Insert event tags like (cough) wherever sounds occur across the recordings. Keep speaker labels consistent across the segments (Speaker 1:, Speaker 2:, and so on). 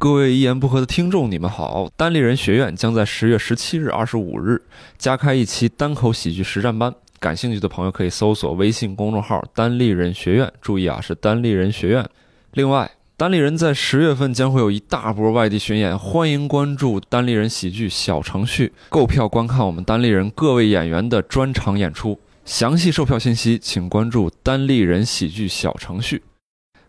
Speaker 1: 各位一言不合的听众，你们好！单立人学院将在十月十七日、二十五日加开一期单口喜剧实战班，感兴趣的朋友可以搜索微信公众号“单立人学院”，注意啊，是单立人学院。另外，单立人在十月份将会有一大波外地巡演，欢迎关注单立人喜剧小程序购票观看我们单立人各位演员的专场演出。详细售票信息，请关注单立人喜剧小程序。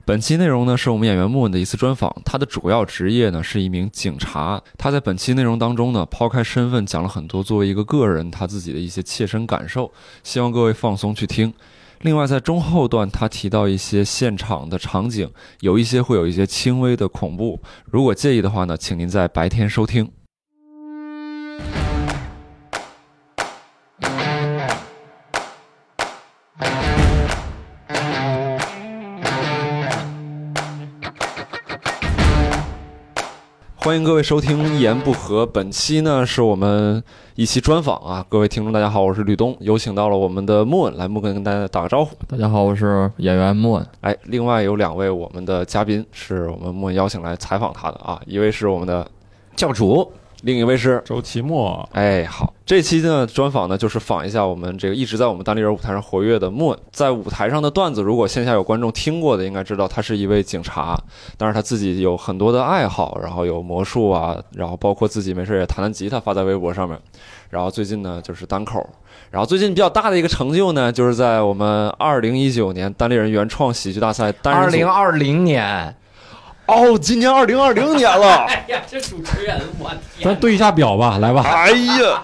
Speaker 1: 本期内容呢是我们演员莫文的一次专访，他的主要职业呢是一名警察。他在本期内容当中呢，抛开身份讲了很多作为一个个人他自己的一些切身感受，希望各位放松去听。另外，在中后段，他提到一些现场的场景，有一些会有一些轻微的恐怖。如果介意的话呢，请您在白天收听。欢迎各位收听《一言不合》，本期呢是我们一期专访啊，各位听众大家好，我是吕东，有请到了我们的莫恩来，莫恩跟大家打个招呼。
Speaker 2: 大家好，我是演员莫恩。
Speaker 1: 哎，另外有两位我们的嘉宾是我们莫恩邀请来采访他的啊，一位是我们的教主，另一位是
Speaker 3: 周奇墨，
Speaker 1: 哎好，这期呢专访呢就是访一下我们这个一直在我们单立人舞台上活跃的莫恩，在舞台上的段子，如果线下有观众听过的应该知道，他是一位警察，但是他自己有很多的爱好，然后有魔术啊，然后包括自己没事也弹弹吉他，发在微博上面。然后最近呢就是单口，然后最近比较大的一个成就呢，就是在我们二零一九年单立人原创喜剧大赛单人
Speaker 2: 二
Speaker 1: 组
Speaker 2: 零二零年，
Speaker 1: 哦，今年二零二零年了，
Speaker 4: 哎呀，这主持人，我
Speaker 3: 咱对一下表吧，来吧。
Speaker 1: 哎呀，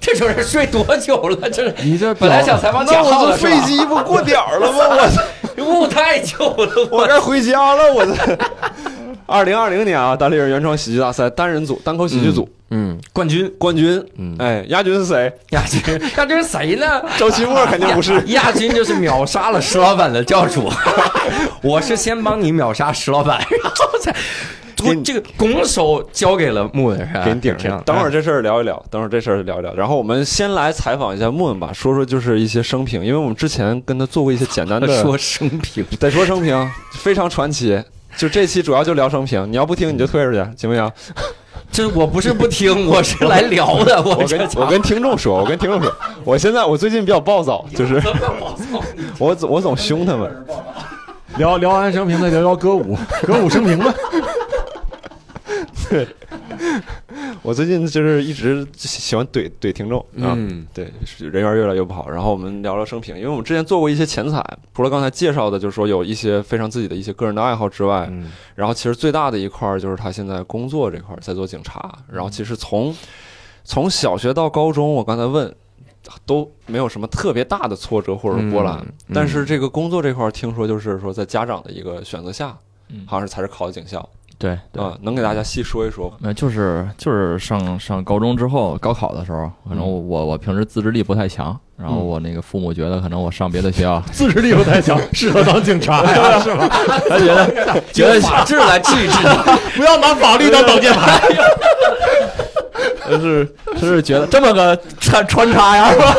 Speaker 4: 这主持人睡多久了？这是
Speaker 3: 你这表
Speaker 4: 本来想采访
Speaker 1: 那
Speaker 4: 贾浩
Speaker 1: 我
Speaker 4: 的
Speaker 1: 这
Speaker 4: 是
Speaker 1: 飞
Speaker 4: 吧？
Speaker 1: 机不过点儿了吗？
Speaker 2: (laughs)
Speaker 4: 误太久了，
Speaker 1: 我我该回家了，我这。二零二零年啊，单立人原创喜剧大赛单人组单口喜剧组、
Speaker 2: 嗯，
Speaker 1: 冠军，冠军，
Speaker 2: 嗯
Speaker 1: 哎，亚军是谁？
Speaker 2: 亚军，。
Speaker 4: 那这是谁呢？
Speaker 1: 周奇墨肯定不是
Speaker 2: 亚军就是秒杀了石老板的
Speaker 3: (laughs)
Speaker 2: 教主。我是先帮你秒杀石老板，然后再
Speaker 1: 给你
Speaker 2: 这个拱手交给了穆恩，是吧
Speaker 1: (laughs) 给你顶
Speaker 2: 这样哎
Speaker 1: 上，。等会儿这事儿聊一聊，等会儿这事儿聊一聊。然后我们先来采访一下莫文吧，说说就是一些生平，因为我们之前跟他做过一些简单的
Speaker 2: (laughs) 说生平，
Speaker 1: 得说生平，非常传奇。就这期主要就聊生平，你要不听你就退出去，行不行？
Speaker 2: 这我不是不听，我是来聊的。
Speaker 3: (laughs)
Speaker 2: 我
Speaker 1: 我
Speaker 2: 这
Speaker 1: 跟我跟听众说，我跟听众说，我现在我最近比较暴躁，就是
Speaker 4: 怎么我操你！
Speaker 1: (laughs) 我总我总凶他们。
Speaker 3: (laughs) 聊聊完生平，再聊聊歌舞，歌舞生平吧。
Speaker 1: 我最近就是一直喜欢怼怼听众啊，
Speaker 2: 嗯
Speaker 1: 对，是人缘越来越不好。然后我们聊聊生平，因为我们之前做过一些前采，除了刚才介绍的，就是说有一些非常自己的一些个人的爱好之外，
Speaker 2: 嗯
Speaker 1: 然后其实最大的一块儿就是他现在工作这块儿在做警察，然后其实从从小学到高中，我刚才问都没有什么特别大的挫折或者波澜，
Speaker 2: 嗯嗯
Speaker 1: 但是这个工作这块儿听说就是说在家长的一个选择下，
Speaker 5: 嗯
Speaker 1: 好像是才是考的警校
Speaker 5: 对对，
Speaker 1: 啊、能给大家细说一说吗？
Speaker 5: 呃，就是就是上上高中之后，高考的时候，可能
Speaker 1: 嗯
Speaker 5: 我我平时自制力不太强，然后我那个父母觉得可能我上别的学
Speaker 1: (laughs)
Speaker 5: 校，
Speaker 3: 自制力不太强，适合当警察呀，是吧？他觉得
Speaker 2: 觉得法治来治一治你，
Speaker 3: (laughs) 不要拿法律当挡箭牌。就是就是觉得这么个穿穿插
Speaker 1: (laughs)
Speaker 3: 呀，是吧？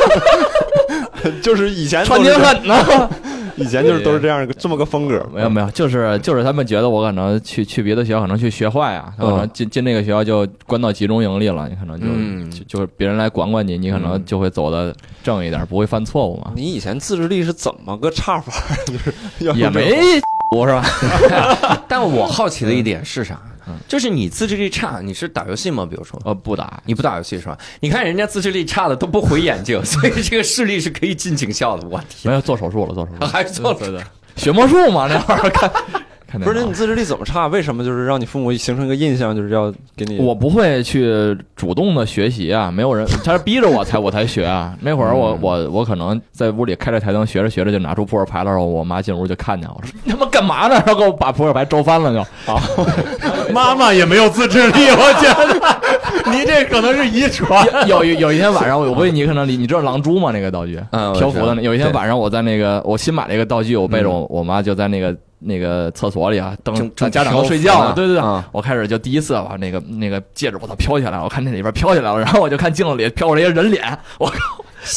Speaker 1: 就是以前
Speaker 3: 穿
Speaker 1: 都
Speaker 3: 挺
Speaker 1: 是
Speaker 3: 狠呢。
Speaker 1: (laughs) 以前就是都是这样一个这么个风格，
Speaker 5: (laughs) 没有没有，就是就是他们觉得我可能去去别的学校，可能去学坏啊，他可能
Speaker 1: 嗯
Speaker 5: 进进那个学校就关到集中营里了，你可能就、
Speaker 2: 嗯
Speaker 5: 就就是别人来管管你，你可能
Speaker 2: 嗯
Speaker 5: 就会走的正一点，不会犯错误嘛，
Speaker 1: 你以前自制力是怎么个差法？就是要
Speaker 5: (laughs) 也没不是
Speaker 3: (laughs)
Speaker 5: 吧？
Speaker 2: 但我好奇的一点是啥？
Speaker 5: 嗯
Speaker 2: 就是你自制力差，你是打游戏吗？比如说，
Speaker 5: 呃，不打，
Speaker 2: 你不打游戏是吧？你看人家自制力差的都不回眼睛， (laughs) 所以这个视力是可以进警校的。我天，
Speaker 5: 没有做手术了，做手术了，
Speaker 2: 还做了
Speaker 5: 对对，对 (laughs) 学魔术嘛那会
Speaker 3: (laughs)
Speaker 5: 儿 (laughs) 看，看
Speaker 1: 不是，
Speaker 5: 电
Speaker 1: 那
Speaker 5: 脑
Speaker 1: 你自制力怎么差？为什么就是让你父母形成一个印象，就是要给你
Speaker 5: 我不会去主动的学习啊，没有人，他是逼着我才我才学啊。那会儿
Speaker 3: 嗯
Speaker 5: 我我我可能在屋里开着台灯学着学着就拿出扑克牌了，然后我妈进屋就看见我说 (laughs) 你他妈干嘛呢？然后给我把扑克牌周翻了就。 (laughs)
Speaker 3: 妈妈也没有自制力，我觉得 (laughs) 您这可能是遗传。
Speaker 5: 有有有一天晚上，我问你可能你你知道狼蛛吗？那个道具，
Speaker 2: 嗯我
Speaker 5: 漂浮
Speaker 2: 知道
Speaker 5: 的那。有一天
Speaker 2: 对嗯
Speaker 5: 晚上我在那个我新买了一个道具，我背着我我妈就在那个那个厕所里啊，
Speaker 2: 正
Speaker 5: 等
Speaker 2: 正
Speaker 5: 家长
Speaker 2: 漂
Speaker 5: 都
Speaker 2: 浮
Speaker 5: 睡觉
Speaker 2: 呢
Speaker 5: 了，对对对
Speaker 2: 嗯，
Speaker 5: 我开始就第一次把那个那个戒指我操飘起来了，我看那里边飘起来了，然后我就看镜子里飘过来一个人脸，我靠！ (laughs)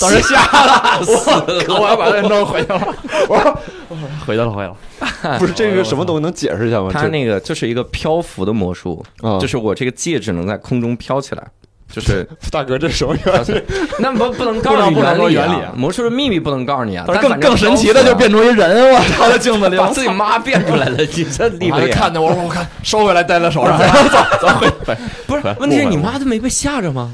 Speaker 5: 当时吓
Speaker 2: 啊
Speaker 5: 了，
Speaker 6: 死
Speaker 5: 我我要把他弄回去了。我说我说回去了，回去了。
Speaker 1: 不是这个什么东西能解释一下吗？
Speaker 2: 他那个就是一个漂浮的魔术，
Speaker 5: 哦
Speaker 1: 啊，
Speaker 2: 就是我这个戒指能在空中飘
Speaker 5: (laughs)
Speaker 2: 起来，就是
Speaker 1: 大哥，这什么 (laughs) 原理？
Speaker 2: 那不不能告诉你
Speaker 5: 不能
Speaker 2: 原
Speaker 5: 说
Speaker 2: 理啊、
Speaker 5: 原理啊
Speaker 2: 魔术的秘密不能告诉你啊。
Speaker 5: 当时
Speaker 2: 但
Speaker 5: 更
Speaker 2: 反正
Speaker 5: 更神奇的就变成一人，我操，在镜子里
Speaker 2: 把自己妈变出来了，你这厉
Speaker 5: 我
Speaker 2: 害
Speaker 5: 还
Speaker 2: 呀！
Speaker 5: 看着我说我看收回来戴在手
Speaker 2: (laughs)
Speaker 5: 上，走走回回。
Speaker 2: 不是，问题是你妈都没被吓着吗？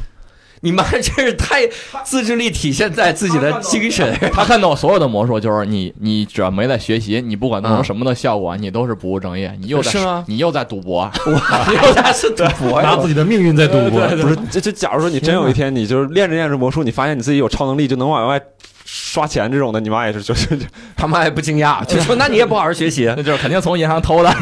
Speaker 2: 你妈真是太自制力体现在自己的精神。
Speaker 5: 他看到所有的魔术，就是你，你只要没在学习，你不管弄成什么的效果，你都是不务正业，你又在
Speaker 2: 是啊吗
Speaker 5: 你又在赌
Speaker 2: (laughs)
Speaker 5: 博，
Speaker 2: 我家啊 (laughs) 是赌博
Speaker 7: 拿
Speaker 2: 呀！
Speaker 7: 自己的命运在赌博，
Speaker 1: 不是，这这，假如说你真有一天，你就是练着练着魔术，你发现你自己有超能力，就能往外刷钱这种的，你妈也是，就就就
Speaker 2: 他妈也不惊讶，就说那你也不好好学 (laughs) 习。
Speaker 5: 那 (laughs) 就是肯定从银行偷的。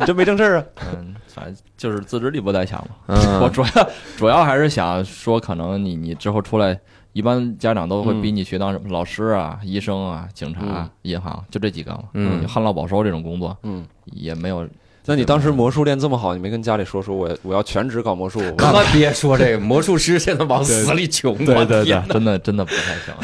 Speaker 1: 你这没正事儿啊。
Speaker 5: 嗯，反正就是自制力不太强嘛。
Speaker 2: 嗯
Speaker 5: 我主要主要还是想说，可能你你之后出来，一般家长都会逼你学当什么老师啊、医生啊、警察、啊、银行，就这几个嘛。
Speaker 2: 嗯
Speaker 5: 旱涝保收这种工作
Speaker 1: (laughs) 嗯，
Speaker 5: 也没有。
Speaker 1: 那你当时魔术练这么好，你没跟家里说说我我要全职搞魔术？我
Speaker 2: 可别说这个魔术师现在往死里穷，我天！
Speaker 5: 真的真的不太行。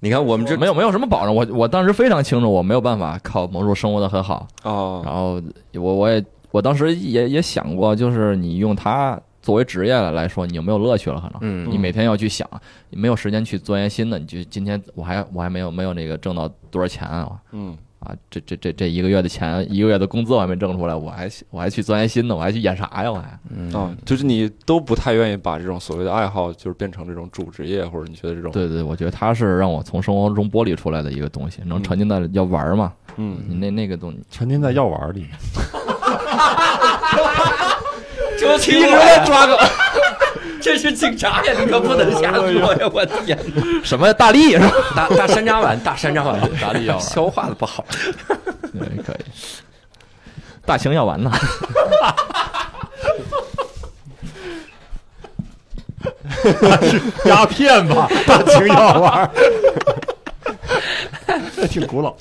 Speaker 2: 你看我们这
Speaker 5: 没有没有什么保证，我我当时非常清楚，我没有办法靠魔术生活的很好。
Speaker 1: 哦，
Speaker 5: 然后我我也我当时也也想过，就是你用它作为职业来来说，你有没有乐趣了？可能，
Speaker 2: 嗯
Speaker 5: 你每天要去想，你没有时间去钻研新的。你就今天我还我还没有没有那个挣到多少钱啊
Speaker 1: 嗯，
Speaker 5: 啊！这这这这一个月的钱，一个月的工资我还没挣出来，我还我还去钻研新的，我还去演啥呀？我还
Speaker 1: 哦，就是你都不太愿意把这种所谓的爱好，就是变成这种主职业，或者你觉得这种，
Speaker 5: 对对，我觉得它是让我从生活中剥离出来的一个东西，能沉浸在要玩儿嘛，
Speaker 1: 嗯，
Speaker 5: 你那那个东西。
Speaker 7: 沉浸在 (laughs) 药丸里。
Speaker 2: 这一直在抓个， (laughs) 这是警察呀！你可不能瞎说呀！我天， (laughs)
Speaker 5: 什么大力是吧？
Speaker 2: 大大山楂丸，大山楂丸， (laughs)
Speaker 5: 大力药丸
Speaker 2: 消化的不好。
Speaker 5: (laughs) 对，可以。大型药丸呢？
Speaker 7: 鸦片吧，大清药丸儿，那挺古老。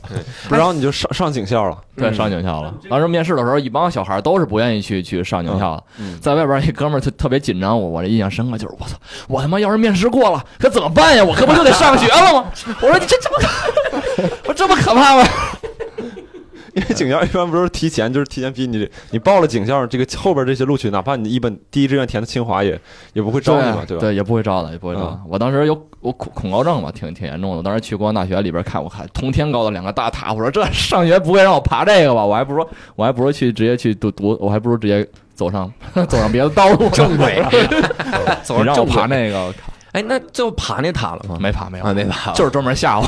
Speaker 1: 不然后你就上上警校了。
Speaker 5: 对，上警校了。当时面试的时候，一帮小孩都是不愿意去去上警校的，
Speaker 1: 嗯
Speaker 5: 在外边一哥们儿特特别紧张，我我这印象深刻就是我操，我他妈要是面试过了，可怎么办呀？我可不就得上学了吗？ (laughs) 我说你这这么，我这么 (laughs) 可怕吗？
Speaker 1: 因为警校一般不是提前，就是提前批你，你报了警校，这个后边这些录取，哪怕你一本第一志愿填的清华也，也不会招你嘛，
Speaker 5: 对
Speaker 1: 对吧？
Speaker 5: 也不会招的，也不会招的。
Speaker 1: 嗯
Speaker 5: 我当时有我恐恐高症嘛，挺挺严重的。我当时去国防大学里边看，我看通天高的两个大塔，我说这上学不会让我爬这个吧？我还不如我还不如去直接去读读，我还不如直接走上 (laughs) 走上别的道路。
Speaker 2: 正轨，走
Speaker 5: 你
Speaker 2: 上
Speaker 5: 让我
Speaker 2: 正
Speaker 5: 爬
Speaker 2: 轨。
Speaker 5: 那个，我靠
Speaker 2: 哎，那最后爬那塔了吗？
Speaker 5: 没爬没有
Speaker 2: 啊，没爬，
Speaker 5: 就是专门吓我。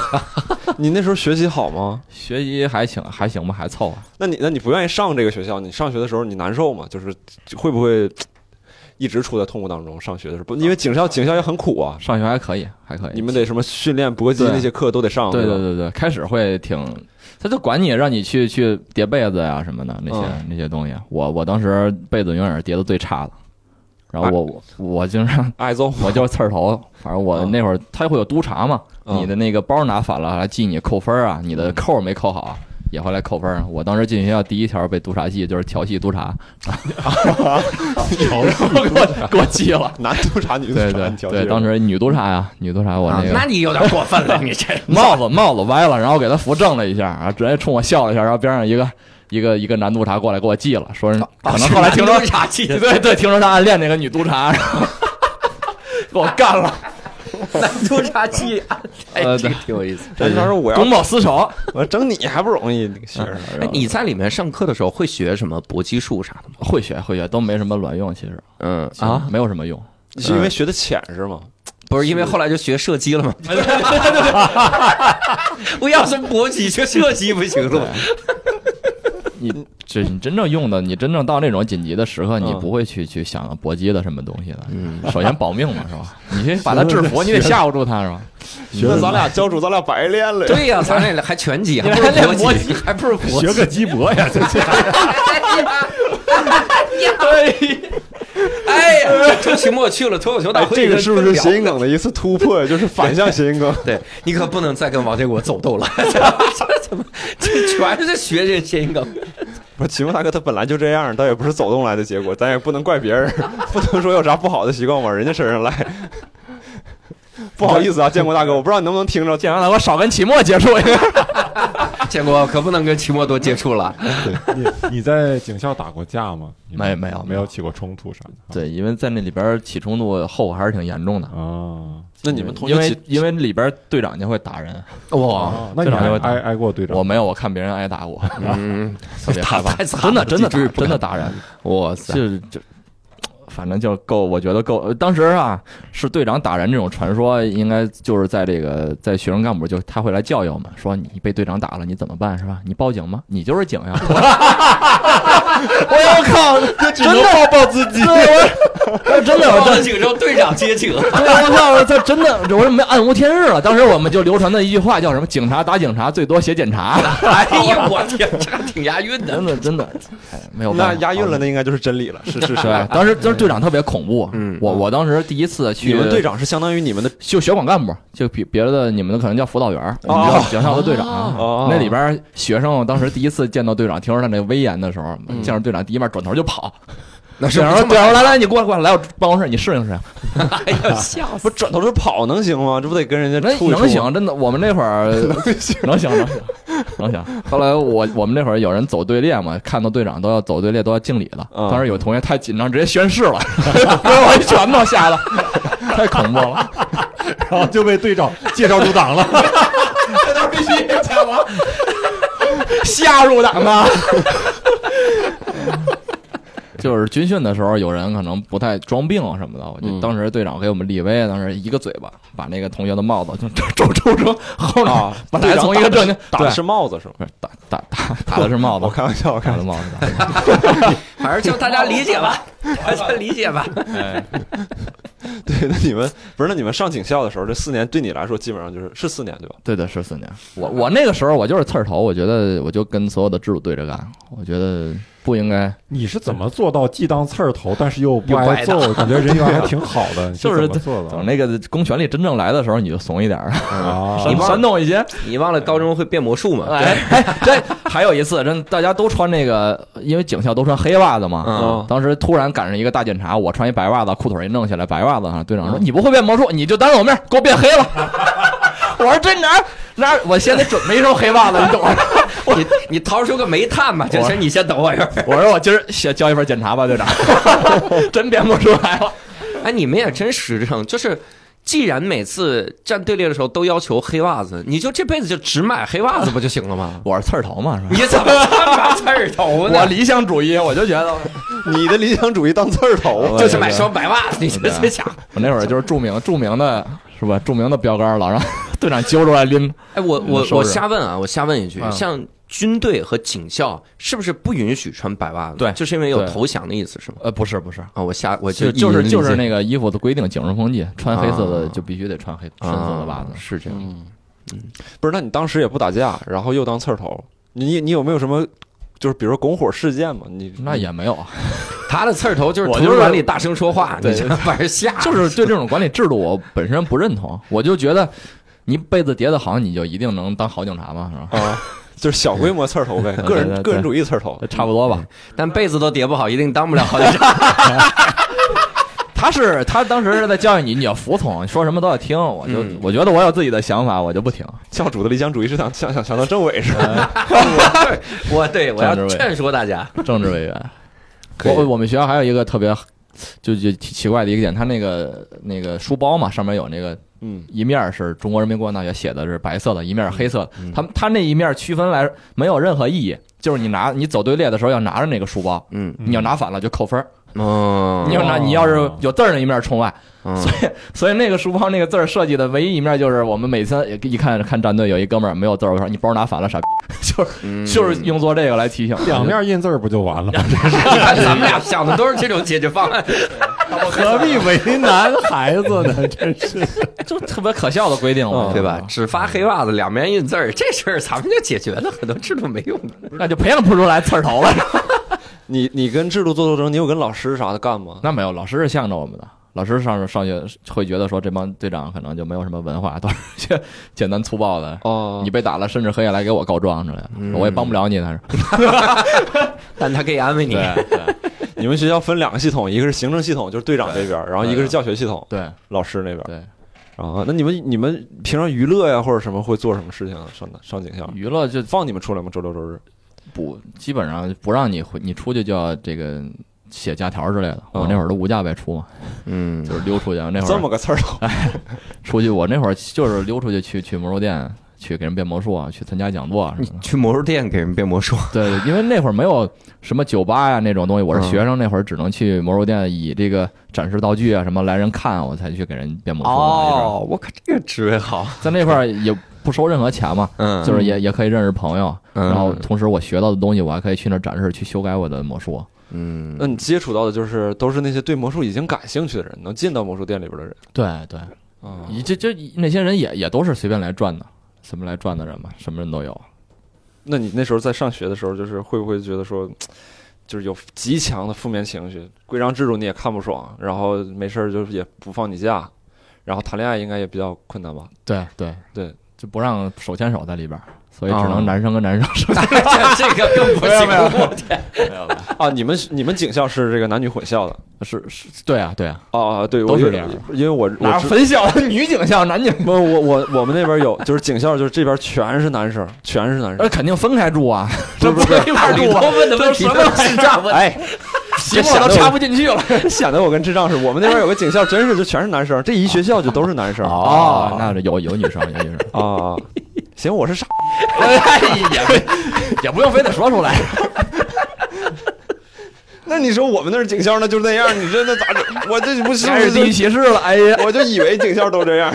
Speaker 1: 你那时候学习好吗？
Speaker 5: 学习还行，还行吧，还凑合。
Speaker 1: 那你那你不愿意上这个学校，你上学的时候你难受吗？就是会不会一直处在痛苦当中？上学的时候不，因为警校警校也很苦啊，
Speaker 5: 上学还可以，还可以。
Speaker 1: 你们得什么训练搏击
Speaker 5: 哎对
Speaker 1: 那些课都得上，
Speaker 5: 对
Speaker 1: 吧
Speaker 5: 对？对对，开始会挺，他就管你，让你去去叠被子呀、什么的那些、
Speaker 1: 嗯
Speaker 5: 那些东西。我我当时被子永远是叠的最差的，然
Speaker 1: 啊
Speaker 5: 后我、我我经常 (laughs)
Speaker 1: 挨揍 (laughs)
Speaker 5: 我就是刺儿头，反正我
Speaker 1: 嗯
Speaker 5: 那会儿他会有督察嘛，
Speaker 1: 嗯
Speaker 5: 你的那个包拿反了还记你扣分儿啊，你的扣儿没扣好。也会来扣分儿。啊我当时进学校第一条被督察系，就是 (laughs) 调戏
Speaker 1: (laughs)
Speaker 5: 督察，
Speaker 7: 调
Speaker 5: (laughs) 给我给我记了。
Speaker 1: 男督察女督
Speaker 5: 对
Speaker 1: 察，
Speaker 5: 对
Speaker 1: 你调戏
Speaker 5: 对，当时女督察呀，女督察，我
Speaker 2: 啊
Speaker 5: 那个
Speaker 2: 那你有点过分了，你 (laughs) 这
Speaker 5: 帽子帽子歪了，然后给他扶正了一下，然后直接冲我笑了一下，然后边上一个一个一个男督察过来给我记了，说是可能后来听说
Speaker 2: 啊是啥气的？
Speaker 5: 对对，听说他暗恋那个女督察，然
Speaker 2: (laughs)
Speaker 5: 后给我干了，
Speaker 2: 男督察气， (laughs) 哎，
Speaker 5: 呃
Speaker 2: 这
Speaker 5: 对
Speaker 2: 个挺有意
Speaker 1: (laughs)
Speaker 2: 思。
Speaker 1: 当时我要
Speaker 5: 公报私仇。
Speaker 1: 我整你还不容易，那个学生。
Speaker 5: 然
Speaker 2: 哎
Speaker 5: 后
Speaker 2: 你在里面上课的时候会学什么搏击术啥的吗？
Speaker 5: 会学会学都没什么卵用，其实
Speaker 2: 嗯
Speaker 5: 其实
Speaker 2: 啊，
Speaker 5: 没有什么用。
Speaker 1: 你 (laughs) 是因为学的浅是吗？
Speaker 2: 不是因为后来就学射击了 (laughs) 吗？我要是搏击学射击不行了吗？
Speaker 5: 你这你真正用的，你真正到那种紧急的时刻，你
Speaker 1: 嗯
Speaker 5: 不会去去想搏击的什么东西的。
Speaker 2: 嗯，
Speaker 5: 首先保命嘛，是吧？你先把他制服，你得吓唬住他，是吧？
Speaker 1: 那咱俩教主，咱俩白练了呀。
Speaker 2: (laughs) 对呀，咱俩还拳击，还
Speaker 5: 你
Speaker 2: 不
Speaker 5: 还练
Speaker 2: 如
Speaker 5: 搏
Speaker 2: 搏击，还不如搏击
Speaker 7: 学。个鸡脖呀，这这
Speaker 2: 哎呀，这周奇墨去了脱口秀大
Speaker 1: 哎，
Speaker 2: 会，
Speaker 1: 这个是不是谐
Speaker 2: 行？
Speaker 1: 音梗的一次突破呀？就是反向谐 (laughs) 音梗。
Speaker 2: 对你可不能再跟王建国走斗了， (laughs) 这怎么这全是学这谐音梗？
Speaker 1: 不是，启蒙大哥他本来就这样，倒也不是走动来的结果，咱也不能怪别人，不能说有啥不好的习惯往人家身上赖。 (laughs) 不好意思啊，建国大哥，我不知道你能不能听着。
Speaker 5: 建阳大哥啊少跟齐墨接触一下。
Speaker 2: 建国可不能跟齐墨多接触了。
Speaker 7: 对你你在警校打过架吗？你们
Speaker 5: 没没有
Speaker 7: 没有起过冲突啥的
Speaker 5: (laughs) 对，因为在那里边起冲突后果还是挺严重的。
Speaker 7: 啊？
Speaker 1: 那你们同
Speaker 5: 因
Speaker 1: 学
Speaker 5: 为
Speaker 1: 起
Speaker 5: 因为里边队长就会打人，
Speaker 2: 哇，
Speaker 7: 那你
Speaker 5: 队长就
Speaker 7: 还
Speaker 5: 会打
Speaker 7: 挨挨过队长？
Speaker 5: 我没有，我看别人挨打过，
Speaker 2: 嗯，
Speaker 5: 特别
Speaker 2: (laughs)
Speaker 5: 害怕，
Speaker 2: 太惨
Speaker 5: 真
Speaker 2: 了
Speaker 5: 的真的
Speaker 2: 这
Speaker 5: 打
Speaker 2: 这不
Speaker 5: 真
Speaker 2: 敢
Speaker 5: 的打人，
Speaker 2: 哇塞，
Speaker 5: 就就。反正就够，我觉得够。呃当时啊，是队长打人这种传说，应该就是在这个在学生干部就他会来教育我们，说你被队长打了，你怎么办是吧？你报警吗？你就是警呀！我靠， (laughs) 真的
Speaker 7: 抱自己
Speaker 5: 对，我真的我
Speaker 8: 报
Speaker 5: 真
Speaker 8: 了警之后，队长接
Speaker 2: (laughs)
Speaker 8: 警，
Speaker 5: (laughs) 对，我操！我操，真的，我这没暗无天日了。当时我们就流传的一句话叫什么“警察打警察，最多写检察
Speaker 1: (laughs)
Speaker 8: 哎呀，我天，这还挺押韵”，的。
Speaker 5: 真的真的，哎，没有
Speaker 1: 那
Speaker 5: 办法。
Speaker 1: 押韵了，那应该就是真理了。是是
Speaker 5: 是
Speaker 1: 是，
Speaker 5: 吧？当时当时队长特别恐怖，
Speaker 2: 嗯
Speaker 5: 我我当时第一次去
Speaker 1: 你们队长是相当于你们的
Speaker 5: 就学管干部，就别别的你们的可能叫辅导员，我们叫警校的队长。
Speaker 1: 哦
Speaker 5: 啊那里边学生当时第一次见到队长，听说他那威严的时候，
Speaker 1: 嗯
Speaker 5: 见着队长第一面转头就跑。
Speaker 2: 那
Speaker 5: 队长说：“队长说来来，你过来过来，来我办公室，你适应适应。
Speaker 8: 哎呀，吓死！
Speaker 1: 啊不转头就跑能行吗？这不得跟人家
Speaker 5: 能
Speaker 1: 处一处吗啊
Speaker 5: 能行，真的，我们那
Speaker 1: (laughs)
Speaker 5: 会儿能行能行能行。后来我我们那会儿有人走队列嘛，看到队长都要走队列都要敬礼了。
Speaker 1: 嗯
Speaker 5: 当时有同学太紧张，直接宣誓了， (laughs) 给我一拳头吓的， (laughs) 太恐怖了。
Speaker 7: 然后就被队长 (laughs) 介绍入党了。 (laughs)
Speaker 5: (laughs) 下入党啊！就是军训的时候，有人可能不太装病什么的。我就
Speaker 1: 嗯
Speaker 5: 当时队长给我们立威，当时一个嘴巴把那个同学的帽子就 (laughs) 抽抽成后脑
Speaker 1: (laughs) 啊，？
Speaker 5: 本来从一个正经
Speaker 1: 打的是帽子是吗？
Speaker 5: 对不是打打打打的是帽子，
Speaker 1: 我开玩笑，我开
Speaker 5: 打
Speaker 1: 玩
Speaker 5: 的
Speaker 1: 笑。
Speaker 5: 帽子。
Speaker 8: 反正就大家理解吧，大家理解吧。
Speaker 5: 哎，
Speaker 1: (laughs) 对，那你们不是？那你们上警校的时候，这四年对你来说基本上就是是四年对吧？
Speaker 5: 对的，十四年。我我那个时候我就是刺儿头，我觉得我就跟所有的制度对着干，我觉得不应该。
Speaker 7: 你是怎么做到既当刺儿头，但是又不
Speaker 2: 又不挨
Speaker 7: 挨揍？感觉人缘还挺好
Speaker 5: (laughs)
Speaker 7: 的，你
Speaker 5: 就是
Speaker 7: 怎么做
Speaker 5: 等
Speaker 7: 的
Speaker 5: 那个公权力真正来的时候，你就怂一点 (laughs) 儿，
Speaker 7: 啊？
Speaker 5: 煽煽动一些。
Speaker 2: 你忘了高中会变魔术吗？
Speaker 5: 哎哎，这还有一次，真大家都穿那个，因为警校都穿黑袜子嘛。
Speaker 2: 嗯
Speaker 5: 当时突然赶上一个大检查，我穿一白袜子，裤腿一弄起来，白袜子啊。队长说：“你不会变魔术，你就当着我面给我变黑了。” (laughs) 我说：“这哪儿哪儿？我先得准备一双黑袜子，你懂吗？”
Speaker 2: 你你掏出个煤炭吧，这事你先等我一会儿。
Speaker 5: (laughs) 我说：“我今儿先交一份检查吧，队长。”真变不出来了。
Speaker 2: 哎，你们也真实诚，就是既然每次站队列的时候都要求黑袜子，你就这辈子就只买黑袜子不就行了吗？
Speaker 5: 我是刺儿头嘛，是吧？
Speaker 2: 你怎么这么刺儿头呢？
Speaker 5: 我理想主义，我就觉得
Speaker 1: 你的理想主义当刺儿头，
Speaker 2: 嗯就是买双白袜子，你这这家伙。
Speaker 5: 我那会儿就是著名著名的，是吧？著名的标杆，老让 (laughs) 队长揪出来拎。
Speaker 2: 哎，我我
Speaker 5: 收
Speaker 2: 我
Speaker 5: 拾
Speaker 2: 瞎问啊，我瞎问一句，
Speaker 5: 嗯
Speaker 2: 像军队和警校是不是不允许穿白袜子？
Speaker 5: 对
Speaker 2: 就是因为有
Speaker 5: 对
Speaker 2: 投降的意思是吗？
Speaker 5: 呃，不是不是，
Speaker 2: 啊，我瞎我
Speaker 5: 就
Speaker 2: 一
Speaker 5: 就是
Speaker 2: 人
Speaker 5: 就是
Speaker 2: 理
Speaker 5: 那个衣服的规定，警示风纪，穿黑色的
Speaker 2: 啊
Speaker 5: 就必须得穿黑
Speaker 2: 解
Speaker 5: 深色的袜子嗯
Speaker 2: 啊。是这样。
Speaker 1: 不是？那你当时也不打架，然后又当刺儿头，你你有没有什么就是比如说拱火事件嘛？你
Speaker 5: 那也没有，啊
Speaker 2: 他的刺儿头就是
Speaker 5: 我
Speaker 2: 图
Speaker 5: 就是
Speaker 2: 书馆里大声说话，
Speaker 5: 对
Speaker 2: 你这把人吓着。
Speaker 5: 就是对这种管理制度我本身不认同，我就觉得你被子叠得好，你就一定能当好警察嘛，是吧？
Speaker 1: 啊，就是小规模刺儿头呗，
Speaker 5: 对
Speaker 1: 个
Speaker 5: 对
Speaker 1: 人
Speaker 5: 对
Speaker 1: 个人主义刺儿头。
Speaker 5: 差不多吧。
Speaker 2: (laughs) 但被子都叠不好，一定当不了好警
Speaker 5: (laughs)
Speaker 2: 察。
Speaker 5: 他是他当时是在教育你，你要服从，你说什么都要听。我就
Speaker 2: 嗯
Speaker 5: 我觉得我有自己的想法，我就不听。
Speaker 1: 教主的理想主义是想想想想当政委是吧？
Speaker 2: 我对我
Speaker 5: 站
Speaker 2: 要
Speaker 5: 着位
Speaker 2: 劝说大家，
Speaker 5: 政治委员。
Speaker 1: 可以
Speaker 5: 我我们学校还有一个特别就就奇奇怪的一个点，他那个那个书包嘛，上面有那个
Speaker 1: 嗯，
Speaker 5: 一面是中国人民共和国大学写的是白色的，一面是黑色的。他们他那一面区分来没有任何意义，就是你拿你走队列的时候要拿着那个书包，
Speaker 2: 嗯
Speaker 5: 你要拿反了就扣分儿。
Speaker 2: 嗯
Speaker 5: 你要拿
Speaker 7: 哦
Speaker 5: 你要是有字儿那一面冲外，
Speaker 2: 嗯
Speaker 5: 所以所以那个书包那个字儿设计的唯一一面就是我们每次一看看战队有一哥们儿没有字儿，我说你包拿反了傻逼， (laughs) 就是就是用作这个来提醒
Speaker 7: (laughs) 两面印字儿不就
Speaker 5: (laughs)
Speaker 7: 完了？
Speaker 2: 你看咱们俩想的都是这种解决方案，
Speaker 7: (laughs) 何必为难孩子呢？真是
Speaker 5: 就特别可笑的规定嘛，
Speaker 2: 对吧？？只发黑袜子，两面印字儿，这事儿咱们就解决了，很多制度没用的。
Speaker 5: 那就培养不出来刺儿头了。 (laughs)
Speaker 1: 你你跟制度做斗争，你有跟老师啥的干吗？
Speaker 5: 那没有，老师是向着我们的。老师上上学会觉得说这帮队长可能就没有什么文化，都是一些简单粗暴的。
Speaker 1: 哦
Speaker 5: 你，被打了，甚至可以来给我告状之类的，我也帮不了你。但是，
Speaker 2: 但他可以安慰你，
Speaker 5: (laughs) 对对
Speaker 1: (laughs) 你们学校分两个系统，一个是行政系统，就是队长这边，然后一个是教学系统，
Speaker 5: 对
Speaker 1: 老师那边。
Speaker 5: 对，
Speaker 1: 啊，那你们你们平常娱乐呀或者什么会做什么事情啊？上上警校
Speaker 5: 娱乐就
Speaker 1: 放你们出来吗？周六周日
Speaker 5: 不基本上不让你回，你出去就要这个写假条之类的。我那会儿都无假外出嘛，
Speaker 2: 哦嗯
Speaker 5: 就是溜出去。那会
Speaker 1: 这
Speaker 5: 儿
Speaker 1: 么个刺儿
Speaker 5: (laughs)
Speaker 1: 头，
Speaker 5: 出去，我那会儿就是溜出去去去魔术店，去给人变魔术啊，去参加讲座啊什
Speaker 2: 你 (laughs)
Speaker 5: 么的。
Speaker 2: 去魔术店给人变魔术，
Speaker 5: 对，因为那会儿没有什么酒吧呀、那种东西，我是学生，那会儿只能去魔术店以这个展示道具啊什么来人看，我才去给人变魔术
Speaker 2: 哦
Speaker 5: 啊。也是，
Speaker 2: 我靠，这个职位好，
Speaker 5: 在那块儿也不收任何钱嘛，
Speaker 2: 嗯，
Speaker 5: 就是也也可以认识朋友，
Speaker 2: 嗯
Speaker 5: 然后同时我学到的东西，我还可以去那儿展示，去修改我的魔术。啊
Speaker 2: 嗯， (laughs)
Speaker 1: 那你接触到的就是都是那些对魔术已经感兴趣的人，能进到魔术店里边的人
Speaker 5: 对对，
Speaker 1: 啊。
Speaker 5: 你这这那些人也也都是随便来转的，随便来转的人嘛，什么人都有。
Speaker 1: 那你那时候在上学的时候，就是会不会觉得说，就是有极强的负面情绪，规章制度你也看不爽，然后没事儿就是也不放你假，然后谈恋爱应该也比较困难吧？
Speaker 5: 对对
Speaker 1: 对，
Speaker 5: 就不让手牵手在里边儿，所以只
Speaker 2: 啊
Speaker 5: 能男生跟男生手牵手。
Speaker 2: 这个更不行，我
Speaker 1: 啊，你们你们警校是这个男女混校的
Speaker 5: 是是，对啊对啊，
Speaker 1: 啊？对，我
Speaker 5: 都是
Speaker 1: 有
Speaker 5: 这样
Speaker 1: 因为我我
Speaker 5: 哪有
Speaker 1: 知
Speaker 5: 分校女警校男 (laughs) 警？
Speaker 1: (laughs) 不，我我我们那边有，就是警校，就是这边全是男生，全是男
Speaker 5: 呃，
Speaker 1: 生。
Speaker 5: 肯定分开住啊，
Speaker 1: 不是不
Speaker 5: 这一块住啊，
Speaker 2: 问的问题哎都是这 (laughs) 样问，
Speaker 1: 哎，
Speaker 5: 题目都插不进去了。
Speaker 1: (laughs) 是显得我跟智障似的。我们那边有个警校，真是就全是男生，这一学校就都是男生啊
Speaker 5: 哦，那是有有女生有女生，
Speaker 1: 啊！行，我是傻，
Speaker 5: (laughs) 也不用非得说出来。 (laughs)
Speaker 1: 那你说我们那儿警校那就那样，你这那咋 (laughs) 整？我这不是
Speaker 5: 开始地域歧视了，哎呀，
Speaker 1: (laughs) 我就以为警校都这样，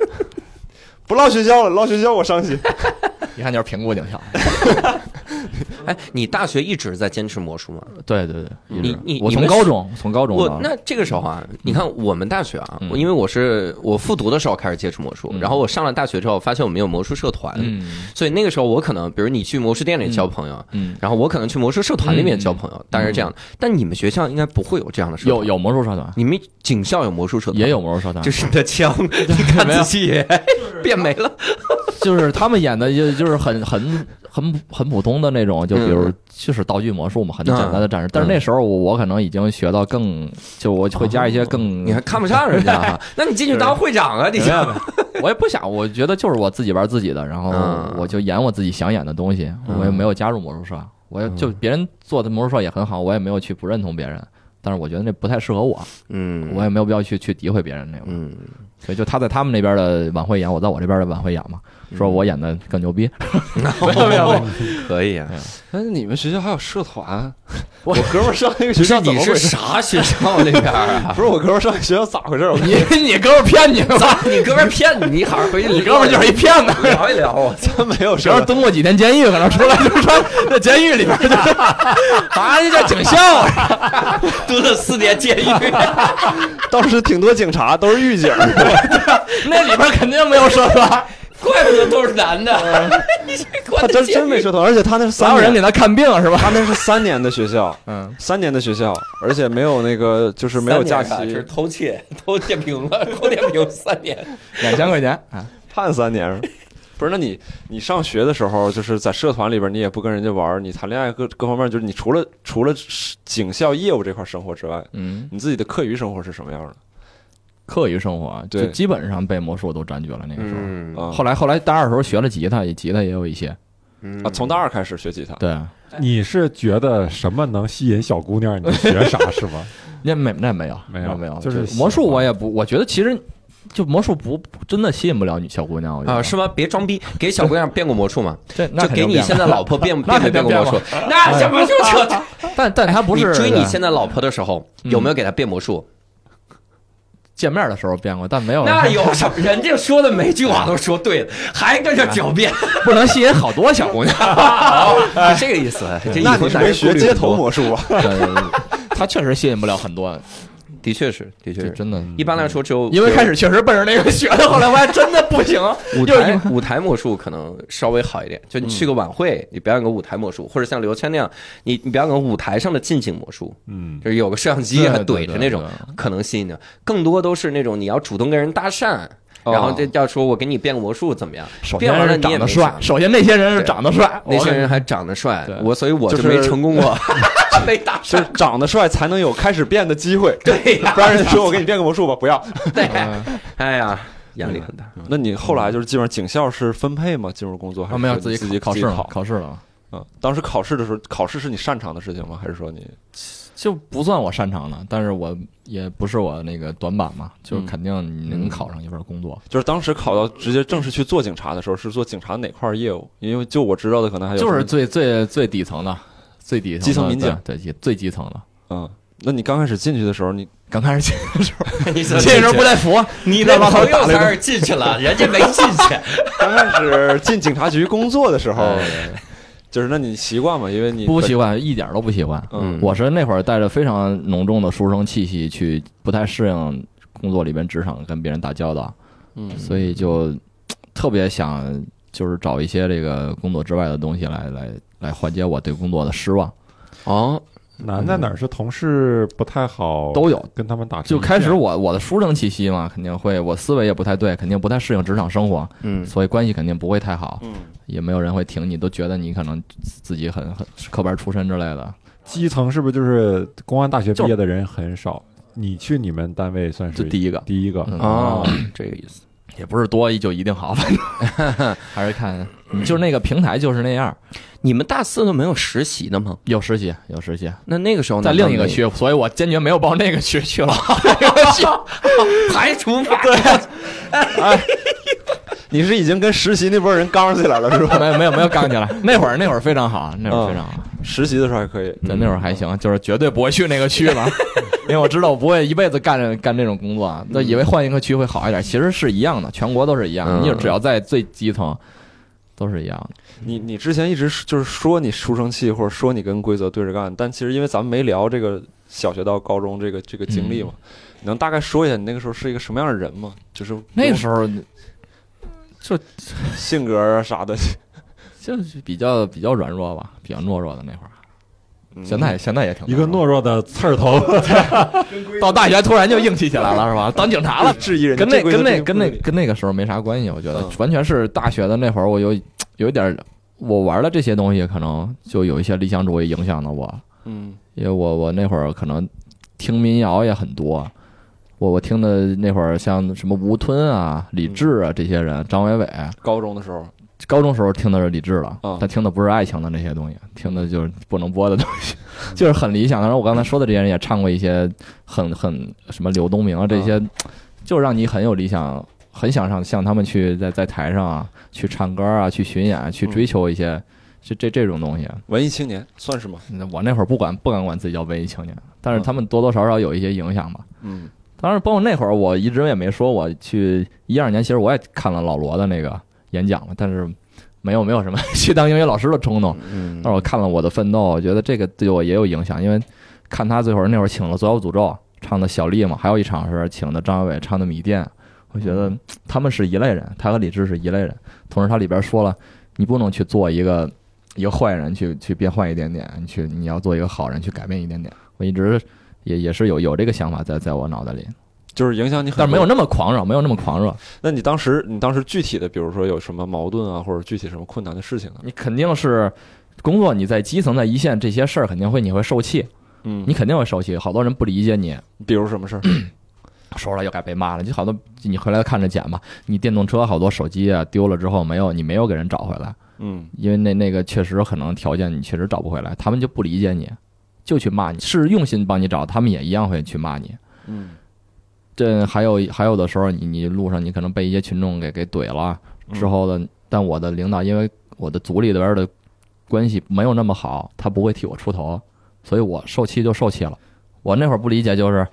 Speaker 1: (laughs) 不唠学校了，唠学校我伤心。
Speaker 5: 一看就是平谷警校。
Speaker 2: 哎，你大学一直在坚持魔术吗？
Speaker 5: (laughs) 对对对，一直
Speaker 2: 你你
Speaker 5: 我
Speaker 2: 你
Speaker 5: 从
Speaker 2: 们
Speaker 5: 高
Speaker 2: 是
Speaker 5: 中从高中
Speaker 2: 我
Speaker 5: 到
Speaker 2: 那这个时候啊，你看我们大学啊，
Speaker 5: 嗯
Speaker 2: 我因为我是我复读的时候开始接触魔术，
Speaker 5: 嗯
Speaker 2: 然后我上了大学之后发现我们有魔术社团，
Speaker 5: 嗯
Speaker 2: 所以那个时候我可能，比如你去魔术店里交朋友，
Speaker 5: 嗯，
Speaker 2: 然后我可能去魔术社团里面交朋友，大概是这样的。但你们学校应该不会嗯有这样的社团，
Speaker 5: 有，有魔术社团，
Speaker 2: 你们警校有魔术社团
Speaker 5: 也有，魔术
Speaker 1: 啊
Speaker 5: 社团，
Speaker 2: 这是你
Speaker 1: (laughs)
Speaker 2: 的枪，你看自己也变没了，
Speaker 5: 就是他们演的就就是很 (laughs) 很很很普通的那种，就比如
Speaker 2: 嗯
Speaker 5: 就是道具魔术嘛，很简单的展示。但是
Speaker 2: 嗯
Speaker 5: 那时候我我可能已经学到更，就我会加一些更
Speaker 2: 嗯你，还看不上人家 (laughs) 啊？那你进去当会长啊？你
Speaker 5: 没有没
Speaker 2: 想
Speaker 5: 有我也不想，我觉得就是我自己玩自己的，然后
Speaker 2: 嗯
Speaker 5: 我就演我自己想演的东西，
Speaker 2: 嗯
Speaker 5: 我也没有加入魔术社，我也就别人做的魔术社也很好，我也没有去不认同别人。但是我觉得那不太适合我，
Speaker 2: 嗯，
Speaker 5: 我也没有必要去去诋毁别人那种，
Speaker 2: 嗯，
Speaker 5: 所以就他在他们那边的晚会演，我在我这边的晚会演嘛，
Speaker 2: 嗯
Speaker 5: 说我演的更牛逼，
Speaker 2: 没有没有，可以啊。
Speaker 1: 但是哎你们学校还有社团？
Speaker 5: 我
Speaker 1: 我哥们儿上那个
Speaker 2: 不
Speaker 1: 学
Speaker 2: 是
Speaker 1: 校怎
Speaker 2: 你
Speaker 1: 么
Speaker 2: 是
Speaker 1: 回事？
Speaker 2: 啥学校那边啊？
Speaker 1: 不是我哥们儿上学校咋回事？我
Speaker 5: 你你哥们儿骗你了，
Speaker 2: (laughs) 咋？你哥们儿骗你，你好好回去。
Speaker 5: 你哥们儿就是一骗子，
Speaker 2: 聊一聊啊！
Speaker 1: 真没有事
Speaker 5: 只要
Speaker 1: 儿。
Speaker 5: 蹲过几天监狱，可能出来就是说 (laughs) 在监狱里边就是啊，这叫警校，
Speaker 2: 蹲了四年监 (laughs) 狱，
Speaker 1: 当时挺多警察都是狱警儿，
Speaker 5: 那里边肯定没有社团，
Speaker 9: 怪不得都是男的。
Speaker 2: (laughs)
Speaker 1: 他真真没社团，而且他那是
Speaker 5: 哪
Speaker 1: 三
Speaker 5: 有人
Speaker 1: 年
Speaker 5: 给，他看病是吧？
Speaker 1: 他那是三年的学校，
Speaker 5: 嗯，
Speaker 1: 三年的学校，而且没有那个就是没有假
Speaker 2: 啊
Speaker 1: 期，
Speaker 9: 偷窃，偷电瓶了，偷电瓶三年。
Speaker 5: 两千块钱啊，
Speaker 1: 判三年。不是，那你你上学的时候，就是在社团里边，你也不跟人家玩儿，你谈恋爱各各方面，就是你除了除了警校业务这块生活之外，
Speaker 5: 嗯，
Speaker 1: 你自己的课余生活是什么样的？
Speaker 5: 课余生活就
Speaker 1: 对
Speaker 5: 基本上被魔术都占据了那个时候。
Speaker 2: 嗯
Speaker 1: 啊、
Speaker 5: 后来后来大二的时候学了吉他，也吉他也有一些，
Speaker 1: 啊，从大二开始学吉他，
Speaker 5: 对，
Speaker 7: (laughs) 你是觉得什么能吸引小姑娘，你就学啥是吗？
Speaker 5: 那没那没有
Speaker 7: 没有
Speaker 5: 那没有，
Speaker 7: 就是
Speaker 5: 魔术
Speaker 7: 喜欢
Speaker 5: 我也不，我觉得其实就魔术不不真的吸引不了女小姑娘，我觉得
Speaker 2: 啊，是吗？别
Speaker 5: (laughs)
Speaker 2: 装逼，给小姑娘变过魔术吗？
Speaker 5: 这 (laughs) 那
Speaker 2: 就
Speaker 5: 肯
Speaker 2: 给
Speaker 5: 定
Speaker 2: 你
Speaker 5: 变
Speaker 2: 现在
Speaker 5: 了
Speaker 2: 老婆变
Speaker 5: 那
Speaker 2: 变没
Speaker 5: 肯定
Speaker 2: 变过魔术？
Speaker 9: 那怎么就扯？
Speaker 5: (laughs) 但但他不是
Speaker 2: 你追
Speaker 5: 对
Speaker 2: 你现在老婆的时候，
Speaker 5: 嗯
Speaker 2: 有没有给她变魔术？
Speaker 5: 见面的时候变过，但没有啊
Speaker 9: 那有什么？人家说的每句话都说对了，
Speaker 5: (laughs)
Speaker 9: 还跟着狡辩。
Speaker 5: 不能吸引好多小姑娘。 (laughs) 哎
Speaker 2: 是这个意思。这
Speaker 1: 那
Speaker 2: 以后
Speaker 1: 你是
Speaker 2: 男
Speaker 1: 没
Speaker 2: 人
Speaker 1: 学
Speaker 2: 顾虑
Speaker 1: 街
Speaker 2: 很多
Speaker 1: 头魔术啊？
Speaker 5: 他确实吸引不了很多，
Speaker 2: 的确是，的确
Speaker 5: 这
Speaker 2: 是。
Speaker 5: 真的。
Speaker 2: 一般来说，只有
Speaker 5: 因为
Speaker 2: (laughs)
Speaker 5: 开始确实奔着那个学的，后来发现真的不行。
Speaker 2: 舞
Speaker 5: 又一
Speaker 2: 台啊舞台魔术可能稍微好一点，
Speaker 5: 嗯
Speaker 2: 就你去个晚会，你表演个舞台魔术，或者像刘谦那样，你你表演个舞台上的近景魔术，
Speaker 7: 嗯，
Speaker 2: 就是有个摄像机
Speaker 5: 对
Speaker 2: 还
Speaker 5: 对
Speaker 2: 怼着
Speaker 5: 对
Speaker 2: 那种
Speaker 5: 对，
Speaker 2: 可能吸引的。更多都是那种你要主动跟人搭讪，然后这要说我给你变个魔术怎么样？
Speaker 5: 哦首
Speaker 2: 变完
Speaker 5: 先
Speaker 2: 了
Speaker 5: 是
Speaker 2: 你
Speaker 5: 长
Speaker 2: 也
Speaker 5: 得
Speaker 2: 没
Speaker 5: 帅，
Speaker 2: 事
Speaker 5: 首先那些人是长得帅，
Speaker 2: (laughs) 那
Speaker 5: 我
Speaker 2: 些
Speaker 5: 跟
Speaker 2: 人还长得帅
Speaker 5: 对，
Speaker 2: 我所以我
Speaker 1: 就
Speaker 2: 没
Speaker 1: 是
Speaker 2: 成功过。 (laughs) 没搭
Speaker 1: 就
Speaker 2: 上
Speaker 1: 是。长得帅才能有开始变的机会，
Speaker 2: 对
Speaker 1: (laughs)
Speaker 2: 呀、
Speaker 1: 不然人家说我给你变个魔术吧，不要。
Speaker 2: 对，
Speaker 5: 嗯
Speaker 2: 哎呀，压力很大。
Speaker 1: (laughs) 那你后来就是基本上警校是分配吗？进入工作还
Speaker 5: 啊，
Speaker 1: 是
Speaker 5: 没有
Speaker 1: 说你自己
Speaker 5: 考
Speaker 1: 自
Speaker 5: 试
Speaker 1: 己
Speaker 5: 了
Speaker 1: 考？
Speaker 5: 考试了，
Speaker 1: 嗯，当时考试的时候，考试是你擅长的事情吗？还是说你
Speaker 5: 就不算我擅长的，但是我也不是我那个短板嘛，就
Speaker 1: 嗯
Speaker 5: 肯定你能考上一份工作。
Speaker 1: 就是当时考到直接正式去做警察的时候，是做警察哪块儿业务？因为就我知道的，可能还有
Speaker 5: 就
Speaker 1: 什
Speaker 5: 是
Speaker 1: 么
Speaker 5: 最最最底层的，最底层的
Speaker 1: 基层民警
Speaker 5: 对，对最基层的。
Speaker 1: 嗯。那你刚开始进去的时候，你
Speaker 5: 刚开始进，
Speaker 2: 你
Speaker 5: (laughs)
Speaker 2: 这
Speaker 5: 嗯这人不 (laughs) 太服，
Speaker 2: 你的朋友才是进
Speaker 5: (laughs)
Speaker 2: 去了，人家没进去。
Speaker 1: 刚开始进警察局工作的时候，
Speaker 5: 哎
Speaker 1: 就是那你习惯吗？因为你
Speaker 5: 不习惯，一点都不习惯。
Speaker 1: 嗯
Speaker 5: 我是那会儿带着非常浓重的书生气息去，不太适应工作里边职场跟别人打交道，
Speaker 1: 嗯
Speaker 5: 所以就嘖特别想就是找一些这个工作之外的东西来来来缓解我对工作的失望。
Speaker 1: 嗯
Speaker 2: 哦，
Speaker 7: 难在哪儿？是同事不太好，
Speaker 5: 都有，
Speaker 7: 跟他们打成
Speaker 5: 就
Speaker 7: 一片
Speaker 5: 开始我我的书生气息嘛，肯定会，我思维也不太对，肯定不太适应职场生活，
Speaker 2: 嗯，
Speaker 5: 所以关系肯定不会太好，
Speaker 1: 嗯，
Speaker 5: 也没有人会挺你，都觉得你可能自自己很很是科班出身之类的，
Speaker 7: 基层是不是就是公安大学
Speaker 5: 就
Speaker 7: 毕业的人很少？你去你们单位算
Speaker 5: 这
Speaker 7: 是
Speaker 5: 第一个。
Speaker 7: 第一个，
Speaker 5: 嗯
Speaker 2: 哦，这个意思。
Speaker 5: 也不是多就一定好，反正 (laughs) 还是看，就是那个平台就是那样，
Speaker 2: 你们大四都没有实习的吗？
Speaker 5: 有实习有实习，
Speaker 2: 那那个时候
Speaker 5: 在
Speaker 2: 难道
Speaker 5: 另一个
Speaker 2: 没有
Speaker 5: 区，所以我坚决没有报那个区去了。
Speaker 2: 排除法，
Speaker 1: 你是已经跟实习那波人刚起来了是吧？
Speaker 5: (laughs) 没有没有没有杠起来， (laughs) 嗯那会儿那会儿非常好，那会儿非常好，
Speaker 1: (laughs) 实习的时候还可以，
Speaker 5: 对那会儿还行，就是绝对不会去那个区 (laughs) 了，因为我知道我不会一辈子干这干这种工作啊，那以为换一个区会好一点，其实是一样的，全国都是一样的，
Speaker 2: 嗯
Speaker 5: 你只要在最基层。都是一样的，
Speaker 1: 你你之前一直是就是说你书生气，或者说你跟规则对着干，但其实因为咱们没聊这个小学到高中这个这个经
Speaker 5: 嗯
Speaker 1: 历嘛，你能大概说一下你那个时候是一个什么样的人吗？就是
Speaker 5: 那个时候
Speaker 1: 性格啊啥
Speaker 5: (laughs)
Speaker 1: 的，
Speaker 5: 就是比较比较软弱吧，比较懦弱的那会儿，
Speaker 1: 嗯
Speaker 5: 现在现在也挺
Speaker 7: 一个
Speaker 5: 弱。
Speaker 7: 懦弱的刺儿头， (laughs)
Speaker 5: (laughs) 到大学突然就硬气起来
Speaker 1: (laughs)
Speaker 5: 了，是吧？当警察了，
Speaker 1: 质疑人家
Speaker 5: 跟那
Speaker 1: 这规则
Speaker 5: 跟那
Speaker 1: 这个
Speaker 5: 跟那
Speaker 1: 规则
Speaker 5: 跟那个时候没啥关系，我觉得
Speaker 1: 嗯
Speaker 5: 完全是大学的那会儿，我有有一点儿，我玩的这些东西可能就有一些理想主义影响了我，
Speaker 1: 嗯
Speaker 5: 因为我我那会儿可能听民谣也很多。我我听的那会儿像什么吴吞啊、李志啊这些人，张伟伟，
Speaker 1: 高中的时候，
Speaker 5: 高中时候听的是李志了
Speaker 1: 嗯，
Speaker 5: 但听的不是爱情的那些东西，听的就是不能播的东西， (laughs) 就是很理想的。然后我刚才说的这些人也唱过一些很很什么刘东明啊这些，就让你很有理想，很想上向他们去在在台上啊去唱歌啊，去巡演啊，去追求一些这这这种东西。
Speaker 1: 文艺青年算是吗？
Speaker 5: 那我那会儿不管不敢管自己叫文艺青年，但是他们多多少少有一些影响吧。
Speaker 1: 嗯
Speaker 5: 当然，包括那会儿，我一直也没说我去一二年，其实我也看了老罗的那个演讲嘛，但是没有没有什么 (laughs) 去当英语老师的冲动。
Speaker 2: 嗯
Speaker 5: 但是我看了我的奋斗，我觉得这个对我也有影响，因为看他最后那会儿请了《左小诅咒》唱的小丽嘛，还有一场是请的张伟伟唱的《米店》，我觉得他们是一类人，他和李志是一类人。同时，他里边说了，你不能去做一个一个坏人去去变坏一点点，你去你要做一个好人去改变一点点。我一直也也是有有这个想法在在我脑袋里。
Speaker 1: 就是影响你很，
Speaker 5: 但是没有。那么狂热，没有那么狂热。
Speaker 1: 那你当时你当时具体的，比如说有什么矛盾啊，或者具体什么困难的事情啊？
Speaker 5: 你肯定是工作，你在基层、在一线这些事儿，肯定会你会受气，
Speaker 1: 嗯
Speaker 5: 你，肯定会受气。好多人不理解你，
Speaker 1: 比如什么事儿？
Speaker 5: 说了又该被骂了。就好多你回来看着捡吧，你电动车好多手机啊丢了之后没有，你没有给人找回来，
Speaker 1: 嗯
Speaker 5: 因为那那个确实可能条件你确实找不回来，他们就不理解你，就去骂你，是用心帮你找，他们也一样会去骂你。
Speaker 1: 嗯
Speaker 5: 这还有还有的时候你，你路上你可能被一些群众给给怼了之后
Speaker 1: 嗯
Speaker 5: 的，但我的领导因为我的组里边的关系没有那么好，他不会替我出头，所以我受气就受气了。我那会儿不理解，就是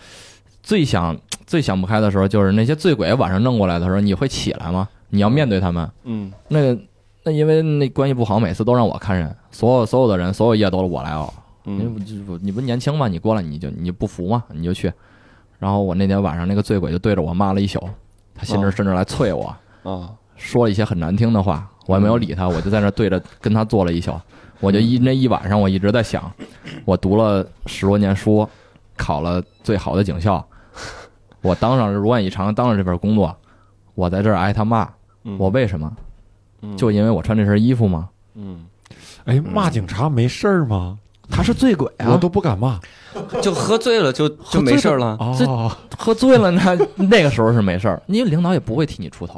Speaker 5: 最想最想不开的时候，就是那些醉鬼晚上弄过来的时候，你会起来吗？你要面对他们，
Speaker 1: 嗯
Speaker 5: 那个那因为那关系不好，每次都让我看人，所有所有的人，所有夜都是我来熬。你
Speaker 1: 嗯
Speaker 5: 不就是不你不年轻吗？你过来你就你就不服吗？你就去。然后我那天晚上那个醉鬼就对着我骂了一宿，他甚至
Speaker 1: 哦
Speaker 5: 甚至来啐我，
Speaker 1: 啊
Speaker 5: 说了一些很难听的话，我也没有理他，我就在那对着跟他坐了一宿。我就一那一晚上我一直在想，我读了十多年书，考了最好的警校，我当上如愿以偿当上这份工作，我在这儿挨他骂，
Speaker 1: 嗯
Speaker 5: 我为什么？
Speaker 1: 嗯
Speaker 5: 就因为我穿这身衣服吗？
Speaker 1: 嗯
Speaker 7: 哎，骂警察没事儿吗？
Speaker 1: 他是醉鬼
Speaker 3: 我
Speaker 1: 啊，
Speaker 3: 都不敢骂。
Speaker 2: 就喝醉了就就没事儿了。
Speaker 7: (laughs)
Speaker 3: 哦，
Speaker 5: 喝醉了那 (laughs) 那个时候是没事儿，因为领导也不会替你出头。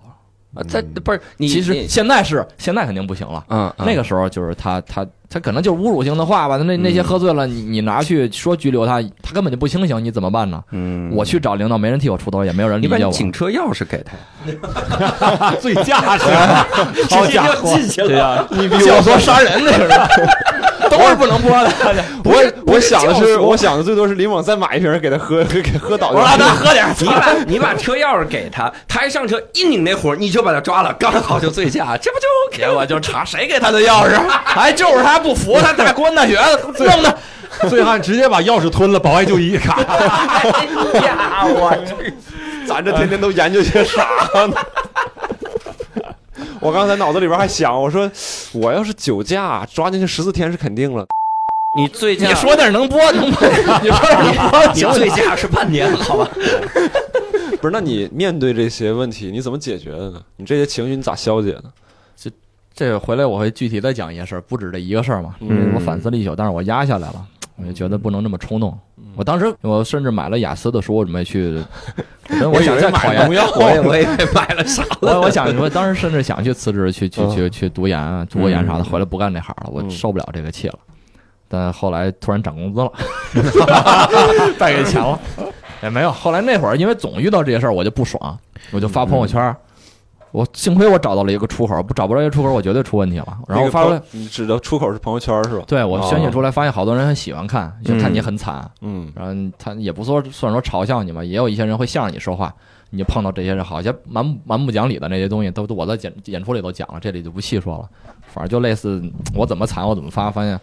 Speaker 2: 啊他不是你
Speaker 5: 其实
Speaker 2: 你
Speaker 5: 现在是，现在肯定不行了。
Speaker 2: 嗯嗯
Speaker 5: 那个时候就是他他他可能就是侮辱性的话吧，那那些
Speaker 2: 嗯
Speaker 5: 喝醉了，你你拿去说拘留他，他根本就不清醒，你怎么办呢？
Speaker 2: 嗯
Speaker 5: 我去找领导，没人替我出头，也没有人理
Speaker 2: 你把
Speaker 5: 解
Speaker 2: 你
Speaker 5: 我。
Speaker 2: 警车钥匙 (laughs) 给他，
Speaker 3: 醉驾驶，好家伙！
Speaker 5: 对
Speaker 2: 啊
Speaker 5: 呀， (laughs) 你比我说杀人那
Speaker 7: (laughs)
Speaker 5: 个人，都是不能播的。
Speaker 1: 我我想的是，我想的最多是林猛再买一瓶给他喝，给给喝倒就
Speaker 5: 我让
Speaker 1: 行。
Speaker 5: 他喝点儿。
Speaker 2: 你把你把车钥匙给他，他一上车一拧那火，你就把他抓了，刚好就醉驾，这不就 OK 了？
Speaker 5: 我就查谁给他的钥
Speaker 2: (laughs)
Speaker 5: 匙，哎，就是他不服，他大官大学的，弄的。
Speaker 7: (laughs)
Speaker 3: 醉汉直接把钥匙吞了，保外就医，咔！
Speaker 2: 哎 (laughs) 呀，我
Speaker 1: 咱这天天都研究些啥 (laughs) 呢？我刚才脑子里边还想，我说我要是酒驾抓进去十四天是肯定了。
Speaker 2: 你醉驾，
Speaker 5: (laughs) 你说点儿能播 (laughs) 能播，你说点儿 (laughs) 能播
Speaker 2: 你醉驾是半年，好吧？
Speaker 1: 不是，那你面对这些问题，你怎么解决的呢？你这些情绪你咋消解呢？
Speaker 5: 这个回来我会具体再讲一些事儿，不止这一个事儿嘛。因为我反思了一宿，但是我压下来了，我就觉得不能这么冲动。我当时我甚至买了雅思的书，我准备 (laughs) 去，跟我想再考研，
Speaker 2: 我 (laughs) 也我也买了啥
Speaker 5: (laughs)
Speaker 2: (laughs)
Speaker 5: 我
Speaker 1: (laughs)
Speaker 5: 我想我当时甚至想去辞职，去
Speaker 1: 嗯
Speaker 5: 去去去读研啊，读个研啥的，回来不干这行了，我受不了这个气了。但后来突然涨工资了，
Speaker 1: (laughs)
Speaker 5: 败给钱了，也没有。后来那会儿因为总遇到这些事儿，我就不爽，我就发朋友圈儿。
Speaker 1: 嗯
Speaker 5: 我幸亏我找到了一个出口，不找不着一个出口，我绝对出问题了。
Speaker 1: 那
Speaker 5: 然后
Speaker 1: 个
Speaker 5: 我发出来
Speaker 1: 朋，你指的出口是朋友圈是吧？
Speaker 5: 对我
Speaker 1: 哦
Speaker 5: 宣泄出来，发现好多人很喜欢看，就看你很惨，
Speaker 1: 嗯，
Speaker 5: 然后他也不说算说嘲笑你嘛，也有一些人会向着你说话，你就碰到这些人，好像蛮蛮不讲理的那些东西，都都我在演演出里都讲了，这里就不细说了。反正就类似我怎么惨我怎么发，发现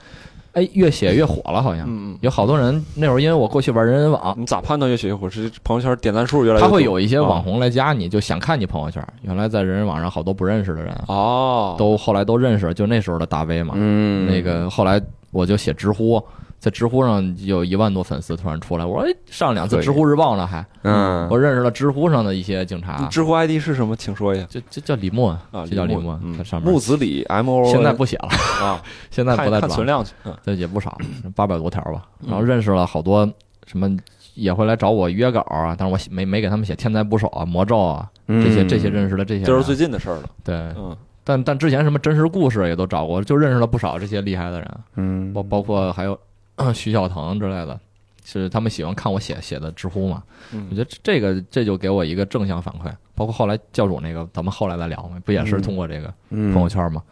Speaker 5: 哎越写越火了，好像、嗯
Speaker 1: 嗯嗯
Speaker 5: 有好多人那会儿因为我过去玩人人网。
Speaker 1: 你咋判断越写越火？是朋友圈点赞数越来越
Speaker 5: 他
Speaker 1: 多？
Speaker 5: 会有一些网红来加你，就想看你朋友圈。原来在人人网上好多不认识的人，
Speaker 1: 哦，
Speaker 5: 都后来都认识，就那时候的大 V 嘛。
Speaker 2: 嗯
Speaker 5: 那个后来我就写知乎，在知乎上有一万多粉丝突然出来，我说哎上两次
Speaker 2: 对
Speaker 5: 知乎日报呢还，
Speaker 2: 嗯，
Speaker 5: 我认识了知乎上的一些警
Speaker 1: 你
Speaker 5: 察，
Speaker 1: 知乎 ID 是什么？请说一下
Speaker 5: 就就叫李默
Speaker 1: 啊，
Speaker 5: 就叫李
Speaker 1: 默
Speaker 5: 默，，他上面
Speaker 1: 木子李 M O，
Speaker 5: 现在不写了，
Speaker 1: 啊，
Speaker 5: 现在
Speaker 1: 看
Speaker 5: 不再
Speaker 1: 看
Speaker 5: 转
Speaker 1: 存
Speaker 5: 了，
Speaker 1: 量嗯去。嗯
Speaker 5: 这也不少，八百多条吧。然后认识了好多什么也会来找我约稿啊，但是我写没没给他们写天才捕手啊、魔咒啊这些这些认识了这些人，啊
Speaker 1: 这嗯是最近的事儿了，
Speaker 5: 对，
Speaker 1: 嗯，
Speaker 5: 但但之前什么真实故事也都找过，就认识了不少这些厉害的人。啊
Speaker 2: 嗯
Speaker 5: 包包括还有 (clears throat) 徐小腾之类的，是他们喜欢看我写写的知乎嘛？
Speaker 1: 嗯
Speaker 5: 我觉得这个这就给我一个正向反馈。包括后来教主那个，咱们后来再聊嘛，不也是通过这个
Speaker 2: 嗯
Speaker 5: 朋友圈嘛？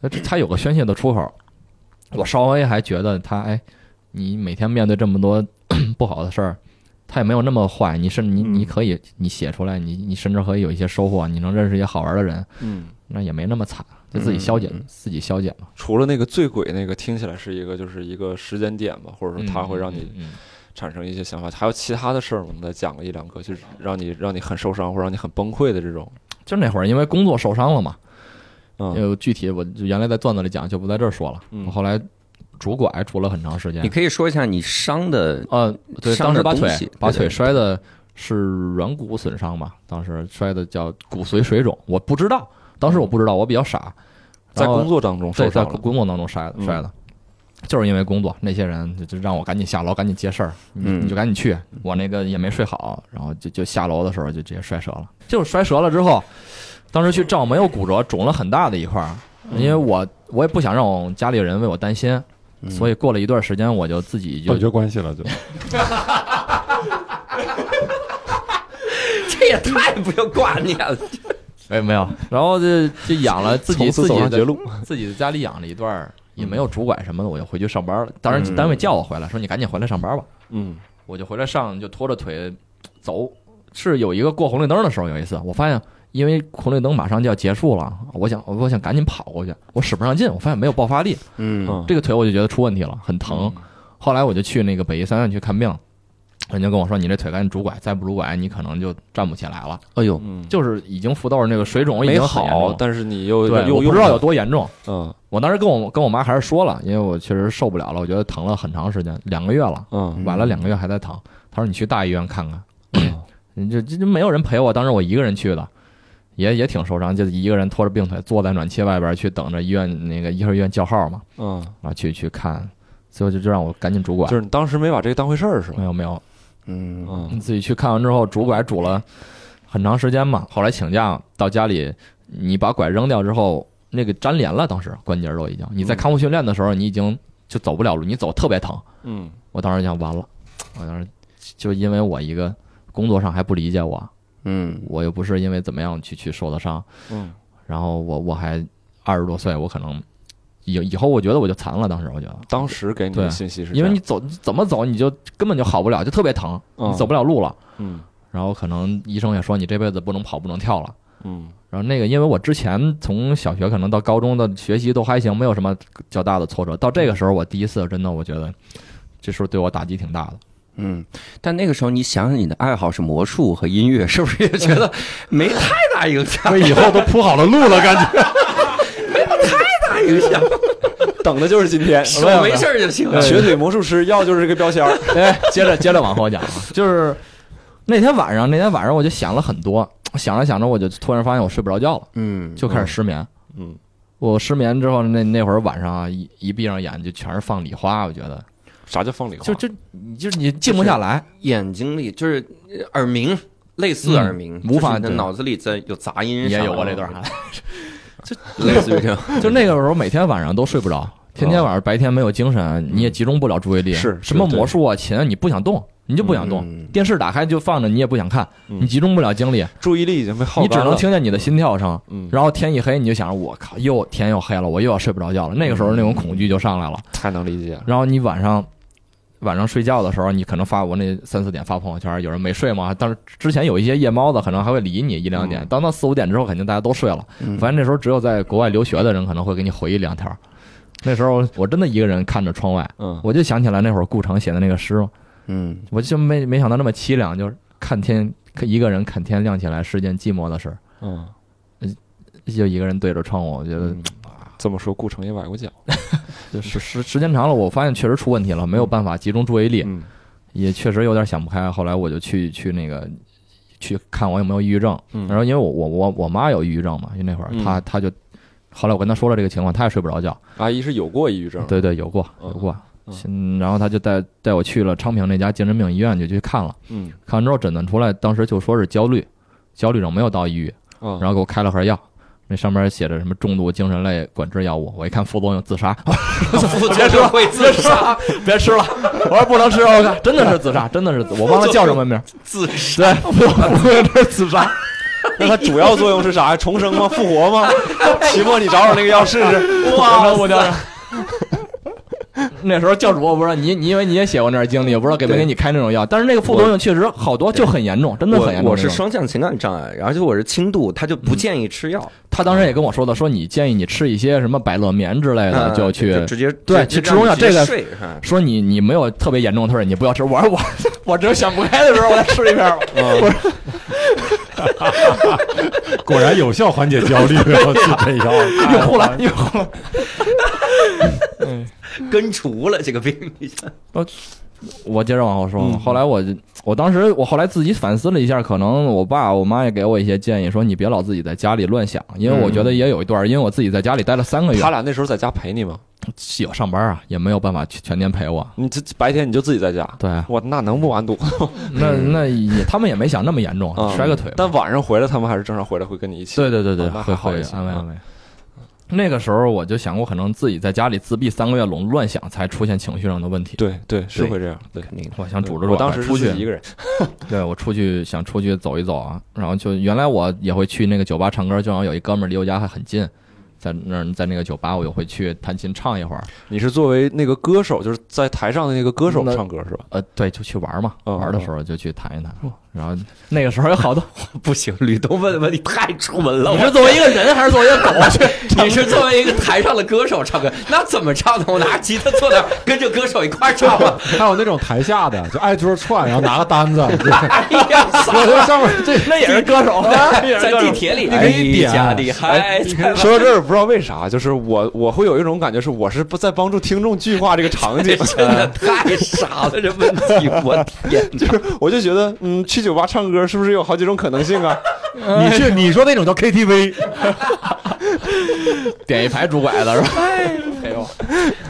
Speaker 5: 那这他有个宣泄的出口，我稍微还觉得他哎，你每天面对这么多 (clears throat) 不好的事儿。他也没有那么坏，你甚至你
Speaker 2: 嗯
Speaker 5: 你可以你写出来，你你甚至可以有一些收获，你能认识一些好玩的人，
Speaker 1: 嗯，
Speaker 5: 那也没那么惨，就自己
Speaker 2: 嗯
Speaker 5: 消解、自己消解嘛。
Speaker 1: 除了那个醉鬼那个听起来是一个就是一个时间点吧，或者说它会让
Speaker 5: 嗯
Speaker 1: 你
Speaker 5: 嗯嗯
Speaker 1: 产生一些想法，还有其他的事儿吗，我们再讲个一两个，就是让你让你很受伤或者让你很崩溃的这种，
Speaker 5: 就那会儿因为工作受伤了嘛，
Speaker 1: 嗯
Speaker 5: 呃，具体我就原来在段子里讲，就不在这儿说了。
Speaker 1: 嗯
Speaker 5: 我后来拄拐拄了很长时
Speaker 2: 你
Speaker 5: 间，
Speaker 2: 可以说一下你伤的
Speaker 5: 呃，对，
Speaker 2: 伤
Speaker 5: 当时
Speaker 2: 的
Speaker 5: 把
Speaker 2: 东
Speaker 5: 腿
Speaker 2: 西
Speaker 5: 把
Speaker 2: 对
Speaker 5: 腿
Speaker 2: 对
Speaker 5: 摔的是软骨损伤吧，当时摔的叫骨髓水肿，我不知道，当时我不知道，我比较傻，
Speaker 1: 在
Speaker 5: 然后
Speaker 1: 工作当中受
Speaker 5: 对，在
Speaker 1: 伤了，
Speaker 5: 工作当中摔的
Speaker 1: 嗯
Speaker 5: 摔的，就是因为工作，那些人就就让我赶紧下楼，赶紧接事儿，你
Speaker 2: 嗯
Speaker 5: 你就赶紧去。我那个也没睡好，然后就就下楼的时候就直接摔折了。就是摔折了之后，当时去照没有骨折，肿了很大的一块儿，
Speaker 1: 嗯
Speaker 5: 因为我我也不想让我家里人为我担心，
Speaker 1: 嗯
Speaker 5: 所以过了一段时间我就自己就
Speaker 7: 哦
Speaker 3: 断绝关系了就。
Speaker 2: 这也太不用挂念了。
Speaker 5: 哎没有，然后就就养了自己
Speaker 1: 从此
Speaker 5: 自
Speaker 1: 走
Speaker 5: 己
Speaker 1: 上
Speaker 5: 的
Speaker 1: 绝路，嗯
Speaker 5: 自己在家里养了一段儿，也没有拄拐什么的，我就回去上班了。当然单位叫我回来，说你赶紧回来上班吧。
Speaker 1: 嗯
Speaker 5: 我就回来上就拖着腿走，是有一个过红绿灯的时候，有一次我发现，因为红绿灯马上就要结束了，我想我想赶紧跑过去，我使不上劲，我发现没有爆发力，
Speaker 2: 嗯
Speaker 1: 嗯，
Speaker 5: 这个腿我就觉得出问题了，很疼。后来我就去那个北医三院去看病，人家跟我说你这腿赶紧拄拐，再不拄拐你可能就站不起来了。哎呦，
Speaker 1: 嗯
Speaker 5: 就是已经腹豆那个水肿已
Speaker 1: 没
Speaker 5: 经很严重
Speaker 1: 好，
Speaker 5: 了
Speaker 1: 但是你又
Speaker 5: 对，
Speaker 1: 又
Speaker 5: 我不
Speaker 1: 用
Speaker 5: 知道
Speaker 1: 了
Speaker 5: 有多严重。
Speaker 1: 嗯
Speaker 5: 我当时跟我跟我妈还是说了，因为我确实受不了了，我觉得疼了很长时间，两个月了。
Speaker 1: 嗯
Speaker 5: 晚了两个月还在躺。他说你去大医院看看，你这这这没有人陪我，当时我一个人去的，也也挺受伤，就一个人拖着病腿坐在暖气外边去等着医院那个一号医院叫号嘛，
Speaker 1: 嗯
Speaker 5: 啊去去看，最后就就让我赶紧拄拐
Speaker 1: 就。是你当时没把这个当回事儿是吧？
Speaker 5: 没有没有，
Speaker 2: 嗯，
Speaker 1: 嗯，
Speaker 5: 你自己去看完之后，拄拐拄了很长时间嘛。后来请假到家里，你把拐扔掉之后，那个粘连了，当时关节都已经。你在康复训练的时候，你已经就走不了路，你走特别疼。
Speaker 1: 嗯，
Speaker 5: 我当时想完了，我当时就因为我一个工作上还不理解我，
Speaker 2: 嗯，
Speaker 5: 我又不是因为怎么样去去受的伤，
Speaker 1: 嗯，
Speaker 5: 然后我我还二十多岁，我可能以以后我觉得我就残了，当时我觉得，
Speaker 1: 当时给你的
Speaker 5: 对
Speaker 1: 信息是这
Speaker 5: 因
Speaker 1: 样，
Speaker 5: 为你走怎么走你就根本就好不了，就特别疼，
Speaker 1: 嗯
Speaker 5: 你走不了路了，
Speaker 1: 嗯
Speaker 5: 然后可能医生也说你这辈子不能跑不能跳了。
Speaker 1: 嗯
Speaker 5: 然后那个，因为我之前从小学可能到高中的学习都还行，没有什么较大的挫折。到这个时候，我第一次真的我觉得，这时候对我打击挺大的。
Speaker 2: 嗯，但那个时候你想想你的爱好是魔术和音乐，是不是也
Speaker 5: (laughs)
Speaker 2: 觉得没太大影响？
Speaker 3: 所以以后都铺好了路了，感觉
Speaker 2: 大影响，
Speaker 1: 等的就是今天。
Speaker 2: 手没事儿就行了。
Speaker 1: 瘸腿魔术师要就是这个标签儿。
Speaker 5: 哎，接
Speaker 1: (laughs)
Speaker 5: 着接着往后讲啊，就是那天晚上，那天晚上我就想了很多，想着想着我就突然发现我睡不着觉了，
Speaker 2: 嗯，
Speaker 5: 就开始失眠。
Speaker 1: 嗯
Speaker 5: 我失眠之后，那那会儿晚上啊，一一闭上眼就全是放礼花，我觉得
Speaker 1: 啥叫放礼花？
Speaker 5: 就就你就是你静不下
Speaker 1: (laughs)
Speaker 5: 来，
Speaker 2: 眼睛里就是耳鸣，类似耳鸣，
Speaker 5: 嗯无法
Speaker 2: 就是你的脑子里在有杂音。啊
Speaker 5: 也有过啊这段，
Speaker 2: (laughs) 类似于这样。
Speaker 5: 就那个时候每天晚上都睡不着，天天晚上白天没有精神，你也集中不了注意力，
Speaker 1: 哦嗯是
Speaker 5: 什么
Speaker 1: 对对
Speaker 5: 魔术啊琴啊，你不想动，你就不想动。
Speaker 2: 嗯
Speaker 5: 电视打开就放着，你也不想看，
Speaker 1: 嗯
Speaker 5: 你集中不了精力，
Speaker 1: 注意力已经被耗
Speaker 5: 你只
Speaker 1: 干
Speaker 5: 能
Speaker 1: 了。
Speaker 5: 听见你的心跳声，
Speaker 1: 嗯，
Speaker 5: 然后天一黑，你就想着我靠，又天又黑了，我又要睡不着觉了。那个时候那种恐惧就上来了。
Speaker 1: 太能理解了。
Speaker 5: 然后你晚上晚上睡觉的时候，你可能发我那三四点发朋友圈，有人没睡吗？但是之前有一些夜猫子可能还会理你一两点，当到四五点之后，肯定大家都睡了。
Speaker 2: 嗯
Speaker 5: 反正那时候只有在国外留学的人可能会给你回一两条。那时候我真的一个人看着窗外，
Speaker 1: 嗯
Speaker 5: 我就想起来那会儿顾城写的那个诗嘛，
Speaker 2: (laughs) 嗯
Speaker 5: 我就没没想到那么凄凉，就是看天一个人看天亮起来是件寂寞的事儿。
Speaker 1: 嗯，
Speaker 5: 就一个人对着窗户，我觉得
Speaker 1: 嗯这么说顾城也崴过脚。
Speaker 5: 就是时时间长了，我发现确实出问题了，没有办法集中注意力，
Speaker 1: 嗯
Speaker 5: 也确实有点想不开。后来我就去去那个去看我有没有抑郁症，
Speaker 1: 嗯
Speaker 5: 然后因为我我我我妈有抑郁症嘛，因为那会儿
Speaker 1: 嗯
Speaker 5: 她她就，后来我跟她说了这个情况，她也睡不着觉，
Speaker 1: 阿姨是有过抑郁症。
Speaker 5: 对对，有过
Speaker 1: 嗯
Speaker 5: 有过
Speaker 1: 嗯，
Speaker 5: 嗯，然后她就带带我去了昌平那家精神病医院就去看了，
Speaker 1: 嗯
Speaker 5: 看完之后诊断出来，当时就说是焦虑，焦虑症没有到抑郁，
Speaker 1: 啊，
Speaker 5: 嗯然后给我开了盒药。那上面写着什么重度精神类管制药物，我一看副作用自杀，
Speaker 2: 副作用
Speaker 5: (laughs)
Speaker 2: 会自杀，
Speaker 5: 别吃了，我说不能吃，我靠，真的是自杀，真的是自，我忘了叫什么名儿，
Speaker 2: 自杀。
Speaker 5: (laughs) 对，这是自杀，
Speaker 1: 那它主要作用
Speaker 5: (laughs)
Speaker 1: 是啥？重生吗？复活吗？期末你找找那个药试试。
Speaker 5: 哇，我叫。那时候教主我不知道你，你因为你也写过那样经历，我不知道给没给你开那种药，但是那个副作用确实好多就很严重，真的很严重。
Speaker 2: 我我是
Speaker 5: 那种，
Speaker 2: 双向情感障碍，而且我是轻度，他就不建议吃药，
Speaker 5: 他当时也跟我说的，说你建议你吃一些什么百乐眠之类的，
Speaker 2: 嗯
Speaker 5: 哎就去
Speaker 2: 直接
Speaker 5: 对
Speaker 2: 直
Speaker 5: 去
Speaker 2: 接
Speaker 5: 吃中药
Speaker 2: 直接
Speaker 5: 这个
Speaker 2: 睡是
Speaker 5: 说你你没有特别严重的事儿，你不要吃。我说我我只有想不开的时候我再吃一 (laughs)
Speaker 2: (laughs)
Speaker 5: 片儿吧。
Speaker 2: 嗯
Speaker 3: 果然有效缓解 (laughs) 焦虑，我去这药。
Speaker 5: 用户了，用户了。
Speaker 2: 根除了这个病。
Speaker 5: 我接着往后说，
Speaker 1: 嗯
Speaker 5: 后来我就，我当时我后来自己反思了一下，可能我爸我妈也给我一些建议，说你别老自己在家里乱想，因为我觉得也有一段，因为我自己在家里待了三个月
Speaker 1: 他，俩那时候在家陪你吗？
Speaker 5: 有上班啊，也没有办法全全天陪我。
Speaker 1: 你这白天你就自己在家。
Speaker 5: 对啊，
Speaker 1: 我那能不完犊子
Speaker 5: 那那也他们也没想那么严 (laughs) 重，
Speaker 1: 啊
Speaker 5: 摔个腿吧。哦
Speaker 1: 但晚上回来，他们还是正常回来，会跟你一起。
Speaker 5: 嗯对对对对，
Speaker 1: 啊那还
Speaker 5: 会
Speaker 1: 好
Speaker 5: 会
Speaker 1: 一些
Speaker 5: 安慰
Speaker 1: 啊
Speaker 5: 安慰。嗯那个时候我就想过，可能自己在家里自闭三个月，拢乱想，才出现情绪上的问题。
Speaker 1: 对对，是
Speaker 2: 对
Speaker 1: 会这样。对，
Speaker 2: 肯定
Speaker 5: 我想拄着
Speaker 1: 我
Speaker 5: 我
Speaker 1: 当时是
Speaker 5: 出去
Speaker 1: 自己一个人。
Speaker 5: 对我出去想出去走一走啊，然后就原来我也会去那个酒吧唱歌，就好像有一哥们儿离我家还很近，在那儿在那个酒吧，我就会去弹琴唱一会儿。
Speaker 1: 你是作为那个歌手，就是在台上的那个歌手唱歌是吧？
Speaker 5: 呃，对，就去玩嘛，
Speaker 1: 嗯
Speaker 5: 玩的时候就去弹一弹。然后哦那个时候有好多，
Speaker 2: 不行，吕东问的问题太出门了。我
Speaker 5: 作为一个人还是作为一个狗？ (laughs)
Speaker 2: 你是作为一个台上的歌手唱歌，那怎么唱呢？我拿吉他坐那儿跟着歌手一块儿唱
Speaker 5: (laughs)
Speaker 2: 吧。
Speaker 3: 还有那种台下的，就挨桌串，然后拿个单子， (laughs)
Speaker 2: 哎呀，
Speaker 3: 我在上面这
Speaker 5: 那也是歌手，
Speaker 2: 啊在地铁里，
Speaker 3: 你可以点
Speaker 2: 哎家里
Speaker 1: (laughs)
Speaker 2: 嗨，
Speaker 1: 说到这儿，不知道为啥，就是我我会有一种感觉，是我是不在帮助听众具化这个场景 (laughs)
Speaker 2: 这，真的太傻了，这问题，我天！
Speaker 5: (laughs)
Speaker 1: 就是我就觉得，嗯，去酒吧唱歌是不是有好几种可能性啊？
Speaker 3: 你
Speaker 7: 哎
Speaker 3: 去你说那种叫 KTV，
Speaker 5: 点一排拄拐子是 (laughs) 吧？哎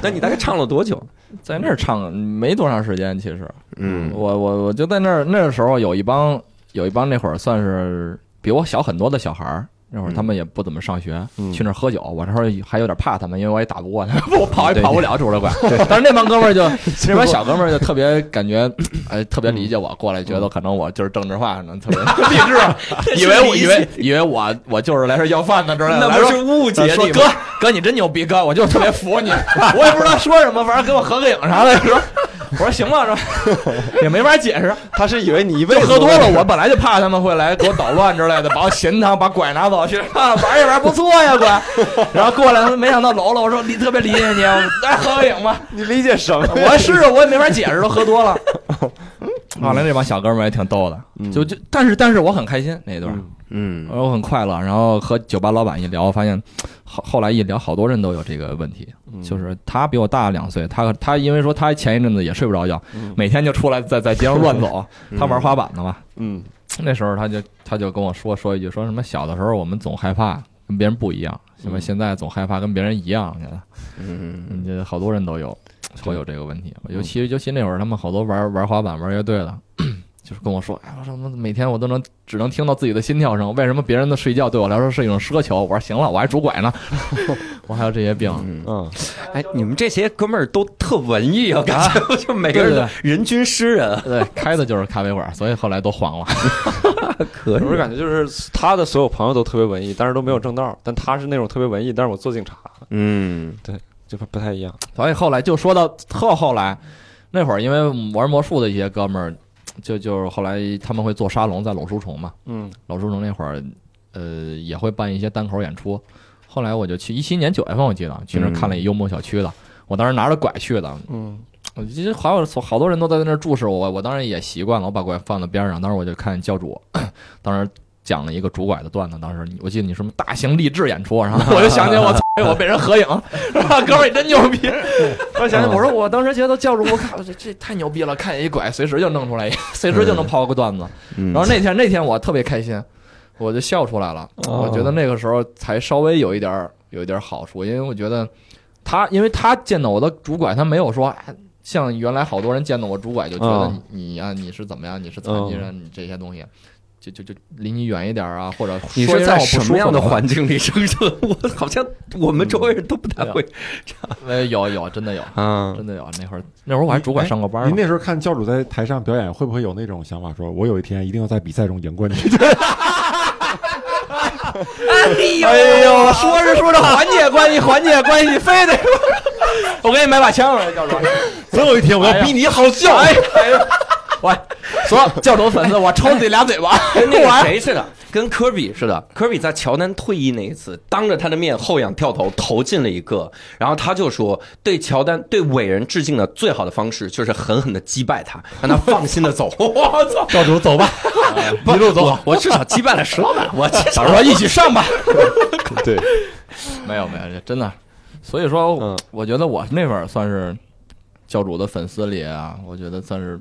Speaker 2: 那你大概唱了多久？
Speaker 5: 在那儿唱没多长时间，其实，
Speaker 2: 嗯
Speaker 5: 我我我就在那儿那时候有一帮有一帮那会儿算是比我小很多的小孩儿。那会儿他们也不怎么上学，去那儿喝酒。我那时候还有点怕他们，因为我也打不过他们， (laughs) 我跑也跑不了拄着拐。但是那帮哥们儿 (laughs) 就，那帮小哥们儿就特别感觉，哎，特别理解我过来，觉得可能我就是政治化，可能特别嗯 (laughs) 励志，以啊为我以为以为我我就是来这儿要饭的之类的。
Speaker 2: 那
Speaker 5: 来
Speaker 2: 不
Speaker 5: 说
Speaker 2: 是
Speaker 5: (laughs)
Speaker 2: 误解
Speaker 5: 嗯说
Speaker 2: 你
Speaker 5: 哥
Speaker 2: 吗？
Speaker 5: 哥你真牛逼哥，我就是特别服你， (laughs) 我也不知道说什么，反正给我合个影啥的。说我说行吧，说 (laughs) 也没法解释，
Speaker 1: 他是以为你一辈
Speaker 5: 就
Speaker 1: 子
Speaker 5: 喝多了，
Speaker 1: (laughs)
Speaker 5: 我本来就怕他们会来给我捣乱之类的，把我咸汤把拐拿走去 (laughs) 啊，玩一玩不错呀拐，然后过来他们没想到楼了，我说你特别理解你，我们来合个影 (laughs) 吧。
Speaker 1: 你理解 (laughs) 什么？
Speaker 5: 我是我也没法解释，都喝多 (laughs) 了。嗯后来那帮小哥们儿也挺逗的，就就但是但是我很开心那一段。
Speaker 2: 嗯
Speaker 5: 然后很快乐，然后和酒吧老板一聊，发现后后来一聊，好多人都有这个问题，就是他比我大两岁，他他因为说他前一阵子也睡不着觉，每天就出来在在街上乱走，他玩滑板的嘛，
Speaker 1: 嗯，
Speaker 5: 那时候他就他就跟我说说一句，说什么小的时候我们总害怕跟别人不一样，什么现在总害怕跟别人一样，你看，
Speaker 2: 嗯，
Speaker 5: 嗯，这好多人都有会有这个问题，尤其尤其那会儿他们好多玩玩滑板玩乐队的。 (clears throat) 就是跟我说，哎，我说每天我都能只能听到自己的心跳声，为什么别人的睡觉对我来说是一种奢求？我说行了，我还拄拐呢，我还有这些病，
Speaker 1: 啊嗯
Speaker 2: 哎，你们这些哥们儿都特文艺啊，感觉就每个人
Speaker 5: 对
Speaker 2: 都人均诗人，啊
Speaker 5: 对，开的就是咖啡馆，所以后来都黄了。
Speaker 2: 可以
Speaker 1: 我是感觉就是他的所有朋友都特别文艺，但是都没有正道，但他是那种特别文艺，但是我做警察
Speaker 2: 嗯
Speaker 1: 就不不太一样。
Speaker 5: 所以后来就说到特后来那会儿，因为玩魔术的一些哥们儿，就就是后来他们会做沙龙，在老书虫嘛，
Speaker 1: 嗯，
Speaker 5: 老书虫那会儿，呃，也会办一些单口演出。后来我就去一七年九月份，我记得去那儿看了一幽默小区的，我当时拿着拐去的，
Speaker 1: 嗯，
Speaker 5: 我其实好有好多人都在那儿注视我，我当然也习惯了，我把拐放在边上，当时我就看教主，当时。讲了一个拄拐的段子，当时你我记得你什么大型励志演出，然后我就想起我操，我被人合影，是吧？哥们儿你真牛逼！我想起我说我当时觉得教主，我靠，这这太牛逼了，看见一拐随时就弄出来一，随时就能抛个段子。
Speaker 2: 嗯
Speaker 5: 然后那天那天我特别开心，我就笑出来了。我觉得那个时候才稍微有一点儿有一点儿好处，因为我觉得他，因为他见到我的主管，他没有说。哎像原来好多人见到我主管就觉得
Speaker 1: 嗯
Speaker 5: 你你呀、你是怎么样，你是残疾
Speaker 1: 嗯
Speaker 5: 人，你这些东西，就就就离你远一点啊，或者
Speaker 2: 你
Speaker 5: 说一
Speaker 2: 是
Speaker 5: 些让
Speaker 2: 在
Speaker 5: 我不
Speaker 2: 什
Speaker 5: 舒
Speaker 2: 么样
Speaker 5: 服
Speaker 2: 的
Speaker 5: 话
Speaker 2: 环境里生存？ (laughs) 我好像我们周围人都不太会
Speaker 5: 呃，有有，真的有，
Speaker 2: 啊。
Speaker 1: 嗯
Speaker 5: 真的有。那会儿那会儿我还主管上过班
Speaker 3: 您
Speaker 5: 呢，
Speaker 3: 那时候看教主在台上表演，会不会有那种想法说，我有一天一定要在比赛中赢过你？ (laughs)
Speaker 5: 哎呦，说着说着缓解关系， (laughs) 缓解关系，非得
Speaker 2: (laughs)
Speaker 5: 我给你买把枪来，教主。
Speaker 3: 总有一天我要比你好笑。
Speaker 5: 哎呀，哎呀，喂，所有教主粉丝，我抽你俩嘴巴。
Speaker 2: (laughs) 跟那个谁似的，跟科比似的。科比在乔丹退役那一次，当着他的面后仰跳投投进了一个，然后他就说，对乔丹对伟人致敬的最好的方式就是狠狠的击败他，让他放心的走。 (laughs) 我操，
Speaker 3: 教主走吧，
Speaker 2: (laughs) 一路走，我至少击败了石老板，我至少
Speaker 5: 我说一起上
Speaker 2: (laughs)
Speaker 5: 吧。
Speaker 1: 对，
Speaker 5: 没有没有，这真的。所以说，
Speaker 3: 嗯
Speaker 5: 我觉得我那会儿算是教主的粉丝里啊，我觉得算是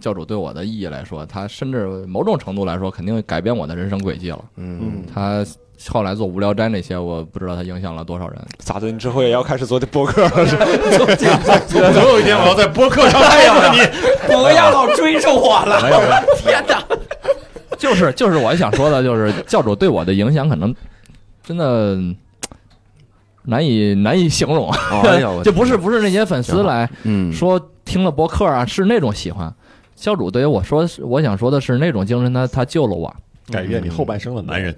Speaker 5: 教主对我的意义来说，他甚至某种程度来说，肯定改变我的人生轨迹了。
Speaker 2: 嗯，
Speaker 5: 他后来做无聊斋那些，我不知道他影响了多少人。
Speaker 1: 咋的？你之后也要开始做播客了是吧？
Speaker 3: 总有一天我要在播客上看到你。
Speaker 2: 哎不要老追着我了，
Speaker 5: 没有没有，
Speaker 2: 天哪！
Speaker 5: (laughs) 就是就是我想说的，就是教主对我的影响可能真的难以难以形
Speaker 3: 哦
Speaker 5: 容，
Speaker 2: 哎呀
Speaker 5: (laughs)
Speaker 2: 我
Speaker 5: 就不是不是那些粉丝来
Speaker 2: 嗯
Speaker 5: 说听了博客啊，是那种喜欢。教主对于我说，我想说的是那种精神，他他救了我。
Speaker 3: 改变你后半生的男人，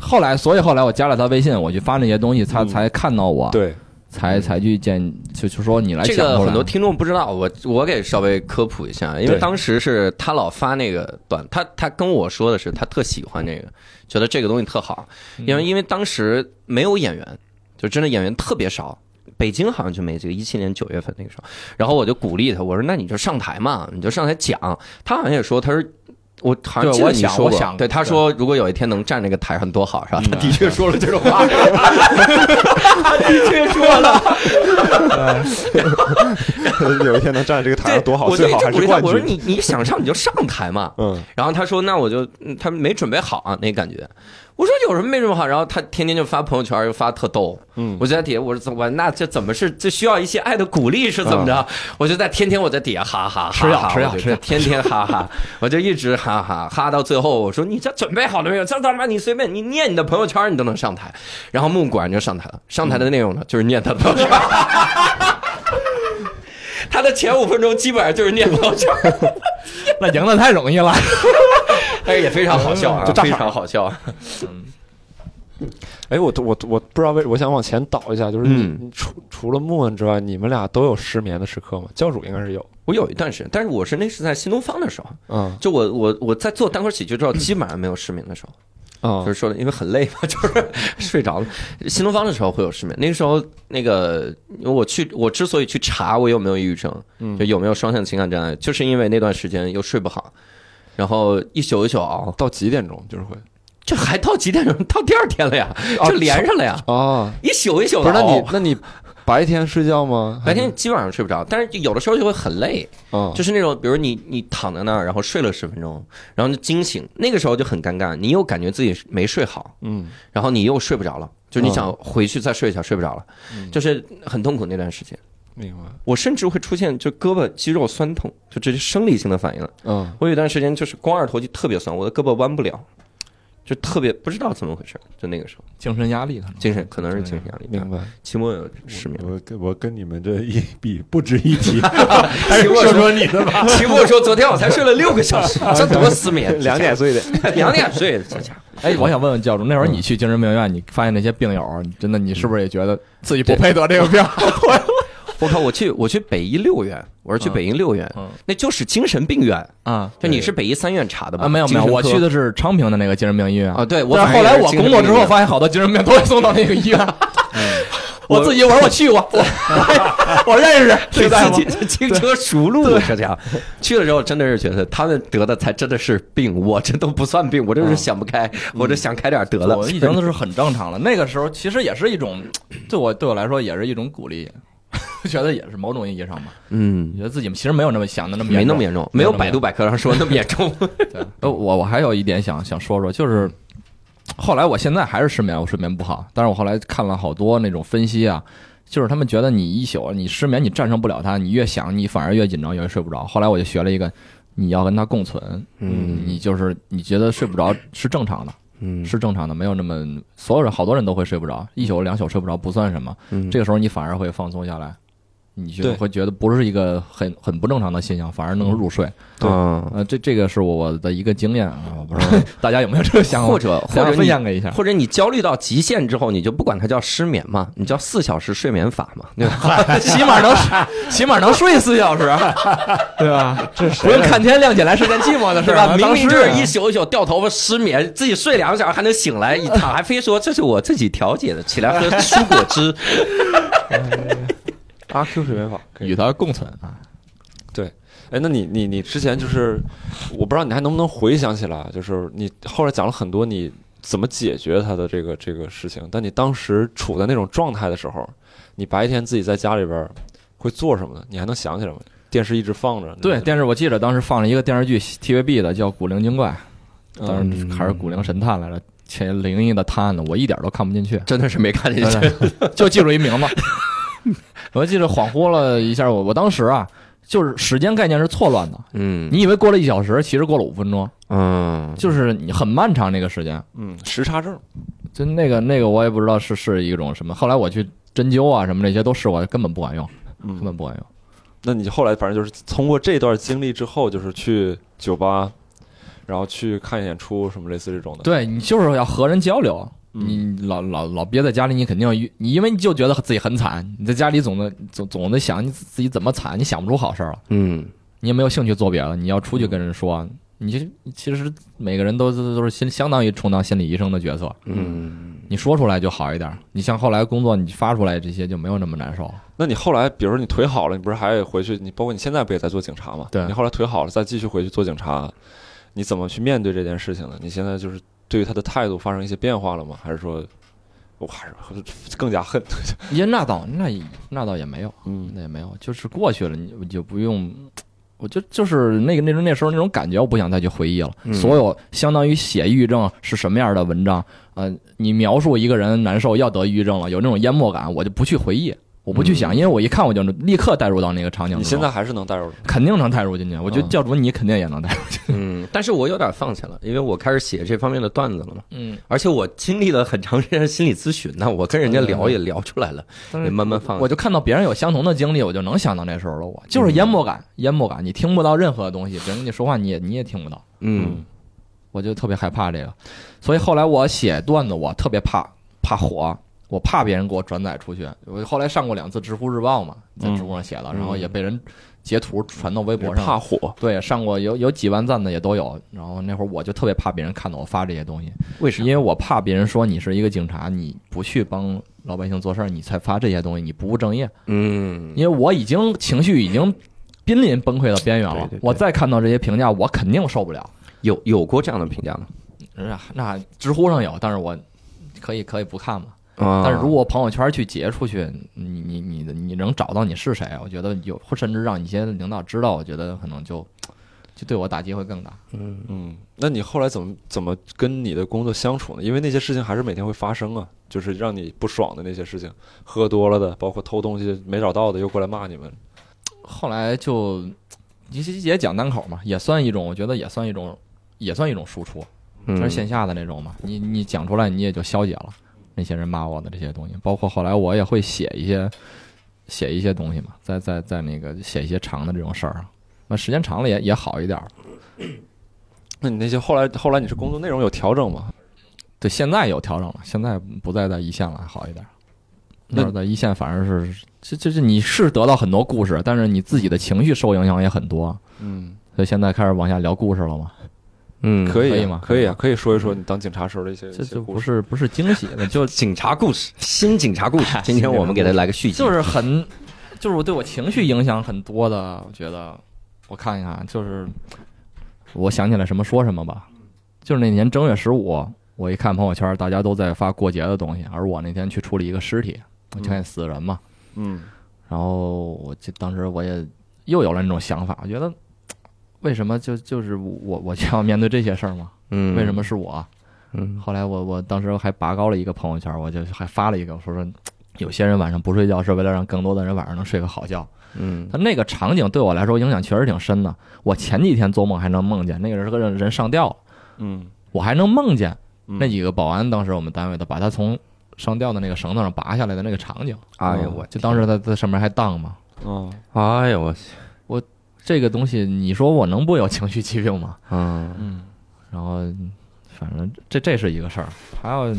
Speaker 5: 后来，所以后来我加了他微信，我去发那些东西，他才看到我，
Speaker 1: 对，
Speaker 5: 才才去见，就就说你来
Speaker 2: 这
Speaker 5: 讲
Speaker 2: 个
Speaker 5: 出
Speaker 2: 很
Speaker 5: 来
Speaker 2: 多。听众不知道，我我给稍微科普一下，因为
Speaker 1: 对
Speaker 2: 当时是他老发那个短，他他跟我说的是他特喜欢这个，觉得这个东西特好，因为因为当时没有演员，就真的演员特别少。北京好像就没这个，一七年九月份那个时候，然后我就鼓励他，我说那你就上台嘛，你就上台讲。他好像也说，他说我好像
Speaker 5: 对
Speaker 2: 记得
Speaker 5: 我
Speaker 2: 你
Speaker 5: 想
Speaker 2: 说
Speaker 5: 我
Speaker 2: 过
Speaker 5: 想
Speaker 2: 对他
Speaker 5: 对
Speaker 2: 说，如果有一天能站那个台上多好，是吧？他的确说了这种
Speaker 3: (laughs)
Speaker 2: 话，
Speaker 7: (laughs) 有一天能站在这个台
Speaker 2: 对，
Speaker 7: 上多好，
Speaker 2: 我就
Speaker 7: 最
Speaker 2: 一
Speaker 7: 好
Speaker 2: 直
Speaker 7: 还
Speaker 2: 鼓
Speaker 7: 是
Speaker 2: 励他，
Speaker 7: 冠
Speaker 2: 我说
Speaker 7: 军。
Speaker 2: 你你想上你就上台嘛。
Speaker 7: 嗯，
Speaker 2: 然后他说那我就嗯他没准备好啊，那感觉。我说有什么没什么好，然后他天天就发朋友圈，又发特逗。
Speaker 7: 嗯
Speaker 2: 我就在底下我说我那这怎么是这需要一些爱的鼓励是怎么着？我就在天天我在底下哈哈哈哈，
Speaker 5: 吃药吃药
Speaker 2: 我就
Speaker 5: 吃药
Speaker 2: 天天哈 (laughs) 哈，我就一直哈哈哈到最后，我说你这准备好了没有？这他妈你随便你念你的朋友圈你都能上台，然后木果然就上台了，上台的内容呢就是念他的朋友圈。 (laughs) 他的前五分钟基本上就是念朋友圈，
Speaker 5: 那赢的太容易了。
Speaker 2: 但哎是也非常好笑啊，非常好笑。
Speaker 1: 哎，我我我不知道为，我想往前倒一下，就是你、
Speaker 2: 嗯
Speaker 1: 你除除了莫文之外，你们俩都有失眠的时刻吗？教主应该是有，
Speaker 2: 我有一段时间，但是我是那是在新东方的时候，
Speaker 1: 嗯
Speaker 2: 就我我我在做单口喜剧之后，基本上没有失眠的时候，
Speaker 1: 嗯
Speaker 2: 就是说的，因为很累嘛， (laughs) 就是睡着了。新东方的时候会有失眠，那个时候那个我去，我之所以去查我有没有抑郁症，
Speaker 1: 嗯
Speaker 2: 就有没有双向情感障碍，就是因为那段时间又睡不好，然后一宿一宿熬，
Speaker 1: 到几点钟就是会
Speaker 2: 这还到几点钟？到第二天了呀，就连上了呀，
Speaker 1: 啊？
Speaker 2: 一宿一宿
Speaker 1: 不
Speaker 2: 的
Speaker 1: 哦是，那你
Speaker 2: 熬。
Speaker 1: 那你白天睡觉吗？
Speaker 2: 白天基本上睡不着，但是有的时候就会很累，
Speaker 1: 啊
Speaker 2: 就是那种，比如你你躺在那儿，然后睡了十分钟，然后就惊醒，那个时候就很尴尬，你又感觉自己没睡好，
Speaker 1: 嗯，
Speaker 2: 然后你又睡不着了，就是你想回去再睡一觉，睡不着了，就是很痛苦那段时间。
Speaker 1: 明白，
Speaker 2: 我甚至会出现就胳膊肌肉酸痛，就这是生理性的反应了。
Speaker 1: 嗯
Speaker 2: 我有一段时间就是肱二头肌特别酸，我的胳膊弯不了，就特别不知道怎么回事，就那个时候
Speaker 5: (laughs) 精神压力可能
Speaker 2: 精神可能是精神压力
Speaker 1: 明
Speaker 2: 吧。
Speaker 1: 白。
Speaker 2: 期末有失
Speaker 7: (laughs)
Speaker 2: 眠，
Speaker 7: 我跟我跟你们这一比不值一提，
Speaker 3: 还是说说你的吧。
Speaker 2: (laughs) 期末说昨天我才睡了六个小时，这多失眠，
Speaker 7: 两点睡的，
Speaker 2: 两点睡的，这家伙。
Speaker 5: 哎，我想问问教主，那会儿你去精神病院，你发现那些病友，你真的你是不是也觉得自己不配得这个病？
Speaker 2: 我靠！我去，我去北医六院，我是去北医六院，
Speaker 5: 嗯
Speaker 2: 那就是精神病院。
Speaker 5: (laughs) (laughs) 啊
Speaker 2: 就你是北医三院查的吧？
Speaker 5: 啊，没有没有，
Speaker 2: 精神科
Speaker 5: 我去的是昌平的那个精神病医院
Speaker 2: 啊，。对，我
Speaker 5: 但是后来我工作之后，
Speaker 2: 发
Speaker 5: 发现好多精神病都会送到那个
Speaker 2: (laughs)
Speaker 5: 医院。
Speaker 2: 嗯
Speaker 5: 我自己我说我去过，我我认识这
Speaker 2: (laughs) 对
Speaker 5: 个大
Speaker 2: 自
Speaker 5: 夫 (laughs)
Speaker 2: 己。这轻车熟路，这家伙去了之后真的是觉得他们得的才真的是病，我这都不算病，我这是想不开，我这想开点得了
Speaker 5: 嗯
Speaker 2: (laughs)
Speaker 5: 我。已经是很正常了。那个时候其实也是一种，对我对我来说也是一种鼓励， (laughs) 觉得也是某种意义上吧。
Speaker 2: 嗯
Speaker 5: 你，觉得自己其实没有那么想的那么
Speaker 2: 没那么
Speaker 5: 严
Speaker 2: 严重，
Speaker 5: 没
Speaker 2: 没
Speaker 5: 有
Speaker 2: 有
Speaker 5: 那么严重
Speaker 2: 百度百科上说那么
Speaker 5: (laughs)
Speaker 2: 严重。
Speaker 5: 重。呃，我我还有一点想想说说，就是后来我现在还是失眠，我睡眠不好，但是我后来看了好多那种分析啊。就是他们觉得你一宿你失眠，你战胜不了它，你越想你反而越紧张，越睡不着。后来我就学了一个，你要跟它共存，
Speaker 2: 嗯
Speaker 5: 你就是你觉得睡不着是正常的，
Speaker 2: 嗯
Speaker 5: 是正常的，没有那么所有人好多人都会睡不着，一宿两宿睡不着不算什么，
Speaker 2: 嗯
Speaker 5: 这个时候你反而会放松下来，你就
Speaker 1: 对
Speaker 5: 会觉得不是一个很很不正常的现象，反而能入睡。
Speaker 2: 嗯，
Speaker 5: 呃，这这个是我的一个经验啊，我不
Speaker 2: (laughs)
Speaker 5: 知道大家有没有这个想法，
Speaker 2: 或者或
Speaker 5: 大家
Speaker 2: 者
Speaker 5: 分
Speaker 2: 你
Speaker 5: 享给一下。
Speaker 2: 或者你焦虑到极限之后，你就不管它叫失眠嘛，你叫四小时睡眠法嘛，对
Speaker 5: (laughs)
Speaker 2: 吧？起码能
Speaker 5: 起码能睡四小时，对吧？不用看天亮起来是件寂寞的事
Speaker 2: 是
Speaker 5: 儿
Speaker 2: 吧？
Speaker 5: 啊，
Speaker 2: 明
Speaker 5: 当时
Speaker 2: 明就是一宿一宿掉头发、失眠，自己睡两个小时还能醒来一躺，还非说这是我自己调节的，起来喝蔬果汁。
Speaker 1: 阿 Q 睡眠法可以。
Speaker 5: 与它共存啊。
Speaker 1: 哎，那你你你之前就是，我不知道你还能不能回想起来，就是你后来讲了很多你怎么解决他的这个这个事情，但你当时处在那种状态的时候，你白天自己在家里边儿会做什么呢？你还能想起来吗？电视一直放着，
Speaker 5: 对，电视我记得当时放了一个电视剧 TVB 的叫《古灵精怪》，
Speaker 1: 嗯
Speaker 5: 当时还是《古灵神探》来着，挺灵异的探案的，我一点都看不进 (laughs) 去。
Speaker 2: 真的是没看进去，
Speaker 5: (laughs) 就记住一名字。我记得恍惚了一下，我我当时啊，就是时间概念是错乱的。
Speaker 2: (laughs) 嗯
Speaker 5: 你以为过了一小时，其实过了五分钟，
Speaker 2: 嗯，
Speaker 5: 就是你很漫长那个时间。
Speaker 1: 嗯，时差症，
Speaker 5: 就那个那个，我也不知道是是一种什么。后来我去针灸啊什么那些都试过，根本不管用，根
Speaker 1: 嗯，
Speaker 5: 本不管用。
Speaker 1: 那你后来反正就是通过这段经历之后，就是去酒吧，然后去看演出什么类似这种的，
Speaker 5: 对你就是要和人交流。
Speaker 1: 嗯
Speaker 5: 你老老老憋在家里，你肯定要遇你，因为你就觉得自己很惨，你在家里总的总总得想你自己怎么惨，你想不出好事儿了。
Speaker 2: 嗯，
Speaker 5: 你也没有兴趣做别的，你要出去跟人说，你就其实每个人都都都是心相当于充当心理医生的角色，
Speaker 2: 嗯，
Speaker 5: 你说出来就好一点。你像后来工作，你发出来这些就没有那么难受。
Speaker 1: 那你后来，比如说你腿好了，你不是还回去？你包括你现在不也在做警察吗？
Speaker 5: 对
Speaker 1: 你后来腿好了，再继续回去做警察，你怎么去面对这件事情呢？你现在就是对于他的态度发生一些变化了吗？还是说，我还是更加恨？
Speaker 5: 也那倒那那倒也没有，
Speaker 1: 嗯
Speaker 5: 那也没有，就是过去了，你你就不用。我就就是那个那种那时候那种感觉，我不想再去回忆了。
Speaker 1: 嗯
Speaker 5: 所有相当于写抑郁症是什么样的文章，呃，你描述一个人难受要得抑郁症了，有那种淹没感，我就不去回忆，我不去想，因为我一看我就立刻带入到那个场景
Speaker 1: 嗯你
Speaker 5: 之中。
Speaker 1: 现在嗯还是能带入的？
Speaker 5: 肯定能带入进去，我觉得教主你肯定也能带入。
Speaker 2: 嗯，但是我有点放弃了，因为我开始写这方面的段子了嘛，
Speaker 5: 嗯，
Speaker 2: 而且我经历了很长时间的心理咨询呢，我跟人家聊也聊出来了，
Speaker 5: 但
Speaker 2: 也慢慢放
Speaker 5: 嗯我就看到别人有相同的经历，我就能想到那时候的我，
Speaker 1: 嗯
Speaker 5: 就是淹没感，淹没感，你听不到任何东西，别人跟你说话你也你也听不到，
Speaker 2: 嗯
Speaker 5: 我就特别害怕这个，所以后来我写段子，我特别怕怕火，我怕别人给我转载出去。我后来上过两次知乎日报嘛，在知乎上写
Speaker 2: 嗯
Speaker 5: 的，然后也被人截图传到微博上，
Speaker 1: 怕火，
Speaker 5: 对，上过有有几万赞的也都有。然后那会儿我就特别怕别人看到我发这些东西，
Speaker 2: 为啥
Speaker 5: 因为我怕别人说你是一个警察，你不去帮老百姓做事儿，你才发这些东西，你不务正业。
Speaker 2: 嗯
Speaker 5: 因为我已经情绪已经濒临崩溃的边缘了，
Speaker 2: 对对对
Speaker 5: 我再看到这些评价，我肯定受不了。
Speaker 2: 有有过这样的评价吗？
Speaker 5: 那那知乎上有，但是我可以可以不看嘛。
Speaker 2: 啊
Speaker 5: 但是如果朋友圈去截出去，你你你你能找到你是谁，啊我觉得有，或甚至让一些领导知道，我觉得可能就就对我打击会更大。
Speaker 1: 嗯，那你后来怎么怎么跟你的工作相处呢？因为那些事情还是每天会发生啊，就是让你不爽的那些事情，喝多了的，包括偷东西没找到的，又过来骂你们。
Speaker 5: 后来就也也讲单口嘛，也算一种，我觉得也算一种，也算一种输出，
Speaker 1: 嗯
Speaker 5: 这是线下的那种嘛。你你讲出来，你也就消解了那些人骂我的这些东西。包括后来我也会写一些写一些东西嘛，在在在那个写一些长的这种事儿啊，那时间长了也也好一点儿。
Speaker 1: 那你那些后来后来你是工作内容有调整吗？
Speaker 5: 对，现在有调整了，现在不再在一线了，好一点。
Speaker 1: 那
Speaker 5: 那会儿在一线反正是，这这这你是得到很多故事，但是你自己的情绪受影响也很多，
Speaker 1: 嗯，
Speaker 5: 所以现在开始往下聊故事了嘛。
Speaker 2: 嗯
Speaker 1: 可以啊
Speaker 5: 可以吗
Speaker 1: 可以啊，可以说一说你当警察时候的一些
Speaker 5: 这
Speaker 1: 一些
Speaker 5: 就
Speaker 1: 故
Speaker 5: 不
Speaker 1: 事。
Speaker 5: 是不是惊喜的，就
Speaker 2: 警察故事，新警察故事，
Speaker 5: 哎
Speaker 2: 今天我们给他来个续集，
Speaker 5: 就是很，就是我对我情绪影响很多的。我觉得，我看一看，就是我想起来什么说什么吧。就是那年正月十五，我一看朋友圈，大家都在发过节的东西，而我那天去处理一个尸体，我看见死人嘛，
Speaker 1: 嗯，
Speaker 5: 然后我就当时我也又有了那种想法，我觉得为什么就就是我我就要面对这些事儿吗？
Speaker 2: 嗯
Speaker 5: 为什么是我？
Speaker 2: 嗯
Speaker 5: 后来我我当时还拔高了一个朋友圈，我就还发了一个，我说说有些人晚上不睡觉是为了让更多的人晚上能睡个好觉。
Speaker 2: 嗯
Speaker 5: 但那个场景对我来说影响确实挺深的。我前几天做梦还能梦见那个人是个人人上吊了，
Speaker 1: 嗯
Speaker 5: 我还能梦见
Speaker 1: 嗯
Speaker 5: 那几个保安，当时我们单位的把他从上吊的那个绳子上拔下来的那个场景，哦
Speaker 2: 哎呦我
Speaker 5: 就当时他在上面还荡嘛。
Speaker 1: 嗯，
Speaker 2: 哎呦我
Speaker 5: 这个东西，你说我能不有情绪疾病吗？
Speaker 2: 嗯
Speaker 5: 然后，反正这这是一个事儿。还有，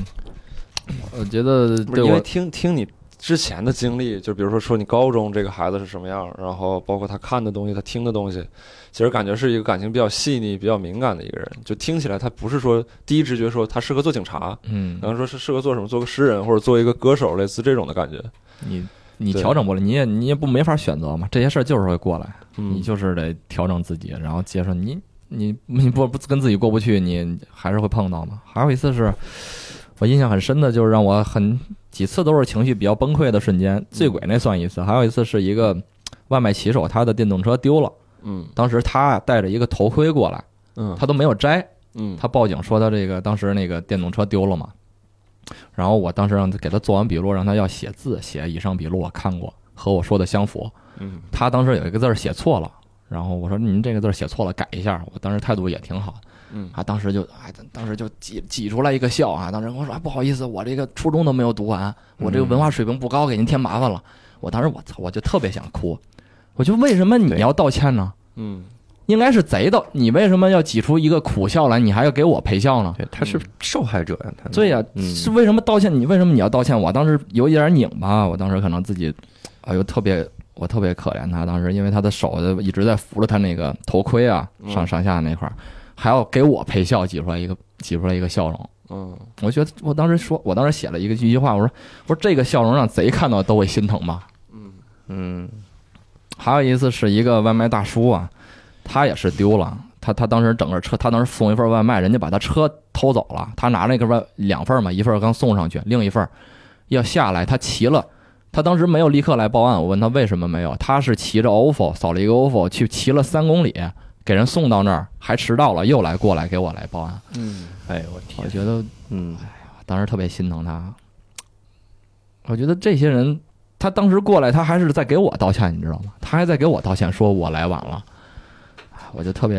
Speaker 5: 我觉得
Speaker 1: 不
Speaker 5: 对
Speaker 1: 是因为
Speaker 5: 我
Speaker 1: 听听你之前的经历，就比如说说你高中这个孩子是什么样，然后包括他看的东西，他听的东西，其实感觉是一个感情比较细腻、比较敏感的一个人。就听起来他不是说第一直觉说他适合做警察，
Speaker 5: 嗯
Speaker 1: 然，后说是适合做什么，做个诗人或者做一个歌手，类似这种的感觉。
Speaker 5: 你你
Speaker 1: 对
Speaker 5: 调整不了，你也你也不没法选择嘛，这些事儿就是会过来，
Speaker 1: 嗯
Speaker 5: 你就是得调整自己，然后接受你你你不不跟自己过不去，你还是会碰到嘛。还有一次是我印象很深的，就是让我很几次都是情绪比较崩溃的瞬间，醉鬼那算一次，还有一次是一个外卖骑手他的电动车丢了，
Speaker 1: 嗯
Speaker 5: 当时他戴着一个头盔过来，
Speaker 1: 嗯
Speaker 5: 他都没有摘，
Speaker 1: 嗯
Speaker 5: 他报警说他这个当时那个电动车丢了嘛，然后我当时让他给他做完笔录，让他要写字，写以上笔录我看过，和我说的相符。
Speaker 1: 嗯，
Speaker 5: 他当时有一个字儿写错了，然后我说您这个字儿写错了，改一下。我当时态度也挺好，
Speaker 1: 嗯
Speaker 5: 啊，当时就哎，当时就挤挤出来一个笑啊，当时跟我说、哎、不好意思，我这个初中都没有读完，我这个文化水平不高，给您添麻烦了。我当时我操，我就特别想哭，我就为什么你要道歉呢？
Speaker 1: 嗯，
Speaker 5: 应该是贼的，你为什么要挤出一个苦笑来？你还要给我陪笑呢？
Speaker 2: 对，他是受害者呀，他
Speaker 5: 对呀、
Speaker 2: 嗯
Speaker 5: 啊是为什么道歉？你为什么你要道歉？我当时有一点拧巴，我当时可能自己，哎呦，特别我特别可怜他，当时因为他的手一直在扶着他那个头盔啊，
Speaker 2: 嗯
Speaker 5: 上上下那块儿，还要给我陪笑，挤出来一个挤出来一个笑容。
Speaker 1: 嗯，
Speaker 5: 我觉得我当时说，我当时写了一个一句话，我说我说这个笑容让贼看到都会心疼吧。
Speaker 2: 嗯
Speaker 5: 还有一次是一个外卖大叔啊，他也是丢了，他他当时整个车，他当时送一份外卖，人家把他车偷走了，他拿那个外两份嘛，一份刚送上去，另一份要下来，他骑了。他当时没有立刻来报案，我问他为什么没有，他是骑着 OFO 扫了一个 OFO 去骑了三公里，给人送到那儿，还迟到了，又来过来给我来报案。
Speaker 2: 嗯，哎呦我天
Speaker 5: 我，觉得
Speaker 2: 嗯，
Speaker 5: 当时特别心疼他。我觉得这些人，他当时过来，他还是在给我道歉，你知道吗？他还在给我道歉，说我来晚了。哎我就特别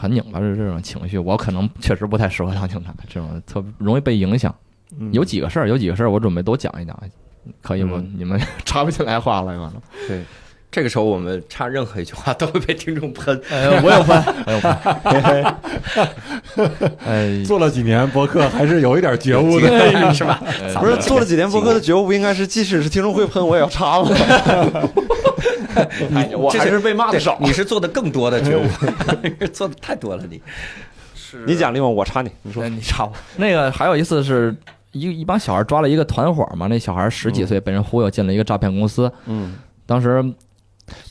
Speaker 5: 很拧巴这这种情绪，我可能确实不太适合当警察，这种特容易被影响。有几个事儿，有几个事儿，我准备都讲一讲，可以不？你们 (laughs) 插不进来话了，可能。
Speaker 2: 这个时候我们插任何一句话都会被听众喷。
Speaker 5: 哎，我有分， (laughs) 我有分。 (laughs) 哎，
Speaker 3: 做了几年博客，还是有一点觉悟
Speaker 7: (laughs)
Speaker 3: 的，是吧？
Speaker 1: 不是做了几年播客的觉悟，不应该是即使是听众会喷，我也要插吗？
Speaker 2: 哎
Speaker 1: 我还是被骂的少。
Speaker 2: 你是做的更多的觉悟，做的太多了你。
Speaker 1: 你讲另外，我插你。你说
Speaker 5: 哎，你插我。 (laughs) 那个还有一次是一一帮小孩抓了一个团伙嘛，那小孩十几岁被人忽悠进了一个诈骗公司，
Speaker 1: 嗯，
Speaker 5: 当时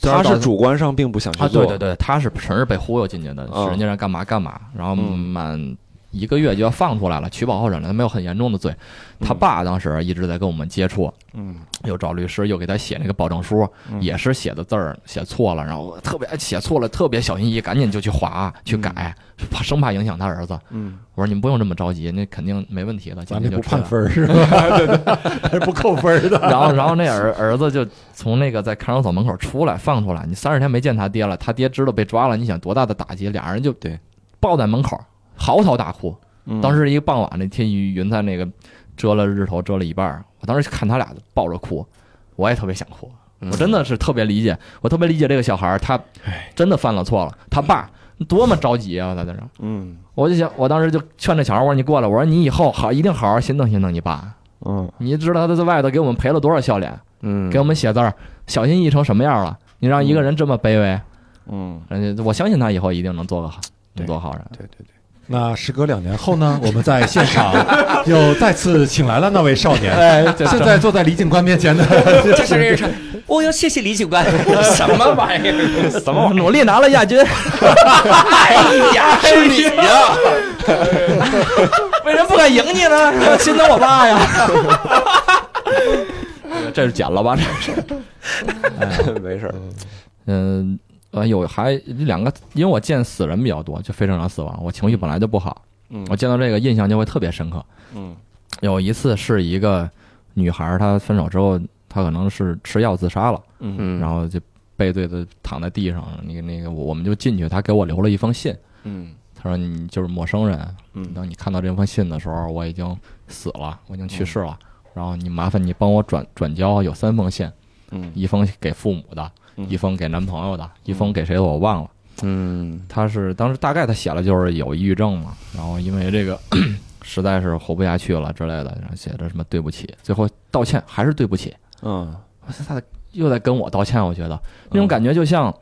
Speaker 5: 虽然
Speaker 1: 他
Speaker 5: 到
Speaker 1: 是主观上并不想去
Speaker 5: 啊，
Speaker 1: 做，
Speaker 5: 对对对，他是纯是被忽悠进去的，
Speaker 1: 嗯
Speaker 5: 是人家让干嘛干嘛，然后
Speaker 1: 嗯
Speaker 5: 满一个月就要放出来了，取保候审了，他没有很严重的罪。他爸当时一直在跟我们接触，
Speaker 1: 嗯，
Speaker 5: 又找律师，又给他写那个保证书，也是写的字儿写错了，然后我特别哎写错了，特别小心翼翼，赶紧就去划去改，怕生怕影响他儿子。
Speaker 1: 嗯，
Speaker 5: 我说你们不用这么着急，那肯定没问题的，今
Speaker 3: (laughs) 咱这
Speaker 5: 天就
Speaker 3: 不
Speaker 5: 出来
Speaker 3: 判
Speaker 5: 了。
Speaker 3: 分儿 (laughs) 是吧？对对，还不扣分儿
Speaker 7: (laughs)
Speaker 3: 的。
Speaker 5: 然后，然后那儿儿子就从那个在看守所门口出来，放出来。你三十天没见他爹了，他爹知道被抓了，你想多大的打击？俩人就
Speaker 1: 对
Speaker 5: 抱在门口嚎啕大哭。
Speaker 1: 嗯
Speaker 3: 嗯
Speaker 5: 当时一个傍晚，那天云在那个遮了日头遮了一半儿，我当时看他俩抱着哭，我也特别想哭。
Speaker 3: 嗯
Speaker 5: 我真的是特别理解，我特别理解这个小孩儿，他真的犯了错了，他爸多么着急啊，在那儿。
Speaker 1: 嗯
Speaker 5: 我就想，我当时就劝这小孩儿，我说你过来，我说你以后好一定好好心疼心疼你爸。
Speaker 1: 嗯
Speaker 5: 你知道他在外头给我们赔了多少笑脸，
Speaker 1: 嗯
Speaker 5: 给我们写字儿，小心翼翼成什么样了？你让一个人这么卑微，
Speaker 1: 嗯，
Speaker 5: 人家我相信他以后一定能做个好，能
Speaker 3: 对
Speaker 5: 做好人。
Speaker 3: 那时隔两年后呢，我们在现场又再次请来了那位少 (laughs) 年，
Speaker 5: 哎，这
Speaker 3: 现在坐在李警官面前的
Speaker 7: (laughs)
Speaker 2: 这是这是，我要谢谢李警官，什么玩意儿？
Speaker 5: 怎么努力拿了亚军？ (laughs)
Speaker 2: 哎呀，是你呀！
Speaker 5: 为什么不敢赢你呢？ (laughs) 是吧心疼我爸呀！这是剪了吧？这是
Speaker 1: (laughs) 没事儿。
Speaker 5: 嗯。呃，有还两个，因为我见死人比较多，就非正常死亡，我情绪本来就不好，
Speaker 1: 嗯
Speaker 5: 我见到这个印象就会特别深刻。
Speaker 1: 嗯
Speaker 5: 有一次是一个女孩儿，她分手之后，她可能是吃药自杀了，
Speaker 1: 嗯
Speaker 2: 嗯
Speaker 5: 然后就背对着躺在地上，那个那个，我们就进去，他给我留了一封信，
Speaker 1: 嗯
Speaker 5: 他说你就是陌生人，
Speaker 1: 嗯
Speaker 5: 当你看到这封信的时候，我已经死了，我已经去世了，然后你麻烦你帮我转转交，有三封信，
Speaker 1: 嗯
Speaker 5: 一封给父母的，
Speaker 1: 嗯
Speaker 5: 一封给男朋友的，一封给谁的我忘了。
Speaker 1: 嗯
Speaker 5: 他是当时大概他写了就是有抑郁症嘛，然后因为这个 (clears throat) 实在是活不下去了之类的，然后写着什么对不起，最后道歉还是对不起，
Speaker 1: 嗯
Speaker 5: 我操，他又在跟我道歉，我觉得那种感觉就像，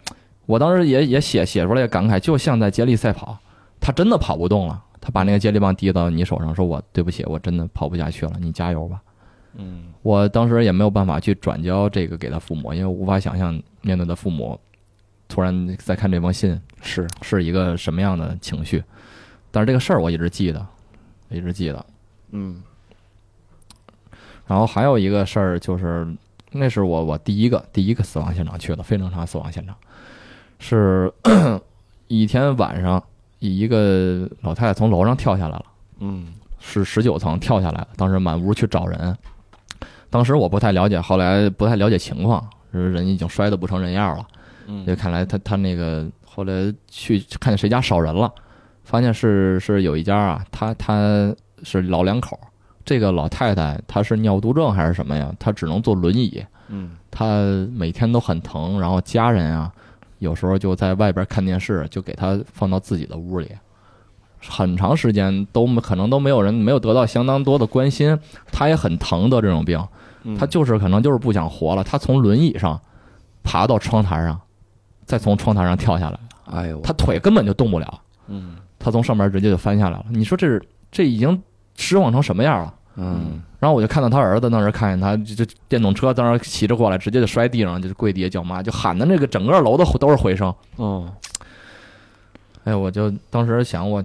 Speaker 5: 我当时也也写写出来一个感慨，就像在接力赛跑，他真的跑不动了，他把那个接力棒递到你手上，说我对不起，我真的跑不下去了，你加油吧。
Speaker 1: 嗯
Speaker 5: 我当时也没有办法去转交这个给他父母，因为我无法想象面对的父母突然在看这封信
Speaker 1: 是
Speaker 5: 是一个什么样的情绪，但是这个事儿我一直记得，一直记得。
Speaker 1: 嗯
Speaker 5: 然后还有一个事儿就是，那是我我第一个第一个死亡现场去的非正常死亡现场，是 (coughs) 一天晚上，一个老太太从楼上跳下来了，
Speaker 1: 嗯
Speaker 5: 是十九层跳下来了，当时满屋去找人，当时我不太了解，后来不太了解情况，是人已经摔得不成人样了，就
Speaker 1: 嗯
Speaker 5: 看来他他那个后来去看见谁家少人了，发现是是有一家啊，他他是老两口，这个老太太她是尿毒症还是什么呀？她只能坐轮椅，
Speaker 1: 嗯
Speaker 5: 她每天都很疼，然后家人啊，有时候就在外边看电视，就给她放到自己的屋里，很长时间都没可能都没有人没有得到相当多的关心，她也很疼得这种病，
Speaker 1: 嗯
Speaker 5: 她就是可能就是不想活了，她从轮椅上爬到窗台上，再从窗台上跳下来，
Speaker 1: 哎呦
Speaker 5: 她腿根本就动不了，
Speaker 1: 嗯
Speaker 5: 她从上面直接就翻下来了。你说这是这已经失望成什么样了？
Speaker 1: 嗯
Speaker 5: 然后我就看到他儿子当时看见他，就就电动车当时骑着过来，直接就摔地上，就是跪地下叫妈，就喊的那个整个楼的都是回声。
Speaker 1: 哦
Speaker 5: 哎，我就当时想我。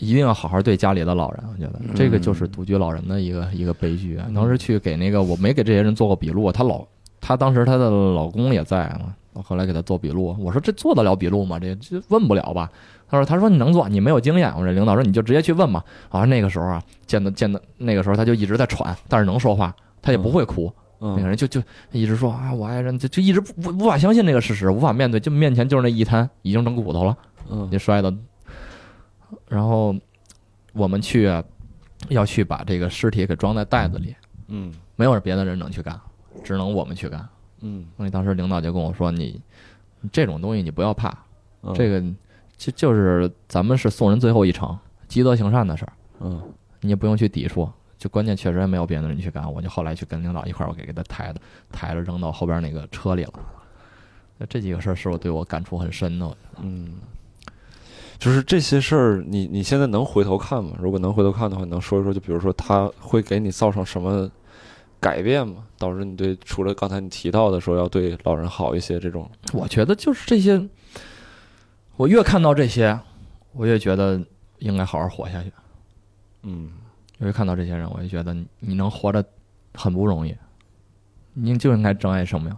Speaker 5: 一定要好好对家里的老人，我觉得这个就是独居老人的一个一个悲剧啊！当时去给那个我没给这些人做过笔录，她老她当时她的老公也在嘛，我后来给她做笔录，我说这做得了笔录吗？这这问不了吧？她说她说你能做，你没有经验。我这领导说你就直接去问吧。好像那个时候啊，见到见到那个时候她就一直在喘，但是能说话，她也不会哭。
Speaker 1: 嗯
Speaker 5: 那个人就就一直说啊，我爱人，就就一直不无法相信这个事实，无法面对，就面前就是那一滩已经成骨头了，
Speaker 1: 嗯
Speaker 5: 也摔的。然后我们去啊要去把这个尸体给装在袋子里，
Speaker 1: 嗯
Speaker 5: 没有别的人能去干，只能我们去干。
Speaker 1: 嗯
Speaker 5: 所以当时领导就跟我说：“你你这种东西你不要怕，
Speaker 1: 嗯
Speaker 5: 这个就就是咱们是送人最后一程，积德行善的事儿，
Speaker 1: 嗯
Speaker 5: 你也不用去抵触。就关键确实也没有别的人去干，我就后来去跟领导一块儿，我给给他抬的抬着扔到后边那个车里了。那这几个事儿是我对我感触很深的，我觉得
Speaker 1: 嗯，就是这些事儿，你你现在能回头看吗？如果能回头看的话，你能说一说，就比如说它会给你造成什么改变吗？导致你对除了刚才你提到的说要对老人好一些这种，
Speaker 5: 我觉得就是这些，我越看到这些，我越觉得应该好好活下去。
Speaker 1: 嗯
Speaker 5: 因为看到这些人，我就觉得你你能活着很不容易，你就应该珍爱生命。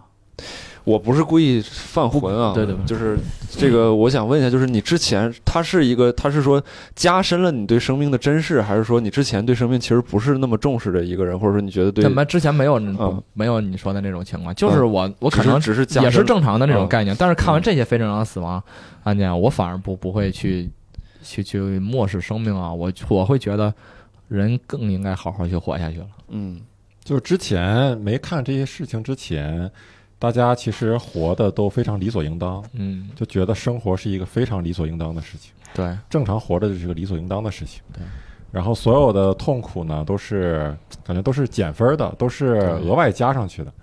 Speaker 1: 我不是故意犯浑啊，
Speaker 5: 对对对
Speaker 1: 就是这个，我想问一下，就是你之前他是一个，他是说加深了你对生命的珍视，还是说你之前对生命其实不是那么重视的一个人，或者说你觉得对
Speaker 5: 怎，么之前没有、
Speaker 1: 嗯
Speaker 5: 没有你说的那种情况？就是我、我可能
Speaker 1: 只是只是加
Speaker 5: 也
Speaker 1: 深
Speaker 5: 是正常的那种
Speaker 1: 嗯
Speaker 5: 概念，但是看完这些非正常死亡案件，我反而不不会去去去漠视生命啊，我我会觉得人更应该好好去活下去了。
Speaker 1: 嗯
Speaker 7: 就是之前没看这些事情之前，大家其实活的都非常理所应当，
Speaker 5: 嗯，
Speaker 7: 就觉得生活是一个非常理所应当的事情，
Speaker 5: 对，
Speaker 7: 正常活着就是个理所应当的事情。
Speaker 5: 对。
Speaker 7: 然后所有的痛苦呢，都是感觉都是减分的，都是额外加上去的。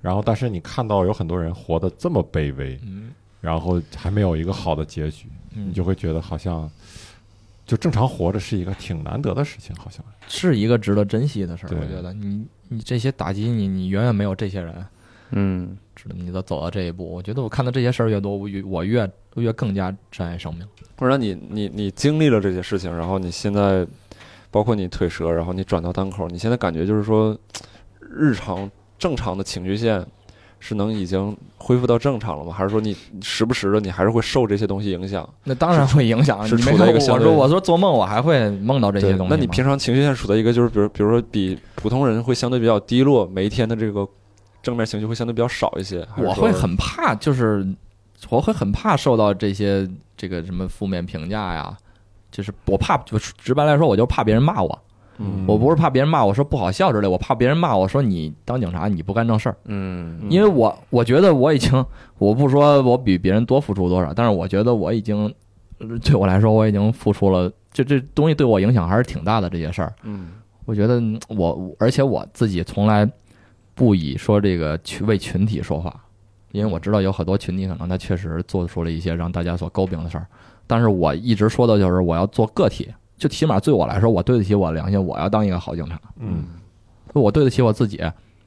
Speaker 7: 然后，但是你看到有很多人活得这么卑微，
Speaker 5: 嗯
Speaker 7: 然后还没有一个好的结局，
Speaker 5: 嗯
Speaker 7: 你就会觉得好像就正常活着是一个挺难得的事情，好像。
Speaker 5: 是一个值得珍惜的事儿。
Speaker 7: 对
Speaker 5: 我觉得你你这些打击你，你远远没有这些人，
Speaker 2: 嗯，
Speaker 5: 知道你都走到这一步。我觉得我看到这些事儿越多，我越我越越更加珍爱生命。
Speaker 1: 或者你你你经历了这些事情，然后你现在包括你腿折，然后你转到单口，你现在感觉就是说日常正常的情绪线是能已经恢复到正常了吗？还是说你时不时的你还是会受这些东西影响？
Speaker 5: 那当然会影响。啊
Speaker 1: 是
Speaker 5: 你没
Speaker 1: 处在
Speaker 5: 看
Speaker 1: 一个
Speaker 5: 我
Speaker 1: 相
Speaker 5: 我
Speaker 1: 对
Speaker 5: 说我说做梦我还会梦到这些
Speaker 1: 对
Speaker 5: 东西吗。
Speaker 1: 那你平常情绪线处在一个就是，比如比如说比普通人会相对比较低落，每一天的这个正面情绪会相对比较少一些。还是
Speaker 5: 我
Speaker 1: 说
Speaker 5: 会很怕，就是我会很怕受到这些这个什么负面评价呀，就是我怕，就直白来说，我就怕别人骂我。
Speaker 1: 嗯
Speaker 5: 我不是怕别人骂我说不好笑之类，我怕别人骂我说你当警察你不干正事儿，
Speaker 2: 嗯
Speaker 5: 因为我我觉得我已经，我不说我比别人多付出多少，但是我觉得我已经，呃对我来说我已经付出了，这这东西对我影响还是挺大的这些事儿。
Speaker 1: 嗯
Speaker 5: 我觉得嗯我，我而且我自己从来不以说这个去为群体说话，因为我知道有很多群体可能他确实做出了一些让大家所诟病的事儿，但是我一直说的就是我要做个体，就起码对我来说，我对得起我的良心，我要当一个好警察，
Speaker 7: 嗯，
Speaker 5: 我对得起我自己，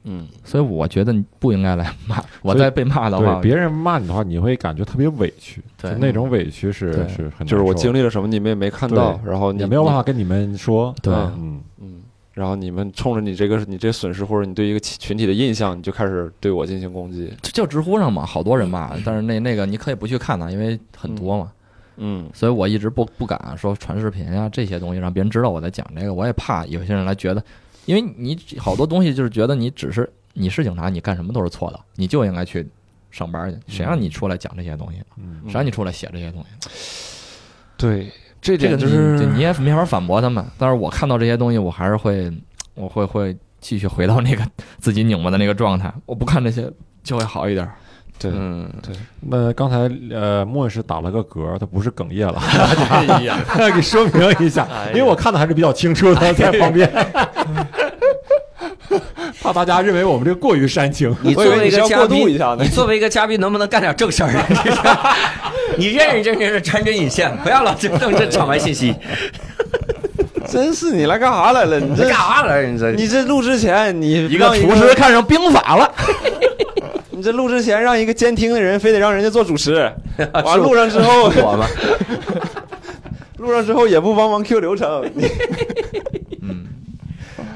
Speaker 1: 嗯
Speaker 5: 所以我觉得你不应该来骂我，
Speaker 7: 所以
Speaker 5: 再被骂的话
Speaker 7: 对，，别人骂你的话，你会感觉特别委屈，
Speaker 5: 对
Speaker 7: 就那种委屈是
Speaker 5: 对
Speaker 7: 是很
Speaker 1: 嗯
Speaker 7: 难受的，
Speaker 1: 就是我经历了什么你们也没看到，然后你
Speaker 7: 也没有办法跟你们说，
Speaker 5: 对
Speaker 7: 嗯，
Speaker 1: 嗯，然后你们冲着你这个你这损失或者你对一个群群体的印象，你就开始对我进行攻击。
Speaker 5: 就就知乎上嘛，好多人骂，但是那那个你可以不去看它，因为很多嘛。
Speaker 1: 嗯
Speaker 5: 所以我一直不不敢说传视频啊这些东西，让别人知道我在讲这个。我也怕有些人来觉得，因为你好多东西就是觉得你只是你是警察，你干什么都是错的，你就应该去上班去。谁让你出来讲这些东西呢？
Speaker 7: 嗯
Speaker 5: 谁让你出来写这些东西呢？
Speaker 1: 对，嗯这
Speaker 5: 这
Speaker 1: 点
Speaker 5: 个
Speaker 1: 就
Speaker 5: 你
Speaker 1: 是
Speaker 5: 你也没法反驳他们。但是我看到这些东西，我还是会，我会会继续回到那个 (laughs) 自己拧巴的那个状态。我不看这些就会好一点。
Speaker 1: 对
Speaker 5: 嗯，
Speaker 7: 那刚才呃，莫是打了个嗝，他不是哽咽了，
Speaker 2: 哎
Speaker 7: 给说明一 (laughs) 下，因为我看的还是比较清楚的，在旁边，怕大家认为我们这个过于煽情。
Speaker 2: 你
Speaker 1: 我
Speaker 2: 作
Speaker 1: 以为
Speaker 2: 为
Speaker 1: 你
Speaker 2: 一
Speaker 1: 是
Speaker 2: 个
Speaker 1: 要
Speaker 2: 嘉
Speaker 1: 过渡
Speaker 2: 宾
Speaker 1: 一，下呢
Speaker 2: 你。作为一个嘉宾，能不能干点正事儿啊？这是 (laughs) 你认认真真的穿针引线，不要老这弄这场外信息。
Speaker 1: 真是你来干啥来了？你
Speaker 2: 你干啥来了？你这
Speaker 1: 你这录之前你
Speaker 5: 一个
Speaker 1: 让
Speaker 5: 厨师看上兵法了，
Speaker 1: 你这录之前让一个监听的人非得让人家做主持，完录上之后
Speaker 2: 我吗？
Speaker 1: (laughs) 录上之后也不帮忙 Q 流程。你
Speaker 5: 嗯，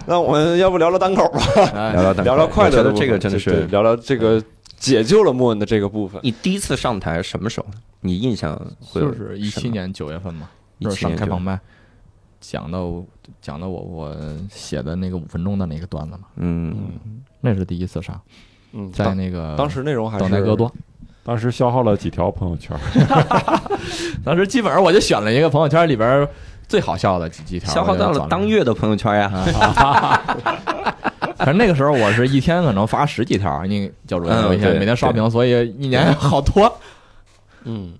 Speaker 1: 那我们要不聊聊单口吧？
Speaker 5: 哎，
Speaker 2: 聊
Speaker 1: (laughs) 聊聊快乐的部分，
Speaker 2: 这个真的
Speaker 1: 对
Speaker 2: 是。
Speaker 1: 聊聊这个解救了莫恩的这个部分。
Speaker 2: 你第一次上台什么时候？你印象会有
Speaker 5: 就是一七年九月份嘛，
Speaker 2: 17
Speaker 5: 就是上
Speaker 2: 年
Speaker 5: 开
Speaker 2: 9
Speaker 5: 放麦，讲到讲到我我写的那个五分钟的那个段子嘛，
Speaker 2: 嗯，
Speaker 5: 那是第一次上，
Speaker 1: 嗯，
Speaker 5: 在
Speaker 1: 当
Speaker 5: 那个
Speaker 1: 当时内容还是
Speaker 5: 等待戈
Speaker 2: (laughs)
Speaker 5: 多，
Speaker 7: 当时消耗了几条朋友圈，
Speaker 5: 当时基本上我就选了一个朋友圈里边最好笑的几几条，
Speaker 2: 消耗到
Speaker 5: 我就
Speaker 2: 了
Speaker 5: 找
Speaker 2: 当月的朋友圈呀。
Speaker 5: 哎反正那个时候我是一天可能发十几条，你教主也有一
Speaker 2: 嗯
Speaker 5: 天
Speaker 2: 对
Speaker 5: 每天刷屏，所以一年好多，
Speaker 1: 嗯，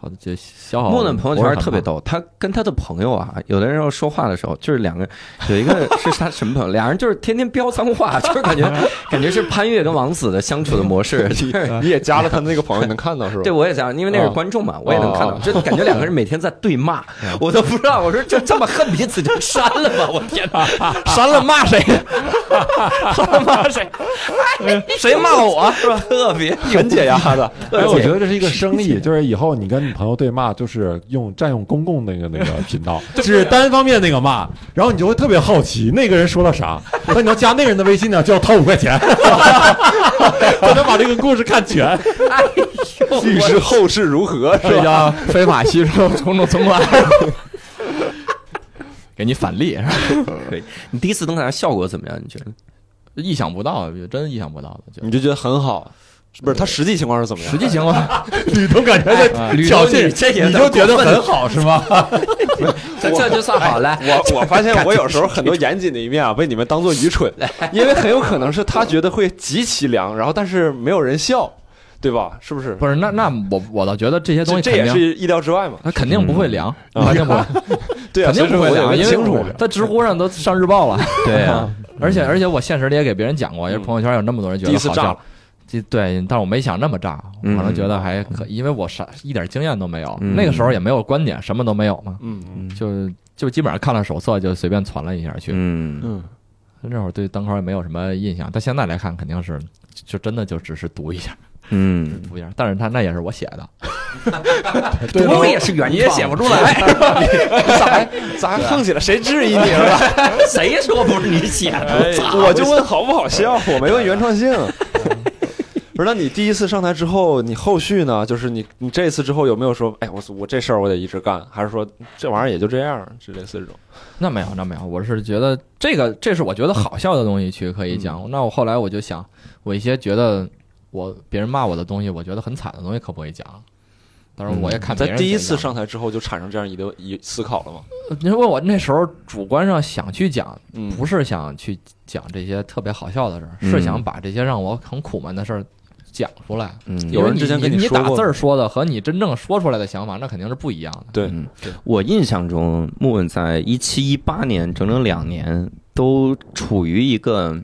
Speaker 5: 好就消耗。
Speaker 2: 莫的朋友圈特别，逗，他跟他的朋友啊，有的人要说话的时候，就是两个，有一个是他什么朋友，俩人就是天天飙脏话，就是感觉感觉是潘越跟王子的相处的模式。
Speaker 5: (laughs)
Speaker 2: 就是
Speaker 1: 你也加了他们那个朋友，你能看到是吧？
Speaker 2: (laughs) 对，我也想，因为那
Speaker 5: 哦
Speaker 2: 是观众嘛，我也能看到，就感觉两个人每天在对骂，
Speaker 5: 嗯
Speaker 2: 我都不知道，我说就这么恨彼此就删了吧，我天哪，
Speaker 5: (laughs) 删了骂
Speaker 2: (laughs)
Speaker 5: 谁？删了骂谁？谁骂我？啊
Speaker 2: 是吧？ (laughs) 特别
Speaker 1: 很解压的。
Speaker 7: 哎，我觉得这 (laughs) 是一个生意，就是以后你跟你朋友对骂，就是用占用公共那个那 (laughs) 个频道，只是单方面那个骂，然后你就会特别好奇那个人说了 (laughs) 啥，那你要加那个人的微信呢，就要掏五块 (laughs) 钱，才能把这个故事看全。
Speaker 1: 律师后事如何？
Speaker 5: 这叫非法吸收公众存款，
Speaker 2: (laughs)
Speaker 5: 给你返利，是吧
Speaker 2: 可以。你第一次登台效果怎么样？你觉得？
Speaker 5: 意想不到，真意想不到
Speaker 1: (laughs)
Speaker 5: 的。就
Speaker 1: 你就觉得很好，不是？他实际情况是怎么样？
Speaker 5: 实际情 (laughs) 况，
Speaker 7: 吕彤感觉
Speaker 5: 啊
Speaker 7: 在挑衅，
Speaker 2: 这也
Speaker 7: 你就觉得很好是吗？
Speaker 2: (laughs) 这这就算好 (laughs) 了。
Speaker 1: (laughs) 我我发现我有时候很多严谨的一面啊，被你们当做愚 (laughs) 蠢，因为很有可能是他觉得会极其凉，然后但是没有人笑，对吧？是不是？
Speaker 5: 不是那那我我倒觉得这些东
Speaker 1: 这这
Speaker 5: 西肯
Speaker 1: 也
Speaker 5: 定。
Speaker 1: 是意料之外嘛。
Speaker 5: 它肯定不会凉，
Speaker 1: 嗯
Speaker 5: 肯定不会，
Speaker 1: 对啊，
Speaker 5: 肯定不
Speaker 1: 所
Speaker 5: 会
Speaker 1: 以说
Speaker 5: 凉，
Speaker 1: 我也
Speaker 5: 因
Speaker 1: 很清楚
Speaker 5: 为。在知乎上都上日报了。
Speaker 1: (laughs)
Speaker 2: 对啊，
Speaker 5: 而且而且我现实里也给别人讲过，也是
Speaker 1: 嗯
Speaker 5: 朋友圈有那么多人觉
Speaker 1: 第一
Speaker 5: 得
Speaker 1: 次
Speaker 5: 好
Speaker 1: 炸
Speaker 5: 笑
Speaker 1: 了，
Speaker 5: 这对，但是我没想那么炸，我
Speaker 2: 嗯
Speaker 5: 可能觉得还可，因为我啥一点经验都没有，
Speaker 2: 嗯
Speaker 5: 那个时候也没有观点，什么都没有嘛，
Speaker 1: 嗯
Speaker 5: 就就基本上看了手册就随便传了一下去。
Speaker 2: 嗯，
Speaker 1: 嗯，
Speaker 5: 那会儿对单口也没有什么印象，但现在来看肯定是就真的就只是读一下
Speaker 2: 嗯，
Speaker 5: 读一下，但是他那也是我写的，
Speaker 2: 多也是原创，
Speaker 5: 你也写不出
Speaker 2: (laughs)
Speaker 5: 来，
Speaker 1: 咱还横起来，谁质疑 (laughs) 你了？
Speaker 2: (laughs) 谁说不是你写的？
Speaker 1: 我就问好不好笑，哎我没问原创 (laughs) 性。不是，那你第一次上台之后，你后续呢？就是你你这次之后有没有说，哎，我我这事儿我得一直干，还是说这玩意儿也就这样，就类似这种？
Speaker 5: 那没有，那没有，我是觉得这个，这是我觉得好笑的东西去
Speaker 1: 嗯
Speaker 5: 可以讲。那我后来我就想，我一些觉得我别人骂我的东西，我觉得很惨的东西，可不可以讲？当然，我也看别
Speaker 1: 嗯在
Speaker 5: 人、
Speaker 1: 第一次上，台之后就产生这样一个一思考了吗？
Speaker 5: 您问我那时候主观上想去讲，
Speaker 1: 嗯，
Speaker 5: 不是想去讲这些特别好笑的事儿，
Speaker 2: 嗯
Speaker 5: 是想把这些让我很苦闷的事儿讲出来。
Speaker 2: 嗯
Speaker 1: 有人之前
Speaker 5: 因为
Speaker 1: 跟
Speaker 5: 你
Speaker 1: 你
Speaker 5: 你
Speaker 1: 说
Speaker 5: 打
Speaker 1: 过
Speaker 5: 字
Speaker 1: 吗
Speaker 5: 儿说的和你真正说出来的想法，那肯定是不一样的。
Speaker 1: 对，
Speaker 2: 嗯，我印象中，莫问在一七一八年整整两年都处于一个，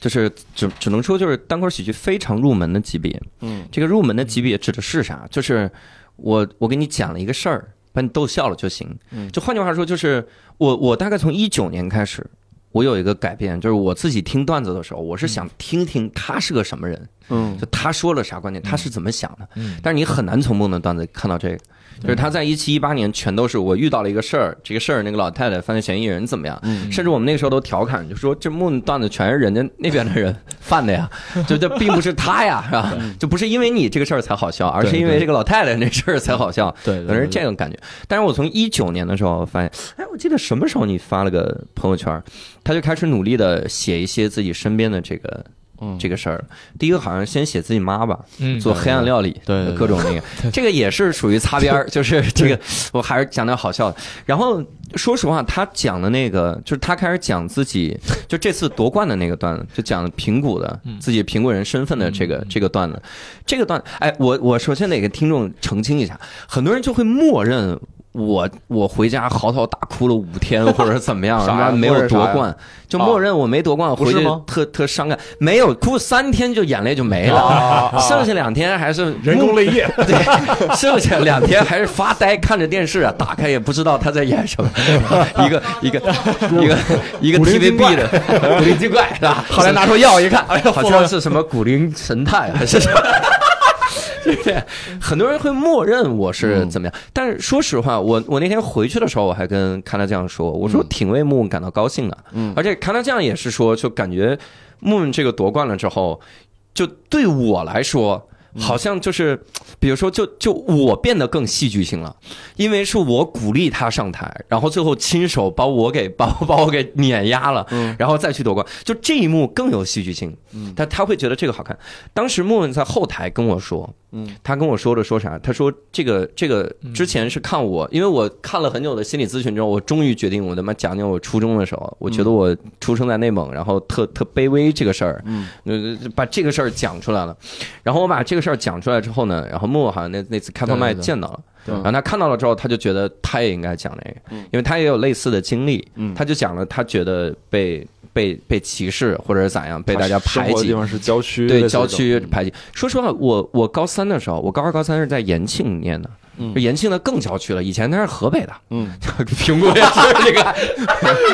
Speaker 2: 就是只只能说就是单口喜剧非常入门的级别。
Speaker 1: 嗯，
Speaker 2: 这个入门的级别指的是啥？就是我我给你讲了一个事儿，把你逗笑了就行。
Speaker 1: 嗯
Speaker 2: 就换句话说，就是我我大概从一九年开始。我有一个改变，就是我自己听段子的时候，我是想听听他是个什么人，
Speaker 1: 嗯
Speaker 2: 就他说了啥观点，他是怎么想的。
Speaker 5: 嗯，
Speaker 2: 但是你很难从梦的段子看到这个，就是他在一七一八年全都是我遇到了一个事儿，这个事儿那个老太太犯罪嫌疑人怎么样，
Speaker 1: 嗯
Speaker 2: 甚至我们那时候都调侃，就说这梦段子全是人家那边的人犯
Speaker 5: (laughs)
Speaker 2: 的呀，就这并不是他呀，是吧？就不是因为你这个事儿才好笑，而是因为这个老太太那事儿才好笑，
Speaker 5: 对，对
Speaker 2: 可能是这种感觉。但是我从一九年的时候发现，哎，我记得什么时候你发了个朋友圈儿，他就开始努力的写一些自己身边的这个。这个事儿，第一个好像先写自己妈吧，
Speaker 5: 嗯
Speaker 2: 做黑暗料理，
Speaker 5: 对对对
Speaker 2: 各种那个， (laughs) 这个也是属于擦边儿，就是这个，我还是讲点好笑的。然后说实话，他讲的那个，就是他开始讲自己，就这次夺冠的那个段子，就讲平谷的
Speaker 1: 嗯
Speaker 2: 自己平谷人身份的这个这个段子，这个段，哎，我我首先得给听众澄清一下，很多人就会默认。我我回家嚎啕大哭了五天，或者怎么样，
Speaker 1: (laughs) 啥呀
Speaker 2: 然后没有
Speaker 1: 默认啥
Speaker 2: 夺
Speaker 1: 呀哦
Speaker 2: 冠，就默认我没夺冠，我回
Speaker 1: 不
Speaker 2: 去
Speaker 1: 是吗
Speaker 2: 特特伤感。没有哭三天就眼泪就没了，剩下两天还是
Speaker 7: 人工泪液，
Speaker 2: 对， (laughs) 剩下两天还是发呆看着电视啊，打开也不知道他在演什
Speaker 7: (laughs)
Speaker 2: 么，一个一个一个一个
Speaker 7: 古灵精
Speaker 2: TVB 的古灵精怪啊
Speaker 7: (laughs)
Speaker 2: 是吧？后来拿出药一看，哎呀，好像是什么古灵神探还是什么。对，很多人会默认我是怎么样，
Speaker 7: 嗯
Speaker 2: 但是说实话，我我那天回去的时候，我还跟康纳酱说，我
Speaker 7: 嗯
Speaker 2: 说挺为木木感到高兴的，嗯，而且康纳酱也是说，就感觉木木这个夺冠了之后，就对我来说。
Speaker 7: 嗯
Speaker 2: 好像就是，比如说就，就我变得更戏剧性了，因为是我鼓励他上台，然后最后亲手把我给 (laughs) 把我把我给碾压了，
Speaker 5: 嗯
Speaker 2: 然后再去夺冠，就这一幕更有戏剧性。嗯，他他会觉得这个好看。当时莫文在后台跟我说，嗯，他跟我说了说啥？他说这个这个
Speaker 5: 嗯
Speaker 2: 之前是看我，因为我看了很久的心理咨询之后，我终于决定我他妈讲讲我初中的时候，我觉得我出生在内
Speaker 5: 嗯
Speaker 2: 蒙，然后特特卑微这个事儿，嗯，把这个事儿讲出来了。然后我把这个事儿讲出来之后呢，然后木木好像那那次开放麦
Speaker 5: 对对对
Speaker 2: 见到了。然后他看到了之后，他就觉得他也应该讲那个，因为他也有类似的经历，他就讲了他觉得被被被歧视或者是咋样被大家排
Speaker 1: 生活的
Speaker 2: 挤
Speaker 1: 地，方是郊区，
Speaker 2: 对
Speaker 1: 类似这
Speaker 2: 郊
Speaker 1: 种
Speaker 2: 区排挤。说实话，我我高三的时候，我高二高三是在延庆念的。就延庆的更郊区了，以前他是河北的，嗯，苹果也是这个。 (laughs)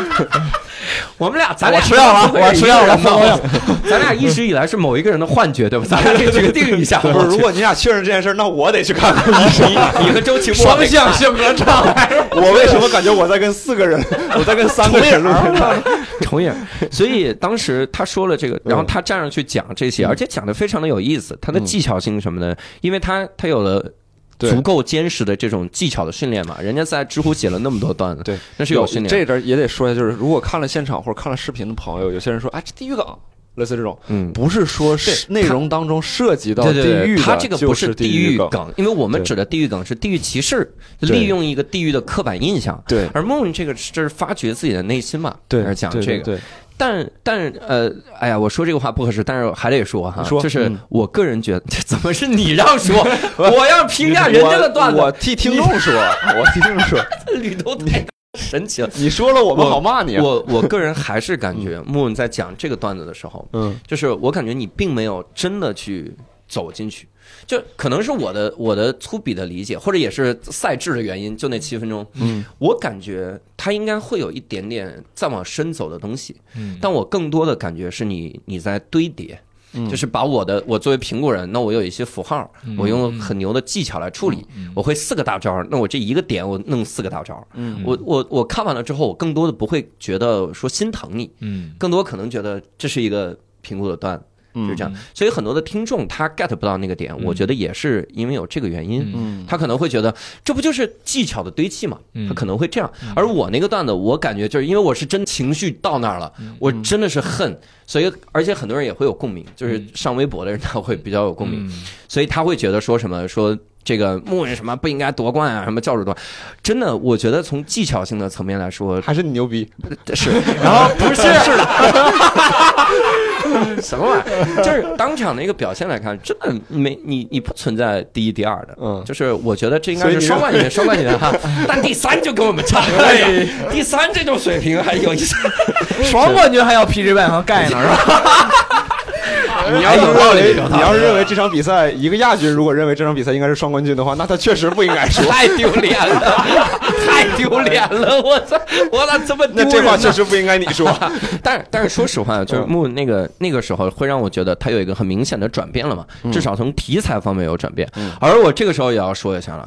Speaker 2: 我们俩，咱俩
Speaker 5: 我吃药了我吃药了
Speaker 2: 了。 (laughs) 咱俩一直以来是某一个人的幻觉，对吧？咱俩得决定一
Speaker 1: (laughs) (laughs)
Speaker 2: 下。
Speaker 1: 不是，如果你俩确认这件事，那我得去看
Speaker 2: (laughs)
Speaker 1: 看医生。
Speaker 2: 你和周奇墨双向性格障碍，
Speaker 1: 我为什么感觉我在跟四个人，我在跟三个人录片？ (laughs)
Speaker 2: 重演。所以当时他说了这
Speaker 1: 嗯
Speaker 2: 个，然后他站上去讲这些，而且讲的非常的有意思，他的技巧性什么的，因为他他有了。
Speaker 1: 嗯对
Speaker 2: 足够坚实的这种技巧的训练嘛，人家在知乎写了那么多段子，
Speaker 1: 对，
Speaker 2: 那是有训练。
Speaker 1: 这边也得说一下，就是如果看了现场或者看了视频的朋友，有些人说啊，这地狱梗，类似这种，
Speaker 2: 嗯
Speaker 1: 不是说是内容当中涉及到
Speaker 2: 对
Speaker 1: 地
Speaker 2: 对对，
Speaker 1: 狱的，
Speaker 2: 他这个不
Speaker 1: 就是是
Speaker 2: 地
Speaker 1: 狱
Speaker 2: 域梗，因为我们
Speaker 1: 对
Speaker 2: 指的地域梗是地域歧视，
Speaker 1: 对
Speaker 2: 利用一个地域的刻板印象。
Speaker 1: 对
Speaker 2: 而梦这个这是发掘自己的内心嘛，
Speaker 1: 对，
Speaker 2: 还是讲
Speaker 1: 对
Speaker 2: 这个。
Speaker 1: 对，
Speaker 2: 但但呃，哎呀，我说这个话不合适，但是还得说哈，
Speaker 1: 说
Speaker 2: 就是
Speaker 1: 嗯
Speaker 2: 我个人觉得， (laughs) 这怎么是你让说，我要评价人家的段
Speaker 1: 我我
Speaker 2: 子，
Speaker 1: 替听众说，我替听众说，
Speaker 2: 捋头太神奇了。
Speaker 1: (laughs) 你说了我们
Speaker 2: 我
Speaker 1: 好骂你啊，
Speaker 2: 我我个人还是感觉木文在讲这个段子的时候，
Speaker 1: 嗯，
Speaker 2: 就是我感觉你并没有真的去走进去，就可能是我的我的粗鄙的理解，或者也是赛制的原因，就那七分钟，嗯，我感觉他应该会有一点点再往深走的东西，嗯，但我更多的感觉是你你在堆叠。
Speaker 1: 嗯
Speaker 2: 就是把我的，我作为苹果人，那我有一些符号，我用很牛的技巧来处理。我会四个大招，那我这一个点我弄四个大招。
Speaker 1: 嗯
Speaker 2: 我我我看完了之后，我更多的不会觉得说心疼你，
Speaker 5: 嗯，
Speaker 2: 更多可能觉得这是一个评估的段子，
Speaker 1: 嗯
Speaker 2: 就是这样。所以很多的听众他 get 不到那个点，我觉得也是因为有这个原因，
Speaker 5: 嗯
Speaker 2: 他可能会觉得这不就是技巧的堆砌嘛，
Speaker 5: 嗯
Speaker 2: 他可能会这样。而我那个段子，我感觉就是因为我是真情绪到那儿了，
Speaker 5: 嗯
Speaker 2: 我真的是恨，所以而且很多人也会有共鸣，就是
Speaker 5: 嗯
Speaker 2: 上微博的人 (laughs) 他会比较有共鸣。所以他会觉得说什么说这个穆人什么不应该夺冠啊，什么教主夺，真的，我觉得从技巧性的层面来说
Speaker 1: 还是你牛逼，
Speaker 2: 是，然后不是是
Speaker 1: (laughs)
Speaker 2: 的，什么玩意儿？就是当场的一个表现来看，真的没你你不存在第一第二的，
Speaker 1: 嗯
Speaker 2: 就是我觉得这应该
Speaker 1: 所以
Speaker 2: 是
Speaker 1: 你
Speaker 2: 双冠军，双冠军
Speaker 1: (laughs)
Speaker 2: 哈，但第三就跟我们差
Speaker 1: 哎
Speaker 2: 了，第三这种水平还有意思，
Speaker 5: 双冠军还要 PG 外行盖呢是吧？
Speaker 1: 啊你要是认为你 (laughs) 要是认为这场比赛一个亚军，如果认为这场比赛应该是双冠军的话，那他确实不应该说。
Speaker 2: 太丢脸了，太丢脸了，我操，我咋这么丢
Speaker 1: 那
Speaker 2: 人呢？
Speaker 1: 这话确实不应该你说。 (laughs)
Speaker 2: 但是但是说实话，就是木那个那个时候会让我觉得他有一个很明显的转变了嘛，至少从题材方面有转变。而我这个时候也要说一下了。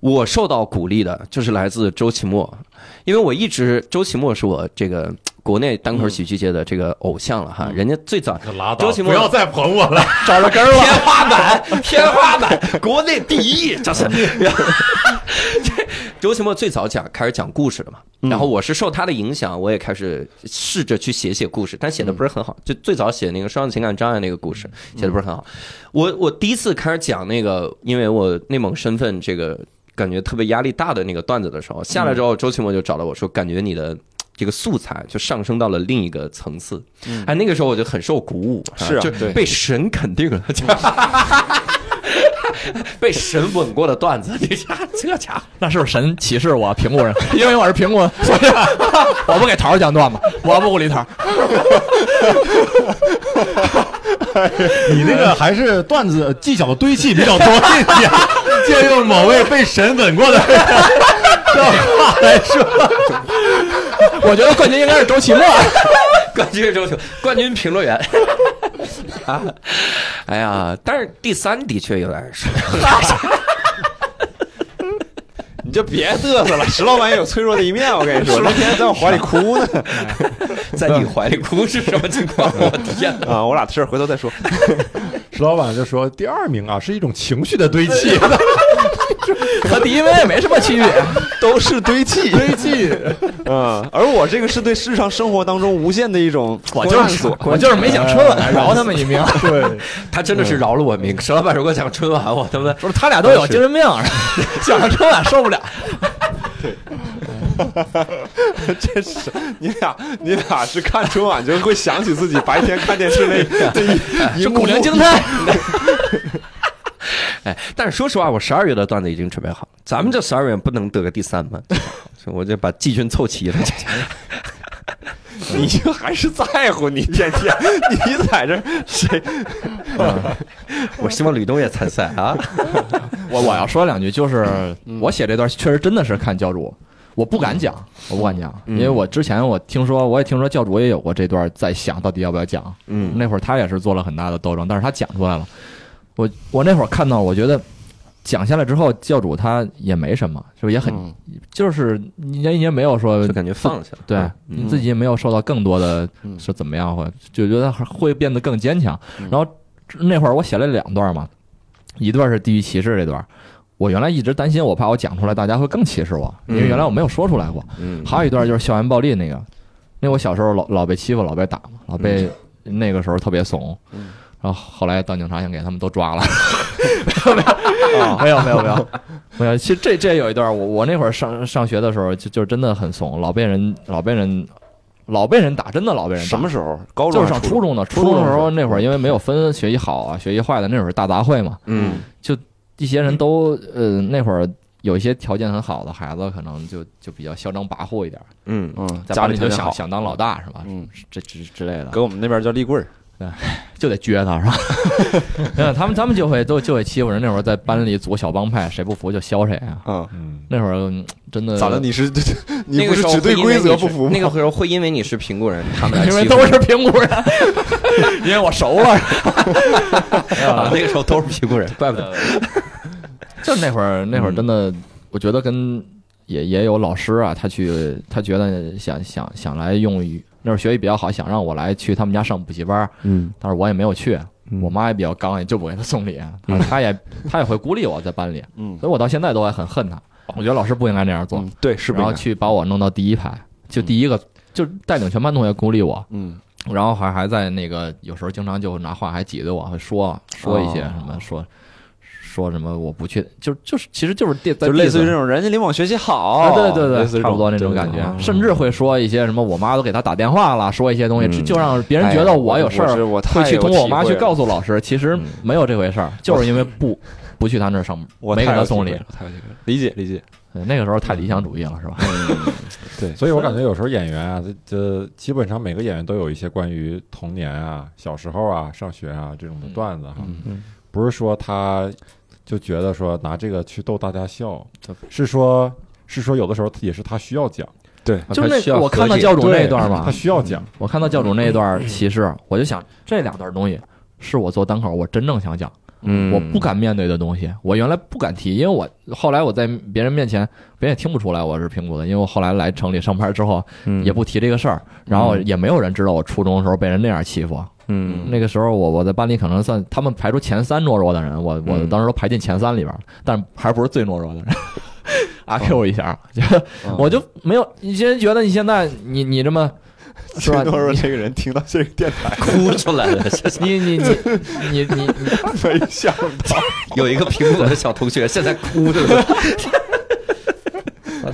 Speaker 2: 我受到鼓励的就是来自周奇墨，因为我一直周奇墨是我这个嘖国内单口喜剧界的这个偶像了哈，人家最早
Speaker 3: 可拉倒，
Speaker 2: 周奇墨
Speaker 3: 不要再捧我了，
Speaker 2: 找了根儿了，天花板，天花板，国内第一，这是。周奇墨最早讲开始讲故事的嘛，然后我是受他的影响，我也开始试着去写写故事，但写的不是很好。就最早写那个双向情感障碍那个故事，写的不是很好。我我第一次开始讲那个，因为我内蒙身份这个感觉特别压力大的那个段子的时候，下来之
Speaker 1: 嗯
Speaker 2: 后，周奇墨就找到我说，感觉你的。这个素材就上升到了另一个层次，哎，那个时候我就很受鼓舞，
Speaker 1: 嗯是啊
Speaker 2: 就
Speaker 1: 对
Speaker 2: 被神肯定了， (laughs) 就被神吻过的段子，这家这家伙。
Speaker 5: 那是不是神歧视我苹 (laughs) 果人？因为我是苹果，所以我不给桃儿讲段子，我不鼓励桃儿。
Speaker 3: (laughs) 你那个还是段子技巧的堆砌比较多一
Speaker 5: (laughs)
Speaker 3: 点，借用某位被神吻过的人的话来说，
Speaker 5: 我觉得冠军应该是周奇墨。
Speaker 2: (laughs) 冠军是周球，冠军评论员。哎呀，但是第三的确有点是，
Speaker 1: 你就别嘚瑟了，石老板也有脆弱的一面，我 (laughs) 跟你说，那天在我怀里哭呢。
Speaker 2: 在
Speaker 1: 嗯
Speaker 2: 你怀里哭是什么情况？我天哪！
Speaker 1: (laughs) 啊，我俩的事儿回头再说。
Speaker 7: 石老板就说第二名啊是一种情绪的
Speaker 5: (laughs)
Speaker 7: 堆砌，
Speaker 5: 和第一位也没什么区别。
Speaker 1: (laughs)
Speaker 2: (laughs)
Speaker 1: 都是堆砌，(laughs)
Speaker 7: 堆砌，
Speaker 1: 嗯，而我这个是对日常生活当中无限的一种
Speaker 5: 我
Speaker 1: 探
Speaker 5: 就是
Speaker 1: 索。
Speaker 5: 我就是没想春晚饶他们一命，
Speaker 2: (laughs)
Speaker 3: (laughs)
Speaker 7: 对，
Speaker 2: 呃他真
Speaker 5: 嗯
Speaker 2: 的是饶了我命。石老板如果想春晚，我他妈
Speaker 5: 说他俩都有精神病，想着春晚受
Speaker 2: (laughs)
Speaker 5: 不了。
Speaker 1: 真是， (laughs) 你俩你俩是看春晚就会想起自己白天看电视 (laughs) 那这一一
Speaker 5: 是
Speaker 1: 幕
Speaker 5: 古灵
Speaker 1: 幕
Speaker 5: 精太，
Speaker 2: 哎，但是说实话，我十二月的段子已经准备好，咱们这十二月不能得个第三吗？就我就把季军凑齐了。 (laughs)
Speaker 1: 你就还是在乎你天天你在这儿谁
Speaker 2: 我希望吕东也参赛啊！
Speaker 5: 我我要说两句，就是我写这段确实真的是看教主，我不敢讲，我不敢讲，因为我之前我听说，我也听说教主也有过这段在想到底要不要讲，嗯，那会儿他也是做了很大的斗争，但是他讲出来了，我我那会儿看到，我觉得。讲下来之后，教主他也没什么，是不是也很，
Speaker 1: 嗯
Speaker 5: 就是你人家没有说
Speaker 2: 就感觉放下了。
Speaker 5: 对你自己也没有受到更多的是怎么样，会就觉得还会变得更坚强。然后那会儿我写了两段嘛，一段是地域歧视这段，我原来一直担心我怕我讲出来大家会更歧视我，因为原来我没有说出来过。
Speaker 2: 嗯，
Speaker 5: 还有一段就是校园暴力那个，那我小时候老老被欺负，老被打嘛，老被那个时候特别怂。然后后来当警察先给他们都抓了， (laughs) 没有没有没有没有没有。其实这这有一段，我我那会儿上上学的时候就就真的很怂，老被人老被人老被人打，真的老被人打。
Speaker 1: 什么时候？高中
Speaker 5: 就是
Speaker 1: 还
Speaker 5: 上
Speaker 1: 是
Speaker 5: 初
Speaker 1: 中
Speaker 5: 中的，初中的时候嗯那会儿因为没有分学习好啊、学习坏的，那会儿大杂烩嘛，
Speaker 2: 嗯，
Speaker 5: 一些人都呃那会儿有一些条件很好的孩子，可能就就比较嚣张跋扈一点，
Speaker 2: 嗯
Speaker 1: 嗯，
Speaker 5: 在
Speaker 1: 家
Speaker 5: 班
Speaker 1: 里
Speaker 5: 里就
Speaker 1: 条件
Speaker 5: 想
Speaker 1: 好
Speaker 5: 想当老大是吧？
Speaker 1: 嗯，
Speaker 5: 这之之类的
Speaker 1: 给，我们那边叫立棍儿。
Speaker 5: 就得撅他是吧？
Speaker 1: (laughs)
Speaker 5: 嗯，他们他们就会都就会欺负人。那会儿在班里组小帮派，谁不服就削谁啊。
Speaker 1: 嗯，
Speaker 7: 嗯，
Speaker 5: 那会儿嗯真的
Speaker 1: 咋了？你是你
Speaker 2: 那
Speaker 1: 不
Speaker 2: 个
Speaker 1: 是
Speaker 2: 时候
Speaker 1: 只对
Speaker 2: 会因为
Speaker 1: 规则
Speaker 2: 你是
Speaker 1: 不服吗
Speaker 2: 那？个时候会因为你是平谷人，他们来
Speaker 5: (laughs) 因为
Speaker 2: 欺负
Speaker 5: 都
Speaker 2: 你
Speaker 5: 是平谷人，
Speaker 1: (laughs)
Speaker 5: 因为我熟了。
Speaker 2: 啊，那个时候都是平谷人，怪不
Speaker 5: 嗯
Speaker 2: 得。
Speaker 5: 就那会儿，那会儿真的，我觉得跟也也有老师啊，他去，他觉得想想想来用语，那会儿学习比较好，想让我来去他们家上补习班，
Speaker 2: 嗯，
Speaker 5: 但是我也没有去，我妈也比较刚，也就不给他送礼，啊她她也她也会孤立我在班里，
Speaker 1: 嗯哦
Speaker 5: 所以我到现在都还很恨他，我觉得老师不应该那样做，
Speaker 1: 嗯，对，是不
Speaker 5: 然后
Speaker 1: 是？
Speaker 5: 去把我弄到第一排，就第一个，就带领全班同学孤立我，
Speaker 1: 嗯，
Speaker 5: 然后还还在那个有时候经常就拿话还挤兑我，还说说一些
Speaker 1: 哦
Speaker 5: 什么、说说什么我不去，就就是其实就是地在
Speaker 1: 就类
Speaker 5: 地
Speaker 1: 似于
Speaker 5: 上
Speaker 1: 这种人家林往学习
Speaker 5: 啊，
Speaker 1: 好，
Speaker 5: 对对
Speaker 1: 类似于这
Speaker 5: 对，差不多那种感觉，甚至会说一些什么我妈都给他打电话了，说一些东西，
Speaker 2: 嗯
Speaker 5: 只就让别人觉得我有事
Speaker 1: 哎呀我是
Speaker 5: 儿，
Speaker 1: 我太
Speaker 5: 会去
Speaker 1: 有
Speaker 5: 通过我
Speaker 1: 体
Speaker 5: 妈
Speaker 1: 会
Speaker 5: 去
Speaker 1: 了
Speaker 5: 告诉老师，其实
Speaker 2: 嗯
Speaker 5: 没有这回事儿，就是因为不不去他那儿上，
Speaker 1: 我
Speaker 5: 没给
Speaker 1: 太有
Speaker 5: 他
Speaker 1: 体
Speaker 5: 送
Speaker 1: 会
Speaker 5: 礼
Speaker 1: 了，太有体会了理解理解。
Speaker 5: 对那个时候太理想主义了，是吧？
Speaker 1: 嗯
Speaker 7: 所以我感觉有时候演员啊，这这基本上每个演员都有一些关于童年啊、小时候啊、上学啊这种的段子哈，
Speaker 5: 嗯
Speaker 7: 不是说他就觉得说拿这个去逗大家笑，是说。是说有的时候也是他需要讲，
Speaker 5: 就是
Speaker 2: 需要
Speaker 5: 那我看到
Speaker 2: 和解
Speaker 5: 教主那
Speaker 7: 对
Speaker 5: 一段嘛
Speaker 7: 他，需要讲，
Speaker 5: 我看到教主那一段歧视，我就想这两段东西是我做单口我真正想讲，
Speaker 2: 嗯
Speaker 5: 我不敢面对的东西，我原来不敢提，因为我后来我在别人面前，别人也听不出来我是平谷的，因为我后来来城里上班之后
Speaker 2: 嗯
Speaker 5: 也不提这个事儿，然后也没有人知道我初中的时候被人那样欺负。
Speaker 2: 嗯
Speaker 5: 那个时候我我在班里可能算他们排出前三懦弱的人，我我
Speaker 2: 嗯
Speaker 5: 当时都排进前三里边儿，但还不是最懦弱的人。 (laughs) 阿 Q 一下，
Speaker 2: 哦
Speaker 5: 我就没有，你现在觉得你现在你你这么是吧？
Speaker 1: 多说这个人听到这个电台
Speaker 2: 哭出来了。
Speaker 5: 你你你你你你
Speaker 1: 没想到，
Speaker 2: 有一个平谷的小同学现在哭着呢，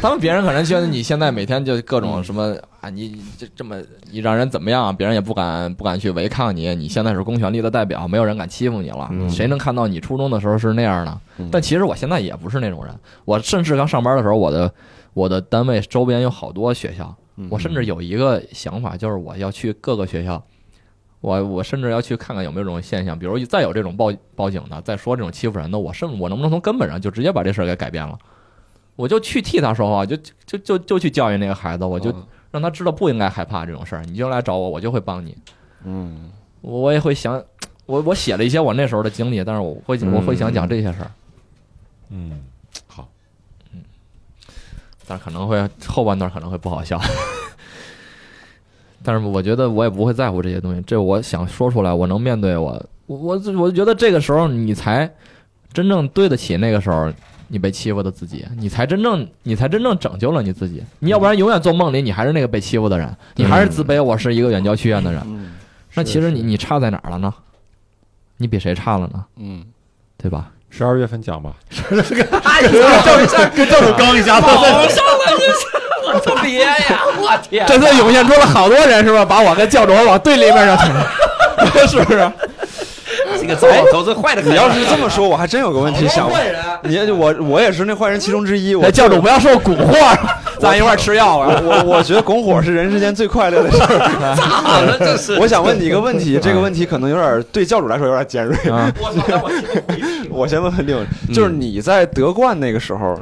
Speaker 5: 他们别人可能觉得你现在每天就各种什么啊，你这这么你让人怎么样，啊别人也不敢不敢去违抗你。你现在是公权力的代表，没有人敢欺负你了。谁能看到你初中的时候是那样呢？但其实我现在也不是那种人。我甚至刚上班的时候，我的我的单位周边有好多学校，我甚至有一个想法，就是我要去各个学校。我我甚至要去看看有没有这种现象，比如再有这种报报警的，再说这种欺负人的，我甚我能不能从根本上就直接把这事儿给改变了？我就去替他说话，就就就就去教育那个孩子，我就让他知道不应该害怕这种事儿。你就来找我，我就会帮你。嗯，我也会想，我我写了一些我那时候的经历，但是我会我会想讲这些事儿，
Speaker 7: 嗯，好，
Speaker 5: 但是可能会后半段可能会不好笑。但是我觉得我也不会在乎这些东西，这我想说出来，我能面对我，我我我觉得这个时候你才真正对得起那个时候你被欺负的自己，你才真正你才真正拯救了你自己，你要不然永远做梦里你还是那个被欺负的人，你还是自卑，我是一个远郊区院的人，
Speaker 1: 嗯
Speaker 5: 那其实你你差在哪儿了呢？你比谁差了呢？
Speaker 1: 嗯，
Speaker 5: 对吧？
Speaker 7: 十二月份讲吧。
Speaker 3: 跟赵守刚一下子，
Speaker 10: 特别呀，我天！
Speaker 5: 这次涌现出了好多人，是吧？把我跟教主往对立面上推，是不是？
Speaker 2: 这个糟
Speaker 5: 哎
Speaker 2: 老头子坏的很。
Speaker 1: 你要是这么说，我还真有个问题想问，你我我也是那坏人其中之一，我
Speaker 5: 教主不要受蛊惑， (laughs) 咱一块儿吃药啊！
Speaker 1: 我我觉得拱火是人世间最快乐的事儿。
Speaker 5: (laughs)
Speaker 2: 好了，这啊是
Speaker 1: 我想问你一个问题，
Speaker 5: 嗯
Speaker 1: 这个问题可能有点对教主来说有点尖锐。 (laughs) 我先问问另，
Speaker 5: 嗯
Speaker 1: 就是你在德冠那个时候，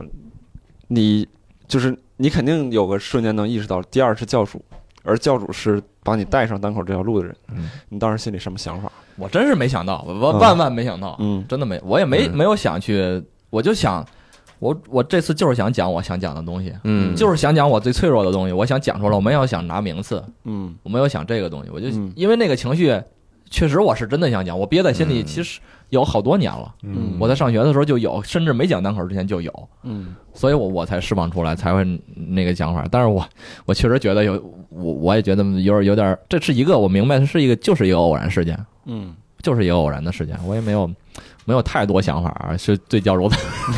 Speaker 1: 你就是你肯定有个瞬间能意识到，第二是教主，而教主是把你带上单口这条路的人
Speaker 5: 嗯，
Speaker 1: 你当时心里什么想法？
Speaker 5: 我真是没想到，我我
Speaker 1: 嗯
Speaker 5: 万万没想到，
Speaker 1: 嗯
Speaker 5: 真的没，我也没
Speaker 1: 嗯
Speaker 5: 没有想去，我就想，我我这次就是想讲我想讲的东西，
Speaker 2: 嗯
Speaker 5: 就是想讲我最脆弱的东西，我想讲出来，我没有想拿名次，
Speaker 1: 嗯
Speaker 5: 我没有想这个东西，我就
Speaker 1: 嗯
Speaker 5: 因为那个情绪，确实我是真的想讲，我憋在心里其实有好多年了，
Speaker 1: 嗯
Speaker 5: 我在上学的时候就有，甚至没讲单口之前就有，
Speaker 1: 嗯
Speaker 5: 所以我我才释放出来，才会那个讲法。但是我我确实觉得有，我我也觉得有点有点，这是一个我明白是一个就是一个偶然事件，
Speaker 1: (laughs) 嗯
Speaker 5: 就是一个偶然的事件，我也没有没有太多想法啊，是对教主的，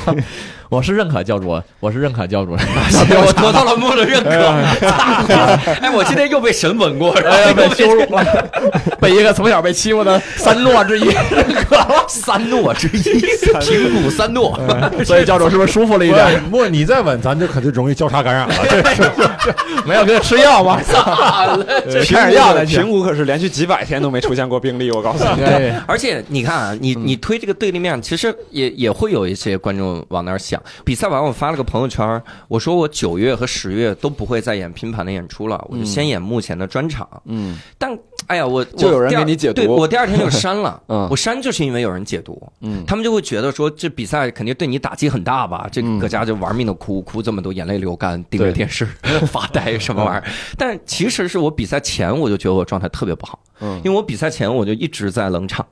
Speaker 5: (laughs) 我是认可教主，我是认可教主，
Speaker 2: 我得到了默的认可。哎，我今天又被神吻过，
Speaker 5: (laughs)
Speaker 2: 然后又
Speaker 5: 哎被羞辱了，被一个从小被欺负的三诺之一 (laughs) 认可了，
Speaker 2: 三诺之一，平谷三诺。
Speaker 5: 所以教主是不是舒服了一
Speaker 7: 不
Speaker 5: 点？
Speaker 7: 是莫你再稳，咱这可就容易交叉感染了。
Speaker 5: 没有给他吃药吗？
Speaker 1: 嗯，
Speaker 5: 开点药再去
Speaker 1: 平谷可是连续几百天都没出现过病例，我告诉你。
Speaker 5: 对，
Speaker 2: 而且你看啊，你你推这个对立面，其实也也会有一些观众往那儿想。比赛完，我发了个朋友圈，我说我九月和十月都不会再演拼盘的演出了，我就先演目前的专场。
Speaker 1: 嗯
Speaker 2: 但哎呀，我
Speaker 1: 就有人
Speaker 2: 我第二
Speaker 1: 给你解读。
Speaker 2: 对我第二天就删了
Speaker 1: (laughs) 嗯
Speaker 2: 我删就是因为有人解读，
Speaker 1: 嗯
Speaker 2: 他们就会觉得说这比赛肯定对你打击很大吧？这
Speaker 1: 嗯
Speaker 2: 搁家就玩命的哭，哭这么多，眼泪流干，盯着
Speaker 1: 对嗯
Speaker 2: 电视发
Speaker 1: (laughs)
Speaker 2: 呆什么玩意儿。但其实是我比赛前我就觉得我状态特别不好，
Speaker 1: 嗯
Speaker 2: 因为我比赛前我就一直在冷场。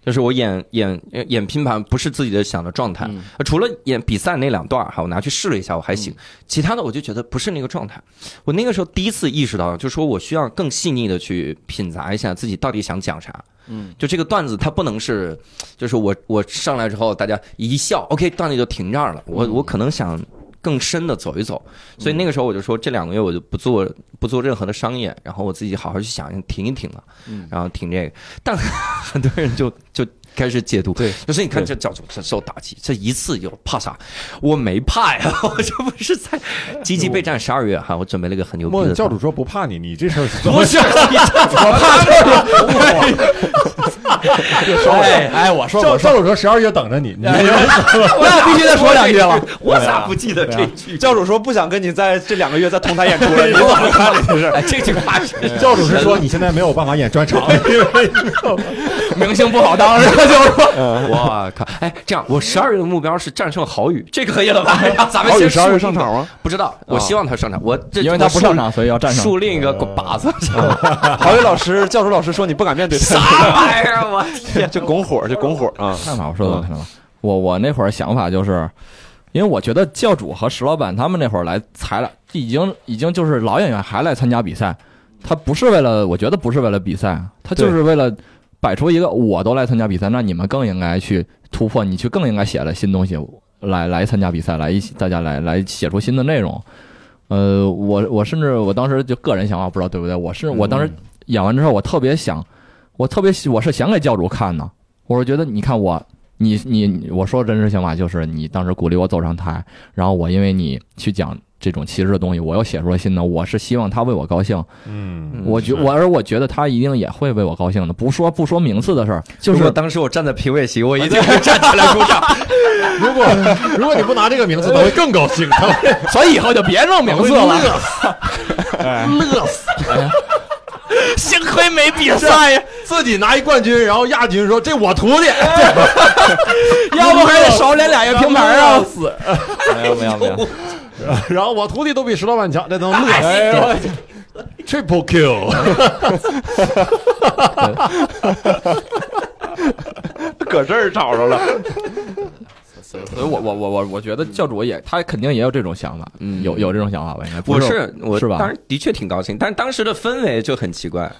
Speaker 2: 就是我演演呃演拼盘，不是自己的想的状态，
Speaker 1: 嗯
Speaker 2: 呃除了演比赛那两段儿哈，我拿去试了一下，我还行，其他的我就觉得不是那个状态。我那个时候第一次意识到，就说我需要更细腻的去品砸一下自己到底想讲啥。
Speaker 1: 嗯
Speaker 2: 就这个段子，它不能是，就是我我上来之后，大家一笑，OK，段子就停这儿了。
Speaker 1: 嗯
Speaker 2: 我我可能想更深的走一走，所以那个时候我就说，这两个月我就不做不做任何的商业，然后我自己好好去想，停一停了，
Speaker 1: 嗯
Speaker 2: 然后停这个。但很多人就就开始解读，
Speaker 1: 对，
Speaker 2: 就是你看
Speaker 1: 对
Speaker 2: 这教主这受打击，这一次有怕啥？我没怕呀， (laughs) 我这不是在积极备战十二月哈，我准备了一个很牛逼
Speaker 7: 莫
Speaker 2: 的
Speaker 7: 教主说不怕你，你这 (laughs) 事儿怎么
Speaker 2: 不是，你这怎么怕
Speaker 5: 哎哎，我说
Speaker 7: 教教主说哎十二月等着你，你
Speaker 5: 那必须得说两句 (laughs) 了。
Speaker 2: 我咋不记得这句？
Speaker 1: 啊教主说不想跟你在这两个月在同台演出了，
Speaker 2: (laughs)
Speaker 1: 你怎么看这件事儿？
Speaker 2: 哎，这句话是
Speaker 7: 教主是说你现在没有办法演专场，因为
Speaker 5: 明星不好当，然后就是说
Speaker 2: 我靠！哎，这样，我十二月的目标是战胜郝宇，这个可以了吧？咱们
Speaker 1: 郝宇
Speaker 2: 先
Speaker 1: 十二
Speaker 2: 树
Speaker 1: 月
Speaker 2: 立
Speaker 1: 上场 (laughs) 吗？
Speaker 2: 不知道，我希望他上场。我这
Speaker 5: 啊因为他不上，场，所嗯以要
Speaker 2: 我
Speaker 5: 站
Speaker 2: 树
Speaker 5: 上。
Speaker 2: 树立一个靶子，
Speaker 5: 啊
Speaker 1: 郝宇老师，教主老师说你不敢面对
Speaker 2: (laughs) 啥
Speaker 1: 他，
Speaker 2: 玩意儿？啊我天！
Speaker 1: 就拱火，就拱火啊！
Speaker 2: (laughs)
Speaker 5: 看法，我说的看法。我我那会儿想法就是，因为我觉得教主和石老板他们那会儿来才来，已经已经就是老演员还来参加比赛，他不是为了，我觉得不是为了比赛，他就是为了摆出一个我都来参加比赛，那你们更应该去突破，你去更应该写了新东西来来参加比赛，来一起大家来来写出新的内容。呃，我我甚至我当时就个人想法不知道对不对，我是我当时演完之后，我特别想，我特别喜我是想给教主看的，我是觉得你看我。你你我说真实想法就是你当时鼓励我走上台，然后我因为你去讲这种歧视的东西，我又写出了新的，我是希望他为我高兴，
Speaker 7: (laughs) 嗯，
Speaker 5: 我觉我而我觉得他一定也会为我高兴的，不说不说名次的事儿，就是啊
Speaker 2: 当时我站在评委席，我一定会站起来鼓掌。
Speaker 7: 如果如果你不拿这个名字，他会更高兴。他会
Speaker 1: (laughs)
Speaker 5: 所以以后就别弄名次了，
Speaker 7: 哎
Speaker 5: 乐死！幸亏没比赛呀，
Speaker 3: 自己拿一冠军，然后亚军说这我徒弟，
Speaker 5: (laughs) 要不还得少连俩月平牌啊！死！没有没有没有，
Speaker 2: (laughs)
Speaker 3: 然后我徒弟都比石老板强，这能乐哎呦我去，Triple Q，
Speaker 1: 搁这儿找着了。
Speaker 5: 所以我我我我我觉得教主也他肯定也有这种想法，
Speaker 2: 嗯
Speaker 5: 有有这种想法吧？应该不 (laughs)
Speaker 2: 我是我
Speaker 5: 是吧
Speaker 2: 当然的确挺高兴，但当时的氛围就很奇怪，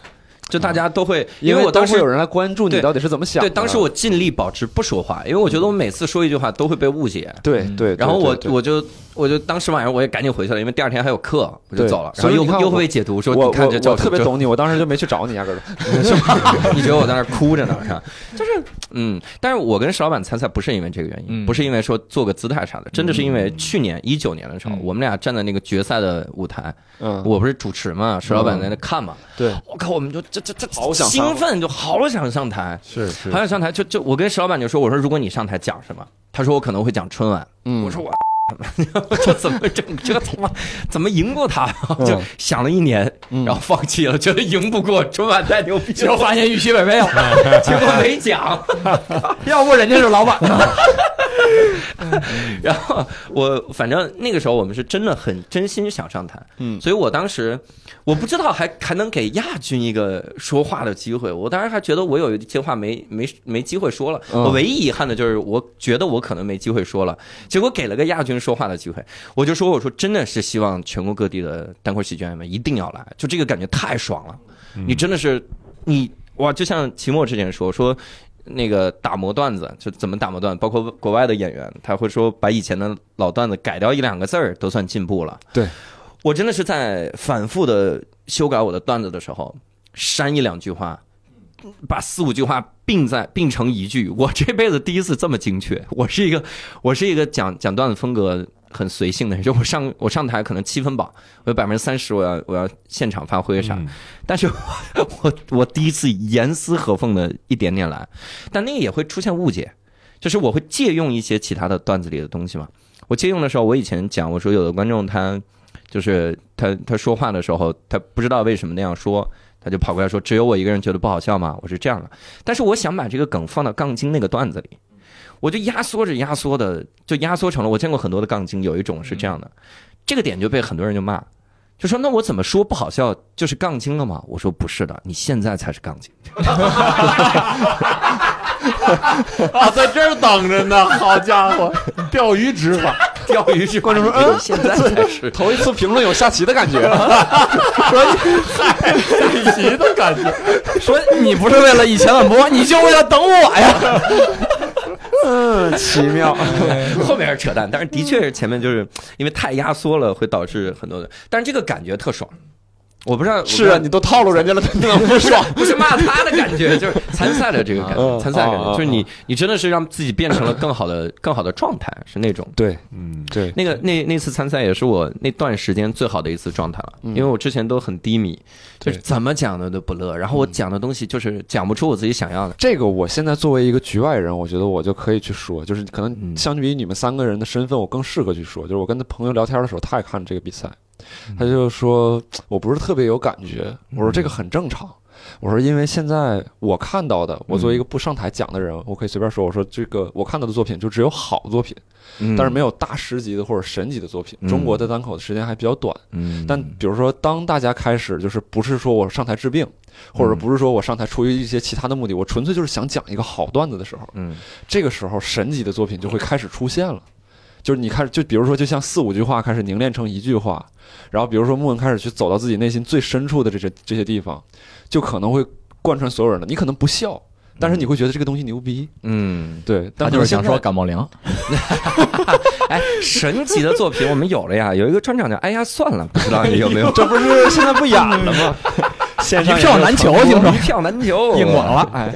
Speaker 2: 就大家都会，因
Speaker 1: 因
Speaker 2: 为我当
Speaker 1: 都会
Speaker 2: 时
Speaker 1: 有人来关注你
Speaker 2: 对
Speaker 1: 到底是怎么想的。
Speaker 2: 对当时我尽力保持不说话，因为我觉得我每次说一句话都会被误解。
Speaker 1: 对
Speaker 5: 嗯
Speaker 1: 对，对
Speaker 2: 然后我
Speaker 1: 对对
Speaker 2: 我就我就当时晚上我也赶紧回去了，因为第二天还有课，我就
Speaker 1: 对
Speaker 2: 走了。然
Speaker 1: 所
Speaker 2: 后
Speaker 1: 以
Speaker 2: 又
Speaker 1: 你看
Speaker 2: 又
Speaker 1: 我
Speaker 2: 会被解读说，
Speaker 1: 我
Speaker 2: 你看这
Speaker 1: 我
Speaker 2: 教
Speaker 1: 我特别
Speaker 2: 就
Speaker 1: 懂你，我当时就没去找你压根儿。
Speaker 2: (laughs) 你觉得我在那儿哭着呢
Speaker 1: (laughs)
Speaker 2: 是吧？就是嗯，但是我跟石老板参赛不是因为这个原因，
Speaker 5: 嗯
Speaker 2: 不是因为说做个姿态啥的，真的是因
Speaker 1: 嗯
Speaker 2: 为去年一九年的时候，
Speaker 5: 嗯
Speaker 2: 我们俩站在那个决赛的舞台，
Speaker 1: 嗯，
Speaker 2: 我不是主持嘛，石老板在那看嘛，
Speaker 1: 对，
Speaker 2: 我靠，我们就这这这
Speaker 1: 好想上
Speaker 2: 兴奋，就好想上台，
Speaker 7: 是是
Speaker 2: 好想上台，就就我跟石老板就说，我说如果你上台讲什么，他说我可能会讲春晚， (laughs)
Speaker 1: 嗯
Speaker 2: 我说我这怎么这这他妈怎么赢过他？ (laughs) 就想了一年，然后放弃了，觉得赢不过春晚太牛逼了，
Speaker 5: 发现预期违背了，
Speaker 2: (laughs) 结果没讲。
Speaker 5: (laughs) 要不人家是老板。
Speaker 2: (laughs) 然后我反正那个时候我们是真的很真心想上台，
Speaker 1: 嗯
Speaker 2: 所以我当时我不知道还还能给亚军一个说话的机会，我当时还觉得我有一些话没没没机会说了，
Speaker 5: 嗯
Speaker 2: 我唯一遗憾的就是我觉得我可能没机会说了，结果给了个亚军说话的机会，我就说我说真的是希望全国各地的单口喜剧演员们一定要来，就这个感觉太爽了，
Speaker 7: 嗯
Speaker 2: 你真的是你哇，就像齐墨之前说说。那个打磨段子，就怎么打磨段，包括国外的演员，他会说把以前的老段子改掉一两个字儿都算进步了。
Speaker 1: 对，
Speaker 2: 我真的是在反复的修改我的段子的时候，删一两句话，把四五句话并在并成一句。我这辈子第一次这么精确。我是一个我是一个讲讲段子风格很随性的人，就我上我上台可能七分饱，我有百分之三十我要我要现场发挥啥，但是我我我第一次严丝合缝的一点点来，但那个也会出现误解，就是我会借用一些其他的段子里的东西嘛。我借用的时候，我以前讲我说有的观众他就是他他说话的时候，他不知道为什么那样说。他就跑过来说：“只有我一个人觉得不好笑吗？”我是这样的，但是我想把这个梗放到杠精那个段子里，我就压缩着压缩的，就压缩成了我见过很多的杠精，有一种是这样的，这个点就被很多人就骂，就说那我怎么说不好笑就是杠精了吗？我说不是的，你现在才是
Speaker 3: (laughs)
Speaker 2: 杠精。
Speaker 3: 啊，在这儿等着呢，好家伙，钓鱼执法，
Speaker 2: 钓鱼是观众说，嗯，现在才是。
Speaker 1: 头一次评论有下棋的感
Speaker 2: (laughs)
Speaker 1: 觉。
Speaker 3: 急的感觉，
Speaker 5: 说你不是为了以前的播，你就为了等我
Speaker 3: (laughs)
Speaker 5: 呀？
Speaker 1: 嗯
Speaker 2: (laughs) 后面是扯淡，但是的确是前面就是因为太压缩了，会导致很多的，但是这个感觉特爽。我不知道，
Speaker 1: 是啊，你都套路人家
Speaker 2: (laughs)
Speaker 1: 了，他能不爽？
Speaker 2: 不是骂他的感觉，就是参赛的这个感觉，
Speaker 1: 嗯
Speaker 2: 参赛的感觉
Speaker 1: 嗯嗯
Speaker 2: 就是你，你真的是让自己变成了更好的、更好的状态，是那种。
Speaker 1: 对，
Speaker 7: 嗯，
Speaker 1: 对，
Speaker 2: 那个那那次参赛也是我那段时间最好的一次状态了，因为我之前都很低迷，就
Speaker 1: 对
Speaker 2: 是怎么讲的都不乐，然后我讲的东西就是讲不出我自己想要的。
Speaker 1: 这个我现在作为一个局外人，我觉得我就可以去说，就是可
Speaker 2: 嗯
Speaker 1: 能相比于你们三个人的身份，我更适合去说。就是我跟他朋友聊天的时候，他也看这个比赛，他就说我不是特别有感觉，我说这个很正常。我说，因为现在我看到的，我作为一个不上台讲的人，我可以随便说。我说这个我看到的作品就只有好作品，但是没有大师级的或者神级的作品。中国的单口的时间还比较短，
Speaker 2: 嗯，
Speaker 1: 但比如说，当大家开始就是不是说我上台治病，或者不是说我上台出于一些其他的目的，我纯粹就是想讲一个好段子的时候，
Speaker 2: 嗯，
Speaker 1: 这个时候神级的作品就会开始出现了。就是你开始，就比如说，就像四五句话开始凝练成一句话，然后比如说木恩开始去走到自己内心最深处的这些这些地方，就可能会贯穿所有人的。你可能不笑，但是你会觉得这个东西牛逼。
Speaker 2: 嗯，
Speaker 1: 对，
Speaker 5: 他
Speaker 1: 但
Speaker 5: 就是
Speaker 1: 现
Speaker 5: 想
Speaker 1: 在
Speaker 5: 说感冒凉，
Speaker 2: 哎，神级的作品我们有了呀，有一个专场叫《哎呀算了》，不知道你有
Speaker 7: 哎
Speaker 2: 没有？
Speaker 1: 这不是现在不演了
Speaker 7: (laughs)
Speaker 1: 吗？
Speaker 5: 一票难求，听说
Speaker 2: 一票难求，
Speaker 5: 硬广了，哎，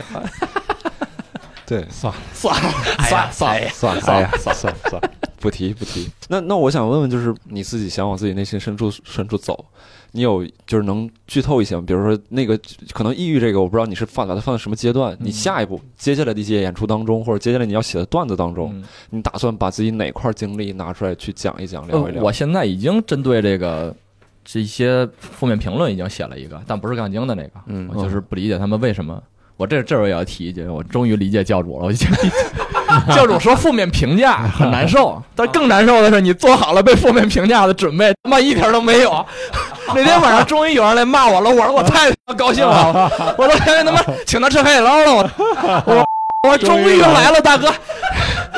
Speaker 1: 对，
Speaker 2: 算了哎算了，
Speaker 7: 算了
Speaker 1: (laughs) 哎
Speaker 7: 算了算了算了，
Speaker 1: 不提不提。 (laughs) 那那我想问问，就是你自己想往自己内心深处深处走，你有就是能剧透一些吗？比如说那个可能抑郁这个，我不知道你是放把它放在什么阶段，你下一步接下来的一些演出当中，或者接下来你要写的段子当中，
Speaker 5: 嗯
Speaker 1: 你
Speaker 5: 呃
Speaker 1: 嗯打算把自己哪块经历拿出来去讲一讲、聊一聊？
Speaker 5: 我现在已经针对这个这些负面评论已经写了一个，但不是杠精的那个，
Speaker 2: 嗯
Speaker 5: 我就是不理解他们为什么。我这这儿我也要提一句，我终于理解教主了，我已经 (laughs) 理解。教主说负面评价很难受， (laughs) 但更难受的是你做好了被负面评价的准备，他妈一点都没有。 (laughs) 那天晚上终于有人来骂我了，我说我太他妈高兴了，我说天他妈请他吃海底捞了，我我我终于来了，大哥，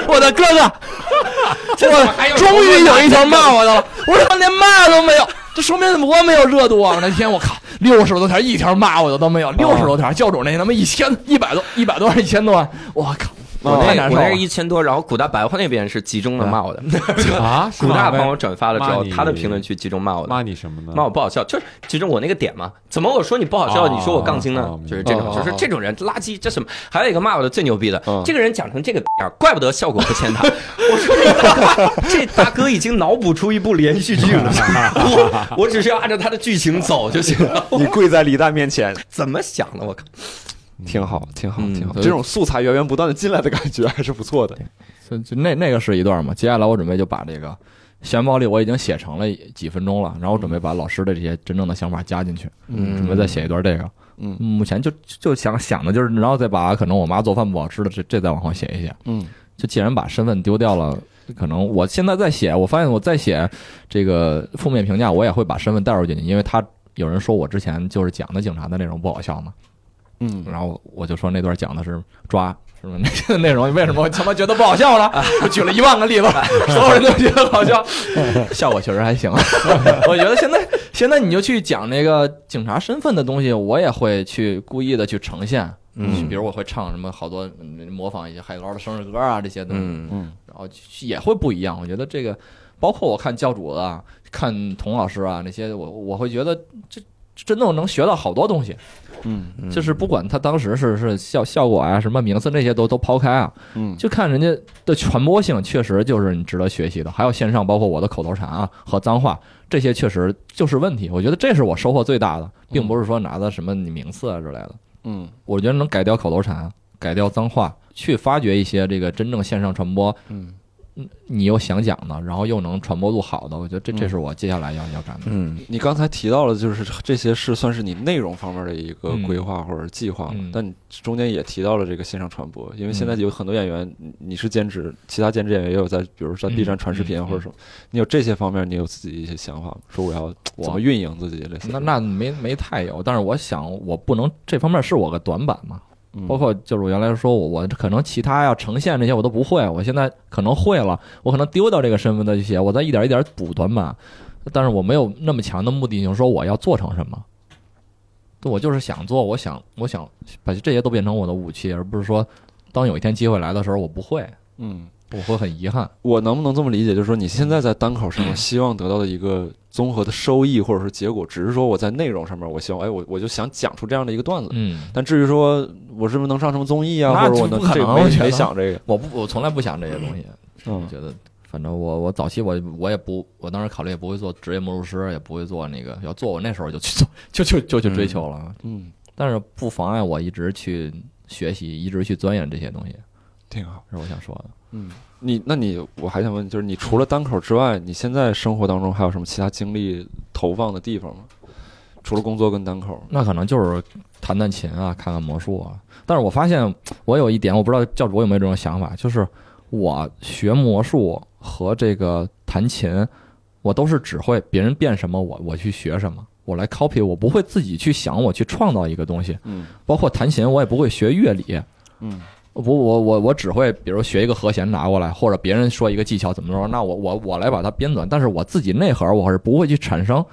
Speaker 5: 我的哥哥，我终于有一条骂我的了，我说他连骂都没有，这说明我没有热度啊！那天我靠，六十多条一条骂我的都没有，六十多条，教主那他妈一千一百多一百多还是一千多万，啊我靠！
Speaker 2: 哎我
Speaker 5: 太
Speaker 2: 那
Speaker 5: 难
Speaker 2: 哦我
Speaker 5: 受啊
Speaker 2: 那
Speaker 5: 了
Speaker 2: 是一千多，然后古大白话那边是集中的骂我的，
Speaker 7: 啊，是
Speaker 2: 古
Speaker 7: 吗
Speaker 2: 大帮我转发了之
Speaker 7: 骂
Speaker 2: 后，
Speaker 7: 你
Speaker 2: 他的评论区集中骂我的
Speaker 7: 骂。你什么呢？
Speaker 2: 骂我不好笑，就是其实我那个点嘛，怎么我说你不好笑，
Speaker 7: 哦
Speaker 2: 你说我杠精呢
Speaker 7: 哦？
Speaker 2: 就是这种，
Speaker 1: 哦
Speaker 2: 就是这种人垃圾，这什么？还有一个骂我的最牛逼的
Speaker 1: 嗯，
Speaker 2: 这个人讲成这个样，怪不得效果不欠他。 (laughs) 我说你大哥这大哥已经脑补出一部连续剧了，我我只是要按照他的剧情走就行了。 (laughs)
Speaker 1: (laughs) 你跪在李诞面前，
Speaker 2: 怎么想的？我靠！
Speaker 1: 挺好，挺好，
Speaker 2: 嗯
Speaker 1: 挺好。这种素材源源不断的进来的感觉还是不错的。
Speaker 5: 就就那那个是一段嘛，接下来我准备就把这个校园暴力我已经写成了几分钟了，然后我准备把老师的这些真正的想法加进去，
Speaker 2: 嗯
Speaker 5: 准备再写一段这个。
Speaker 1: 嗯
Speaker 5: 目前就就想想的就是，然后再把可能我妈做饭不好吃的这这再往后写一写。
Speaker 1: 嗯，
Speaker 5: 就既然把身份丢掉了，可能我现在在写，我发现我在写这个负面评价，我也会把身份带入进去，因为他有人说我之前就是讲的警察的内容不好笑嘛，
Speaker 1: 嗯
Speaker 5: 然后我就说那段讲的是抓。什么那个内容？为什么我他妈觉得不好笑
Speaker 2: (laughs)
Speaker 5: 了？我举了一万个例子，所有人都觉得好笑，效果确实
Speaker 2: (laughs)
Speaker 5: 还行。我觉得现在现在你就去讲那个警察身份的东西，我也会去故意的去呈现。
Speaker 2: 嗯
Speaker 5: 比如我会唱什么好多嗯模仿一些海底捞的生日歌啊这些东西，
Speaker 2: 嗯
Speaker 5: 然后也会不一样。我觉得这个，包括我看教主啊，看童老师啊那些，我我会觉得这这真的能学到好多东西。
Speaker 1: 嗯
Speaker 5: 就是不管他当时是是效效果啊，什么名次那些都都抛开啊，
Speaker 1: 嗯
Speaker 5: 就看人家的传播性，确实就是你值得学习的。还有线上，包括我的口头禅啊和脏话，这些确实就是问题。我觉得这是我收获最大的，并不是说拿的什么你名次啊之类的。
Speaker 1: 嗯
Speaker 5: 我觉得能改掉口头禅，改掉脏话，去发掘一些这个真正线上传播，
Speaker 1: 嗯
Speaker 5: 嗯，你又想讲的，然后又能传播度好的，我觉得这
Speaker 1: 嗯
Speaker 5: 这是我接下来要要干的。
Speaker 2: 嗯，
Speaker 1: 你刚才提到了，就是这些是算是你内容方面的一个规划或者计划，
Speaker 5: 嗯
Speaker 1: 但你中间也提到了这个线上传播，因为现在有很多演员，你你是兼职，其他兼职演员也有在，比如说在 B 站传视频
Speaker 5: 嗯嗯
Speaker 1: 或者什么，你有这些方面，你有自己一些想法吗，说我要
Speaker 5: 我
Speaker 1: 怎么运营自己类似的
Speaker 5: 那那没没太有，但是我想我不能这方面是我个短板嘛，
Speaker 1: 嗯
Speaker 5: 包括就是我原来说我我可能其他呀呈现这些我都不会，我现在可能会了，我可能丢掉这个身份再去写，我再一点一点补短板，但是我没有那么强的目的性说我要做成什么，我就是想做，我想我想把这些都变成我的武器，而不是说当有一天机会来的时候我不会，
Speaker 1: 嗯，
Speaker 5: 我会很遗憾。
Speaker 1: 我能不能这么理解，就是说你现在在单口
Speaker 5: 嗯
Speaker 1: 上面希望得到的一个综合的收益或者是结果，只是说我在内容上面，我希望哎我我就想讲出这样的一个段子，
Speaker 5: 嗯，
Speaker 1: 但至于说我是不是能上什么综艺啊，
Speaker 5: 那
Speaker 1: 或者
Speaker 5: 就
Speaker 1: 我能
Speaker 5: 不可
Speaker 1: 这个
Speaker 5: 能
Speaker 1: 没
Speaker 5: 我觉得
Speaker 1: 没想这个，
Speaker 5: 我不我从来不想这些东西。我
Speaker 1: 嗯
Speaker 5: 觉得，反正我我早期我我也不，我当时考虑也不会做职业魔术师，也不会做那个，要做我那时候就去做，就就就去追求了。
Speaker 1: 嗯，
Speaker 5: 但是不妨碍我一直去学习，一直去钻研这些东西，
Speaker 1: 挺好。
Speaker 5: 是我想说的。
Speaker 1: 嗯，你那你我还想问，就是你除了单口之外，你现在生活当中还有什么其他精力投放的地方吗？除了工作跟单口，
Speaker 5: 那可能就是弹弹琴啊，看看魔术啊。但是我发现我有一点，我不知道教主有没有这种想法，就是我学魔术和这个弹琴，我都是只会别人变什么我我去学什么，我来 copy，我不会自己去想我去创造一个东西。
Speaker 1: 嗯
Speaker 5: 包括弹琴，我也不会学乐理。
Speaker 1: 嗯
Speaker 5: 我我我我只会，比如学一个和弦拿过来，或者别人说一个技巧怎么着，那我我我来把它编纂，但是我自己内核我是不会去产生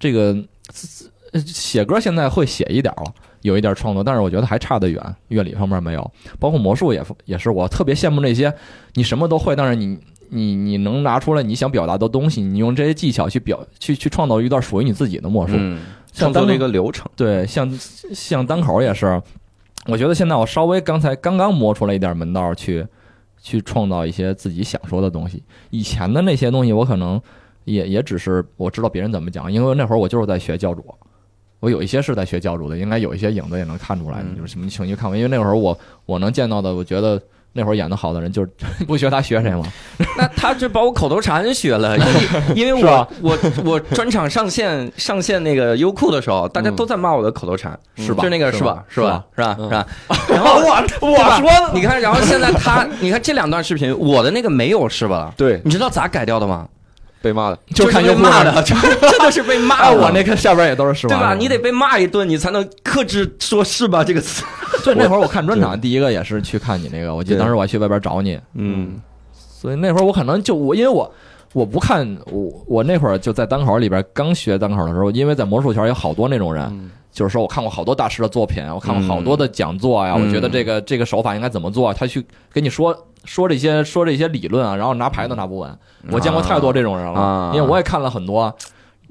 Speaker 5: 这个自自呃写歌，现在会写一点了，有一点创作，但是我觉得还差得远，乐理方面没有，包括魔术也也是我特别羡慕那些你什么都会，但是你你你能拿出来你想表达的东西，你用这些技巧去表去去创造一段属于你自己的魔术，
Speaker 2: 嗯，
Speaker 5: 像
Speaker 2: 创作
Speaker 5: 当
Speaker 2: 了一个流程。
Speaker 5: 对，像像单口也是，我觉得现在我稍微刚才刚刚摸出来一点门道儿去，去创造一些自己想说的东西。以前的那些东西，我可能也也只是我知道别人怎么讲，因为那会儿我就是在学教主，我有一些是在学教主的，应该有一些影子也能看出来，
Speaker 2: 嗯
Speaker 5: 就是什么情绪看法。因为那会儿我我能见到的，我觉得那会儿演的好的人，就是 (laughs) 不学他学谁嘛。
Speaker 2: (laughs) 那他就把我口头禅学了，
Speaker 5: (laughs)
Speaker 2: 因因为
Speaker 5: 是吧
Speaker 2: 我我我专场上线上线那个优酷的时候，大家都在骂我的口头禅，
Speaker 5: 嗯是吧
Speaker 2: 就那个
Speaker 5: 是
Speaker 2: 是
Speaker 5: 吧
Speaker 2: 吧？
Speaker 5: 是
Speaker 2: 是
Speaker 5: 吧嗯
Speaker 2: 吧？是吧？
Speaker 5: (laughs)
Speaker 2: 是吧？然后我我说的，你看，然后现在他，你看这两段视频，我的那个没有是吧？了？
Speaker 1: 对，
Speaker 2: 你知道咋改掉的吗？ (laughs)
Speaker 1: 被骂的，
Speaker 5: 就看
Speaker 2: 是被
Speaker 5: 优酷
Speaker 2: 骂
Speaker 5: 那
Speaker 2: (laughs) 的，真的是被骂
Speaker 5: 哎，
Speaker 2: 的。
Speaker 5: 我那个下边也都是十
Speaker 2: 对
Speaker 5: 万，
Speaker 2: 吧？你得被骂一顿，你才能克制说是吧这个词。
Speaker 5: 对那会儿我看专场，第一个也是去看你那个，我记得当时我还去外边找你，
Speaker 2: 嗯，
Speaker 5: 所以那会儿我可能就我因为我我不看我我那会儿就在单口里边刚学单口的时候，因为在魔术圈有好多那种人。
Speaker 1: 嗯
Speaker 5: 就是说，我看过好多大师的作品，我看过好多的讲座呀。
Speaker 2: 嗯嗯
Speaker 5: 我觉得这个这个手法应该怎么做，他去跟你说说这些说这些理论啊，然后拿牌都拿不稳。我见过太多这种人了，
Speaker 2: 嗯啊
Speaker 5: 因为我也看了很多，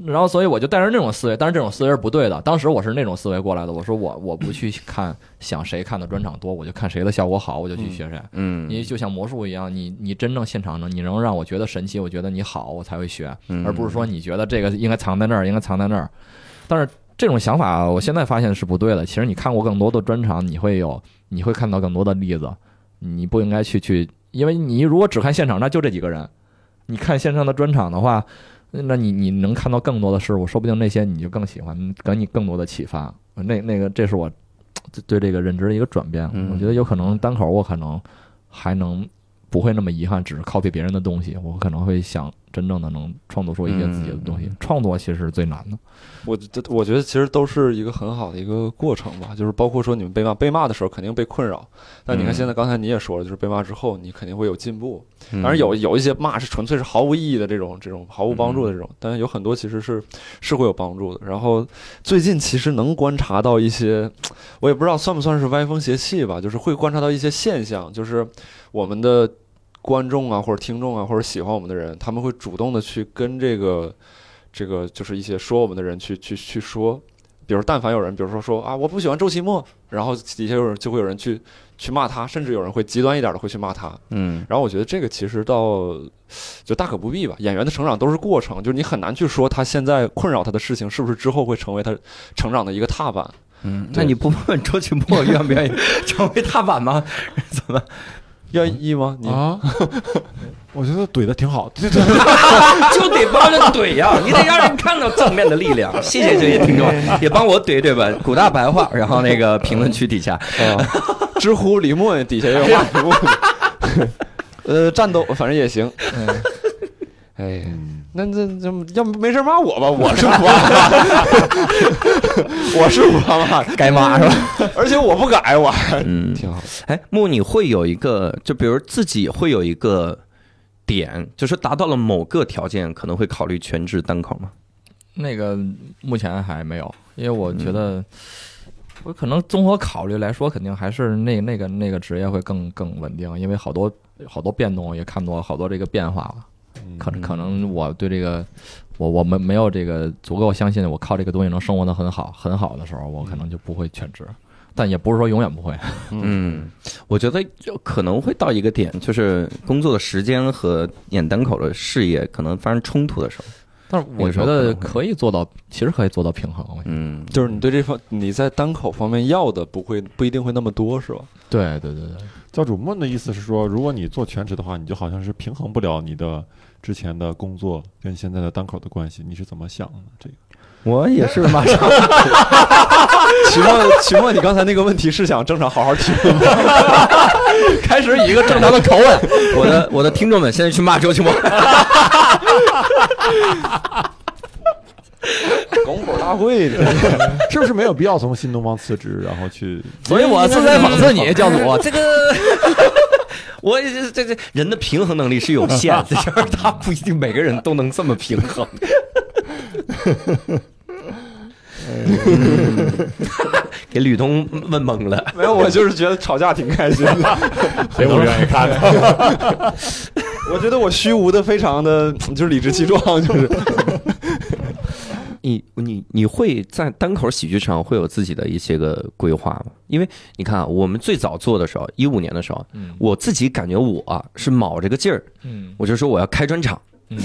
Speaker 5: 然后所以我就带着那种思维，但是这种思维是不对的。当时我是那种思维过来的，我说我我不去看想谁看的专场多，我就看谁的效果好，我就去学谁。
Speaker 2: 嗯
Speaker 5: 因为就像魔术一样，你你真正现场呢，你能让我觉得神奇，我觉得你好，我才会学，而不是说你觉得这个应该藏在那儿，应该藏在那儿。但是这种想法，我现在发现是不对的。其实你看过更多的专场，你会有你会看到更多的例子，你不应该去去，因为你如果只看现场，那就这几个人。你看线上的专场的话，那你你能看到更多的事物，说不定那些你就更喜欢，给你更多的启发。那那个，这是我对对这个认知的一个转变。
Speaker 2: 嗯
Speaker 5: 我觉得有可能单口，我可能还能不会那么遗憾，只是 copy 别人的东西，我可能会想真正的能创作出一些自己的东西。创作其实是最难的。
Speaker 1: 我觉得我觉得其实都是一个很好的一个过程吧，就是包括说你们被骂，被骂的时候肯定被困扰，但你
Speaker 5: 嗯
Speaker 1: 看现在刚才你也说了，就是被骂之后你肯定会有进步，
Speaker 2: 嗯
Speaker 5: 嗯
Speaker 1: 当然有有一些骂是纯粹是毫无意义的这种这种毫无帮助的这种，但是有很多其实是是会有帮助的。然后最近其实能观察到一些，我也不知道算不算是歪风邪气吧，就是会观察到一些现象，就是我们的观众啊或者听众啊或者喜欢我们的人，他们会主动的去跟这个这个就是一些说我们的人去去去说。比如，但凡有人，比如说说啊，我不喜欢周奇墨，然后底下有人就会有人去去骂他，甚至有人会极端一点的会去骂他，
Speaker 2: 嗯
Speaker 1: 然后我觉得这个其实到就大可不必吧，演员的成长都是过程，就是你很难去说他现在困扰他的事情是不是之后会成为他成长的一个踏板。
Speaker 2: 嗯，那你不问 (laughs) 问周奇墨愿不愿意成为踏板吗？ (laughs) 怎么？
Speaker 1: 愿意吗？你
Speaker 7: 啊，我觉得怼的挺好， (laughs) 这这
Speaker 2: (laughs) 就得帮着怼 (laughs) 呀、你得让人看到正面的力 (laughs) 量。谢谢这些听众，也帮我怼 (laughs) 怼吧。古大白话，然后那个评论区底下，
Speaker 1: 啊， (laughs) 知乎李默底下也 (laughs) 有骂李默的，呃，战斗反正也行。 (laughs) 哎，
Speaker 7: 嗯
Speaker 1: 那这这要不没事骂我吧，我 (laughs) 是不骂，我是不骂，
Speaker 2: 该骂是吧？
Speaker 1: (laughs) 而且我不改，我
Speaker 2: 嗯， (laughs)
Speaker 1: 挺好。
Speaker 2: 哎，木，你会有一个，就比如自己会有一个点，就是达到了某个条件，可能会考虑全职单口吗？
Speaker 5: 那个目前还没有，因为我觉得我可能综合考虑来说，肯定还是那那个那个职业会更更稳定，因为好多好多变动，也看到好多这个变化了。可能可能我对这个，我我们没有这个足够相信我靠这个东西能生活的很好很好的时候，我可能就不会全职，但也不是说永远不会。
Speaker 2: 嗯，我觉得就可能会到一个点，就是工作的时间和演单口的事业可能发生冲突的时候。
Speaker 5: 但
Speaker 7: 嗯
Speaker 5: 是我觉得可以做到，其实可以做到平衡。我觉得
Speaker 2: (laughs) 嗯，
Speaker 1: 就是你对这方你在单口方面要的不会不一定会那么多，是吧？
Speaker 5: 对对对对。
Speaker 7: 教主梦的意思是说，如果你做全职的话，你就好像是平衡不了你的之前的工作跟现在的单口的关系，你是怎么想的？这个
Speaker 2: 我也是马上
Speaker 1: 期末，期末，你刚才那个问题是想正常好好听 (laughs) 吗？
Speaker 2: 开始以一个正常的口吻， (laughs) 我的我的听众们现在去骂周奇墨。
Speaker 1: 拱火大会，
Speaker 7: 是不是没有必要从新东方辞职，然后去？
Speaker 5: 所以我是在讽刺你，教主。
Speaker 2: (laughs) 这个，我这这这人的平衡能力是有限
Speaker 5: (laughs)
Speaker 2: 的，就是他不一定每个人都能这么平衡。 (laughs) 给吕东问懵了，
Speaker 1: 没有，我就是觉得吵架挺开心的。
Speaker 7: 谁不愿意看的？
Speaker 1: 我觉得我虚无的非常的，就是理直气壮，就是
Speaker 2: 你你你会在单口喜剧上会有自己的一些个规划吗？因为你看啊，我们最早做的时候，一五年的时候，
Speaker 5: 嗯
Speaker 2: 我自己感觉我啊、是卯着个劲儿，
Speaker 5: 嗯
Speaker 2: 我就说我要开专场。
Speaker 5: 嗯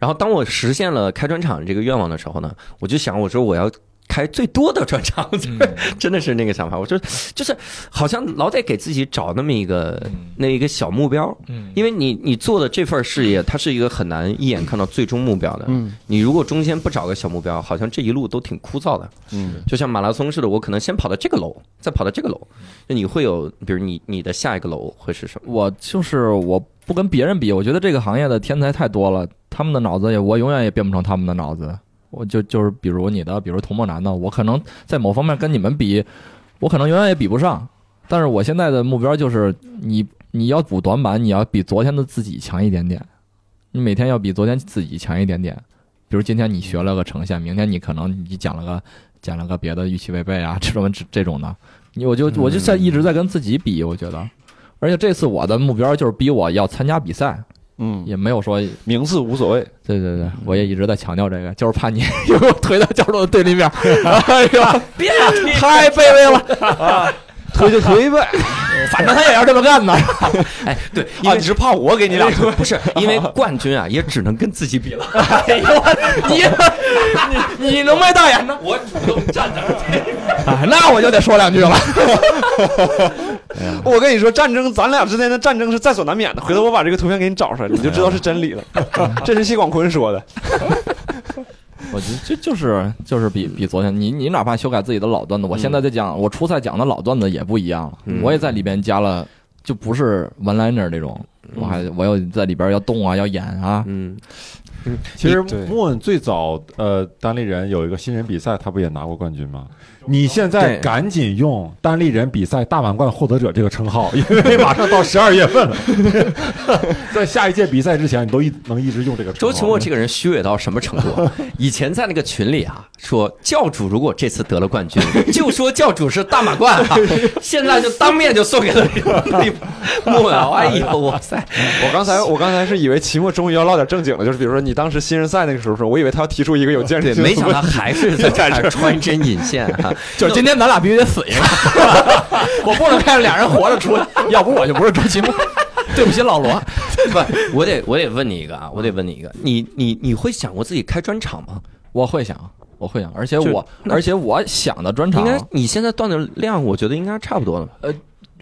Speaker 2: 然后当我实现了开专场这个愿望的时候呢，我就想，我说我要开最多的专场， (laughs)
Speaker 5: 嗯
Speaker 2: 就是真的是那个想法。我就就是好像老得给自己找那么一个那一个小目标，
Speaker 5: 嗯
Speaker 2: 因为你你做的这份事业，它是一个很难一眼看到最终目标的。
Speaker 10: 嗯，
Speaker 2: 你如果中间不找个小目标，好像这一路都挺枯燥的。
Speaker 1: 嗯，
Speaker 2: 就像马拉松似的，我可能先跑到这个楼，再跑到这个楼，就你会有，比如你你的下一个楼会是什么？
Speaker 5: 我就是我不跟别人比，我觉得这个行业的天才太多了，他们的脑子也我永远也变不成他们的脑子。我就就是比如你的，比如童梦楠的，我可能在某方面跟你们比，我可能永远也比不上。但是我现在的目标就是你你要补短板，你要比昨天的自己强一点点，你每天要比昨天自己强一点点。比如今天你学了个呈现，明天你可能你讲了个讲了个别的预期违背啊，这种这这种的，你我就我就在一直在跟自己比，我觉得。而且这次我的目标就是逼我要参加比赛，
Speaker 1: 嗯，
Speaker 5: 也没有说，
Speaker 1: 名次无所谓，
Speaker 5: 对对对，我也一直在强调这个，就是怕你 (laughs) 又给我推到角落的对立面， (laughs) 哎呀，
Speaker 2: 别
Speaker 5: 太卑
Speaker 1: (laughs)
Speaker 5: 微了，推就推呗，反正他也要这么干呢。
Speaker 2: 哎，对，
Speaker 1: 啊
Speaker 2: 因为只怕我给你俩不是，因为冠军啊，也只能跟自己比了。哎呦，
Speaker 5: 你你能卖大眼呢？
Speaker 2: 我主动站那儿，
Speaker 5: 哎那我就得说两句了。
Speaker 1: 我跟你说，战争，咱俩之间的战争是在所难免的。回头我把这个图片给你找出来，你就知道是真 (laughs) 理了。这是谢广坤说的。
Speaker 5: 我觉得这就是就是比比昨天，你你哪怕修改自己的老段子，我现在在讲我初赛讲的老段子也不一样了，
Speaker 2: 嗯
Speaker 5: 我也在里边加了，就不是 one liner 那种，我还我要在里边要动啊，要演啊，
Speaker 2: 嗯，
Speaker 7: 其实
Speaker 1: 对
Speaker 7: 莫文最早呃单立人有一个新人比赛，他不也拿过冠军吗？你现在
Speaker 2: 对
Speaker 7: 赶紧用单立人比赛大满贯获得者这个称号， (laughs) 因为马上到十二
Speaker 1: (laughs)
Speaker 7: 月份了，在下一届比赛之前，你都一能一直用这个称
Speaker 2: 周
Speaker 7: 号。
Speaker 2: 奇墨这个人虚伪到什么程度啊？以前在那个群里啊，说教主如果这次得了冠军，就说教主是大满贯
Speaker 5: (laughs)
Speaker 2: 啊，现在就当面就送给了李莫瑶。哎呦，哇塞！
Speaker 1: 我刚才，我刚才是以为期末终于要唠点正经了，就是比如说你当时新人赛那个时候说，我以为他要提出一个有建设
Speaker 2: 对，
Speaker 1: 性的
Speaker 2: 没想
Speaker 1: 问
Speaker 2: 到
Speaker 1: 题，
Speaker 2: 还是在这儿穿针引线啊！
Speaker 5: 就是今天咱俩必须得死一个，我不能看着俩人活着出来，要不我就不是周奇墨。 (laughs) 对不起，老罗，
Speaker 2: 不，我得我得问你一个啊，我得问你一个，你你你会想过自己开专场吗？
Speaker 5: 我会想，我会想，而且
Speaker 2: 就
Speaker 5: 我，而且我想的专场
Speaker 2: 应，该你现在段子量，我觉得应该差不多了吧。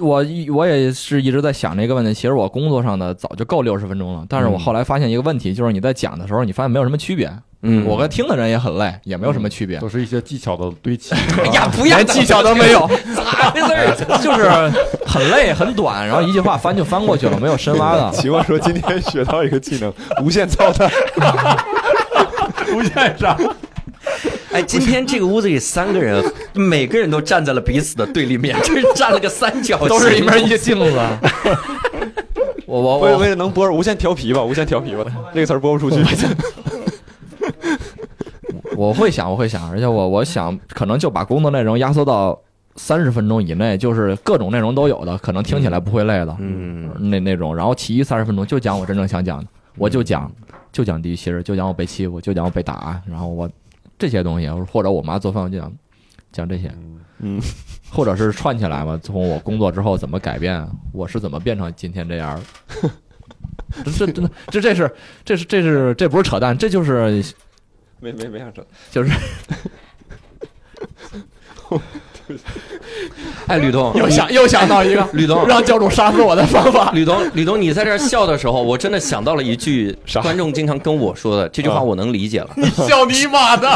Speaker 5: 我一我也是一直在想这个问题。其实我工作上的早就够六十分钟了，但是我后来发现一个问题，就是你在讲的时候，你发现没有什么区别。
Speaker 2: 嗯
Speaker 5: 我跟听的人也很累，也没有什么区别。
Speaker 7: 都是一些技巧的
Speaker 1: (laughs)
Speaker 7: 堆砌。
Speaker 2: 哎呀，不要
Speaker 5: 嗯连技巧都没有， (laughs)
Speaker 2: 咋回事儿？
Speaker 5: 啊就是很累很短，然后一句话翻就翻过去了，没有深挖
Speaker 1: (laughs)
Speaker 5: 的。
Speaker 1: 期末说今天学到一个技能，无限操蛋。
Speaker 2: 哎，今天这个屋子里三个人，每个人都站在了彼此的对
Speaker 5: (laughs)
Speaker 2: 立面，这站了个三角形，
Speaker 5: (laughs) 都是一面一镜子。 (laughs) 我我
Speaker 1: 为
Speaker 5: 我
Speaker 1: 为了能播，无限调皮吧，无限调皮吧，这个词儿播不出去。
Speaker 5: (laughs) 我会想，我会想，而且我我想可能就把工作内容压缩到三十分钟以内，就是各种内容都有的，可能听起来不会累的，
Speaker 2: 嗯，
Speaker 5: 那那种，然后其余三十分钟就讲我真正想讲的，我就讲就讲地狱骑士，就讲我被欺负，就讲我被打，然后我这些东西，或者我妈做饭，我就讲讲这些，
Speaker 1: 嗯，
Speaker 5: 或者是串起来嘛，从我工作之后怎么改变，我是怎么变成今天这样儿。这这真的，这这是这是这是这不是扯淡，这就是
Speaker 1: (laughs) 没没没想成，
Speaker 5: (laughs)
Speaker 2: 哎，吕东，
Speaker 5: 又想又想到一个
Speaker 2: 吕东，
Speaker 5: 让教主杀死我的方 (laughs) 法。
Speaker 2: 吕东，吕东，你在这儿笑的时候，我真的想到了一句观众经常跟我说的这句话，我能理解了。
Speaker 5: 笑你妈的！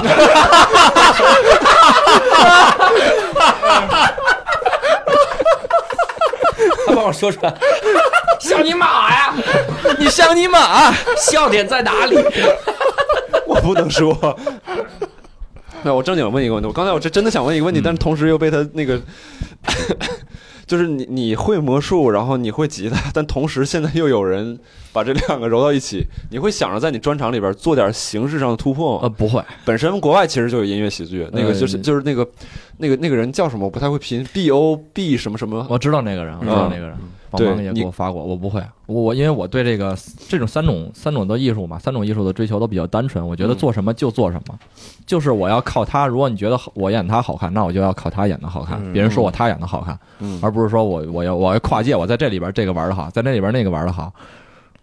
Speaker 2: 他帮我说出来，笑你妈呀！
Speaker 5: 你像你妈！
Speaker 2: 笑点在哪 (laughs) 里？
Speaker 1: 我不能说。 (laughs) 那我正经问一个问题，我刚才我这真的想问一个问题，但是同时又被他那个， (laughs) 就是你你会魔术，然后你会吉他， (laughs) 但同时现在又有人把这两个揉到一起，你会想着在你专场里边做点形式上的突破吗？
Speaker 5: 呃，不会，
Speaker 1: 本身国外其实就有音乐喜剧，那个就是、
Speaker 5: 呃
Speaker 1: 就是那个那个那个人叫什么？我不太会拼，B O B 什么什么。
Speaker 5: 我知道那个人，我知道那个人，王
Speaker 1: 嗯对
Speaker 5: 忙也
Speaker 1: 你
Speaker 5: 给我发过，我不会，我我因为我对这个这种三种三种的艺术嘛，三种艺术的追求都比较单纯，我觉得
Speaker 1: 嗯
Speaker 5: 做什么就做什么，就是我要靠他。如果你觉得好我演他好看，那我就要靠他演的好看，
Speaker 2: 嗯
Speaker 5: 别人说我他演的好看，
Speaker 1: 嗯
Speaker 5: 而不是说我我要我要跨界，我在这里边这个玩的好，在那里边那个玩的好，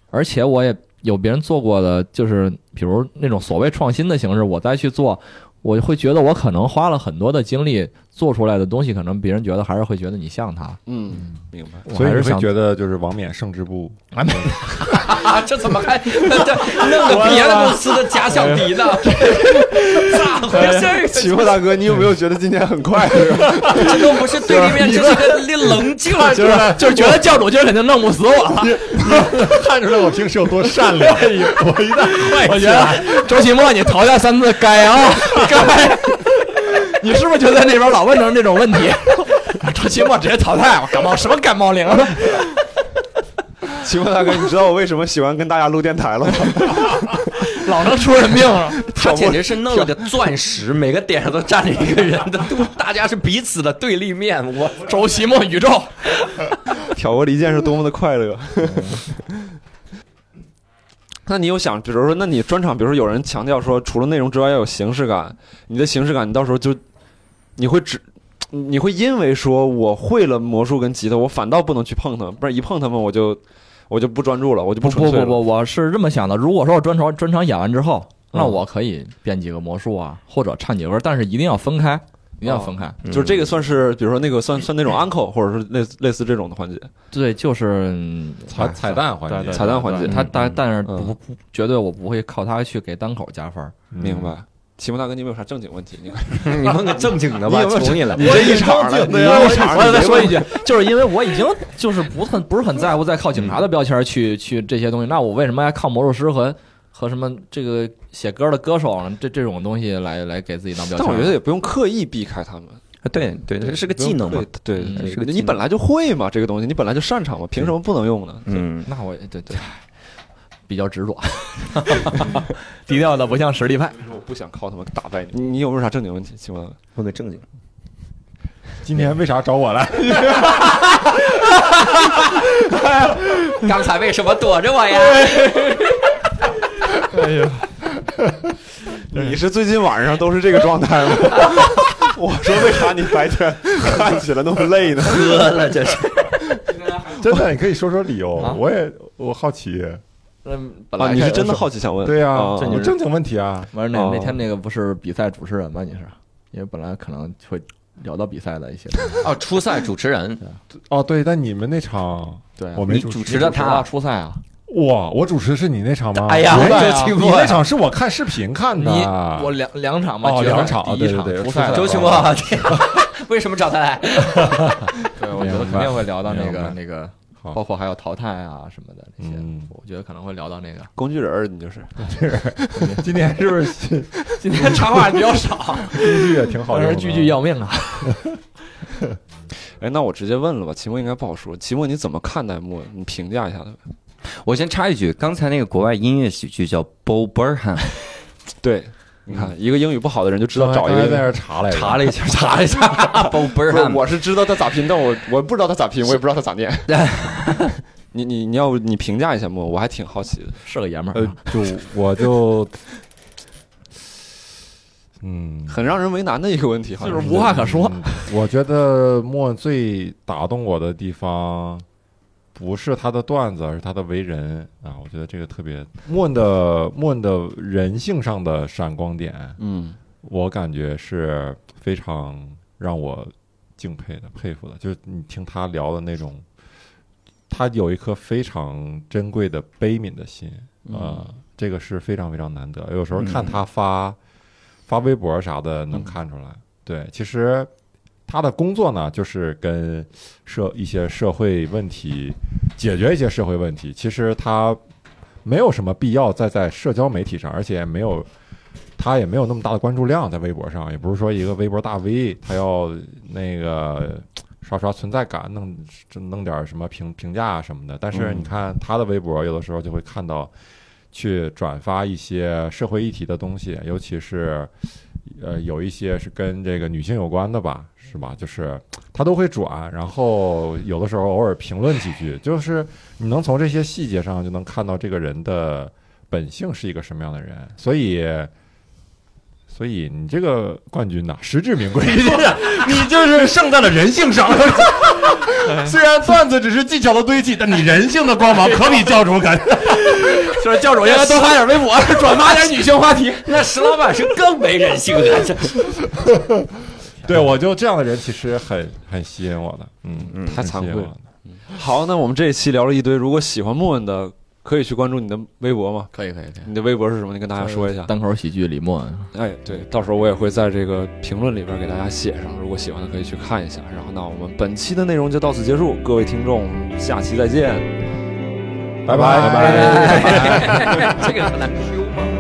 Speaker 5: 而且我也有别人做过的，就是比如那种所谓创新的形式，我再去做，我会觉得我可能花了很多的精力做出来的东西，可能别人觉得还是会觉得你像他。
Speaker 1: 嗯，明白。
Speaker 5: 我
Speaker 7: 所以
Speaker 5: 还
Speaker 7: 你
Speaker 5: 是
Speaker 7: 会
Speaker 5: 想
Speaker 7: 觉得就是王冕胜之不武，
Speaker 2: 啊，这怎
Speaker 5: (laughs)
Speaker 2: 么还那这弄个别的公司的假想敌呢？ (laughs) 咋回事儿？
Speaker 1: 奇货大哥，你有没有觉得今天很快乐？
Speaker 2: 这都不是对立
Speaker 5: 哎
Speaker 2: 面，这是个棱镜。
Speaker 5: 就是
Speaker 7: 啊
Speaker 5: 就是觉得教主今儿肯定弄不死我
Speaker 7: (laughs)
Speaker 5: 了。
Speaker 7: 看出来我平时有多善良。我一旦坏
Speaker 5: 我
Speaker 7: 起
Speaker 5: 觉
Speaker 7: 来，
Speaker 5: 得周奇墨，你淘汰三次该
Speaker 7: (laughs)
Speaker 5: 啊该。你是不是就在那边老问成这种问题？ (laughs) 周奇墨直接淘汰我，感冒什么感冒灵？啊
Speaker 1: 奇货大哥，你知道我为什么喜欢跟大家录电台了吗？
Speaker 5: 老能出人命啊了。
Speaker 2: 他简直是弄了个
Speaker 5: (laughs)
Speaker 2: 钻石，每个点上都站着一个人的，都大家是彼此的对立面。我
Speaker 5: 周奇墨宇宙，
Speaker 1: 挑拨离间是多么的快乐。那你有想，比如说，那你专场，比如说有人强调说，除了内容之外要有形式感，你的形式感，你到时候就你会只你会因为说我会了魔术跟吉他，我反倒不能去碰它们，不然一碰它们我就我就不专注了，我就
Speaker 5: 不
Speaker 1: 纯
Speaker 5: 不
Speaker 1: 粹
Speaker 5: 不
Speaker 1: 了。
Speaker 5: 不，我是这么想的。如果说我专场专场演完之后，那
Speaker 1: 嗯
Speaker 5: 我可以变几个魔术啊，或者唱几个歌，但是一定要分开，一定要分开。
Speaker 1: 就是这个算是，比如说那个算算那种 uncle，或者是类似类似这种的环节，
Speaker 5: 对，就是嗯
Speaker 3: 彩
Speaker 5: 哎
Speaker 3: 彩蛋环节
Speaker 5: 对
Speaker 1: 彩蛋环节
Speaker 5: 他但
Speaker 3: 嗯
Speaker 5: 但是
Speaker 1: 嗯
Speaker 5: 不不绝对我不会靠他去给单口加分儿。
Speaker 1: 明白？奇摩大哥，你有没有啥正经问题？你看，
Speaker 2: 你问个正经的吧，求你了。
Speaker 1: 你这一场了，对呀，一场
Speaker 5: 啊我
Speaker 1: 了
Speaker 5: 得再
Speaker 1: 没
Speaker 5: 说
Speaker 1: 问
Speaker 5: 一
Speaker 1: 题
Speaker 5: 句， (laughs) 就是因为我已经就是不很不是很在乎再靠警察的标签儿去去这些东西，那我为什么还靠魔术师和和什么这个写歌的歌手呢？这这种东西来来给自己当标签
Speaker 1: 但
Speaker 5: 儿？
Speaker 1: 我觉得也不用刻意避开他们。
Speaker 2: 对对，这是个技能嘛。
Speaker 1: 对，
Speaker 5: 嗯
Speaker 1: 对，
Speaker 2: 是个技
Speaker 1: 你
Speaker 2: 能
Speaker 1: 本来就会嘛，这个东西你本来就擅长嘛，凭什么不能用呢？
Speaker 2: 嗯，
Speaker 5: 那我也对对。比较执着，低调的不像实力派。
Speaker 1: 我不想靠他们打败你。你有没有啥正经问题？请问，
Speaker 2: 问个正经。
Speaker 7: 今天为啥找我来？
Speaker 2: 刚才为什么躲着我呀？
Speaker 5: 哎
Speaker 7: (laughs)
Speaker 1: 你是最近晚上都是这个状态吗？我说为啥你白天看起来那么累呢？
Speaker 2: 喝了这是。
Speaker 7: (laughs) 真的，你可以说说理由
Speaker 5: 啊。
Speaker 7: 我也我好奇，
Speaker 5: 嗯，本
Speaker 1: 啊，
Speaker 5: 来
Speaker 1: 你是真的好奇想问？
Speaker 7: 对呀
Speaker 1: 啊，
Speaker 5: 这你
Speaker 7: 我正经问题啊。
Speaker 5: 完了那
Speaker 1: 哦
Speaker 5: 那天那个不是比赛主持人吗？你是，因为本来可能会聊到比赛的一些东西。
Speaker 2: 哦，初赛主持人，
Speaker 7: 哦，对，但你们那场
Speaker 5: 对啊，
Speaker 7: 我没
Speaker 2: 你
Speaker 7: 主持
Speaker 2: 主持的他
Speaker 5: 啊，初赛啊，
Speaker 7: 哇，我主持的是你那场吗？
Speaker 2: 哎呀
Speaker 7: 我在
Speaker 2: 周
Speaker 7: 啊
Speaker 2: 奇墨
Speaker 7: 你那场是我看视频看
Speaker 5: 你
Speaker 7: 的。
Speaker 5: 我两两场嘛，
Speaker 7: 哦
Speaker 5: 决赛
Speaker 7: 两场
Speaker 5: 第一
Speaker 7: 对对
Speaker 5: 场
Speaker 7: 对
Speaker 5: 初赛，
Speaker 7: 初赛
Speaker 2: 周奇墨，
Speaker 5: 哦
Speaker 2: (laughs) 为什么找他来？
Speaker 5: 对，我觉得肯
Speaker 7: 明白
Speaker 5: 定会聊到那
Speaker 7: 明
Speaker 5: 个
Speaker 7: 白
Speaker 5: 那个，
Speaker 7: 好
Speaker 5: 包括还有淘汰啊什么的那些
Speaker 7: 嗯，
Speaker 5: 我觉得可能会聊到那个。 (laughs)
Speaker 1: 工具人儿，你就是
Speaker 7: 今天是不是 (laughs)
Speaker 5: 今天插话比较少，
Speaker 7: 数据也挺好
Speaker 5: 但
Speaker 7: 用的？
Speaker 5: 是句句要命啊！
Speaker 1: 哎，那我直接问了吧。期末应该不好说。期末你怎么看待莫？你评价一下他呗。
Speaker 2: 我先插一句，刚才那个国外音乐喜剧叫 Bo Burnham，
Speaker 1: 对，你看一个英语不好的人就知道
Speaker 5: 嗯
Speaker 7: 刚才
Speaker 1: 找一
Speaker 7: 刚才在
Speaker 1: 个。
Speaker 7: 那查来着
Speaker 2: 查了一下，查了一下 Bo
Speaker 1: 不是，
Speaker 2: Burnham，
Speaker 1: 我是知道他咋拼，但我我不知道他咋拼，我也不知道他咋 (laughs) 念。你你你要不你评价一下莫？我还挺好奇的。
Speaker 5: 是个爷们儿
Speaker 7: 呃
Speaker 5: 啊，，
Speaker 7: 就我就，嗯，
Speaker 1: 很让人为难的一个问题，好
Speaker 5: 就
Speaker 1: 像
Speaker 5: 是无话可说。
Speaker 7: 嗯我觉得莫最打动我的地方，不是他的段子，而是他的为人啊。我觉得这个特别莫的莫的人性上的闪光点，
Speaker 1: 嗯，
Speaker 7: 我感觉是非常让我敬佩的、佩服的。就是你听他聊的那种，他有一颗非常珍贵的悲悯的心啊、这个是非常非常难得。有时候看他发、发微博啥的，能看出来。对，其实他的工作呢，就是跟社一些社会问题解决一些社会问题。其实他没有什么必要再在社交媒体上，而且也没有他也没有那么大的关注量在微博上，也不是说一个微博大 V 他要那个刷刷存在感，弄弄点什么评评价啊什么的。但是你看他的微博，有的时候就会看到去转发一些社会议题的东西，尤其是呃有一些是跟这个女性有关的吧，是吧？就是他都会转，然后有的时候偶尔评论几句，就是你能从这些细节上就能看到这个人的本性是一个什么样的人，所以。所以你这个冠军呐、实至名归， (laughs) 你就是胜在了人性上。 (laughs) 虽然段子只是技巧的堆砌，但你人性的光芒可比教主 (laughs) 敢。
Speaker 5: 就是教主应该多发点微博， (laughs) 转发点女性话题。
Speaker 2: 那石老板是更没人性了，
Speaker 10: (laughs)
Speaker 2: (laughs) 这
Speaker 7: 对我就这样的人，其实很很吸引我的。嗯，
Speaker 1: (laughs) 太
Speaker 7: 很吸
Speaker 1: 惭
Speaker 7: 引
Speaker 1: 愧
Speaker 7: 我
Speaker 1: 了
Speaker 7: 的。
Speaker 1: 好，那我们这一期聊了一堆，如果喜欢莫文的，可以去关注你的微博吗？
Speaker 5: 可以可以可以。
Speaker 1: 你的微博是什么？你跟大家说一下。
Speaker 5: 单口喜剧李默，
Speaker 1: 哎，对，到时候我也会在这个评论里边给大家写上，如果喜欢的可以去看一下。然后，那我们本期的内容就到此结束，各位听众，下期再见。
Speaker 7: 拜拜拜拜。
Speaker 10: 哎这个很难 Q 吗？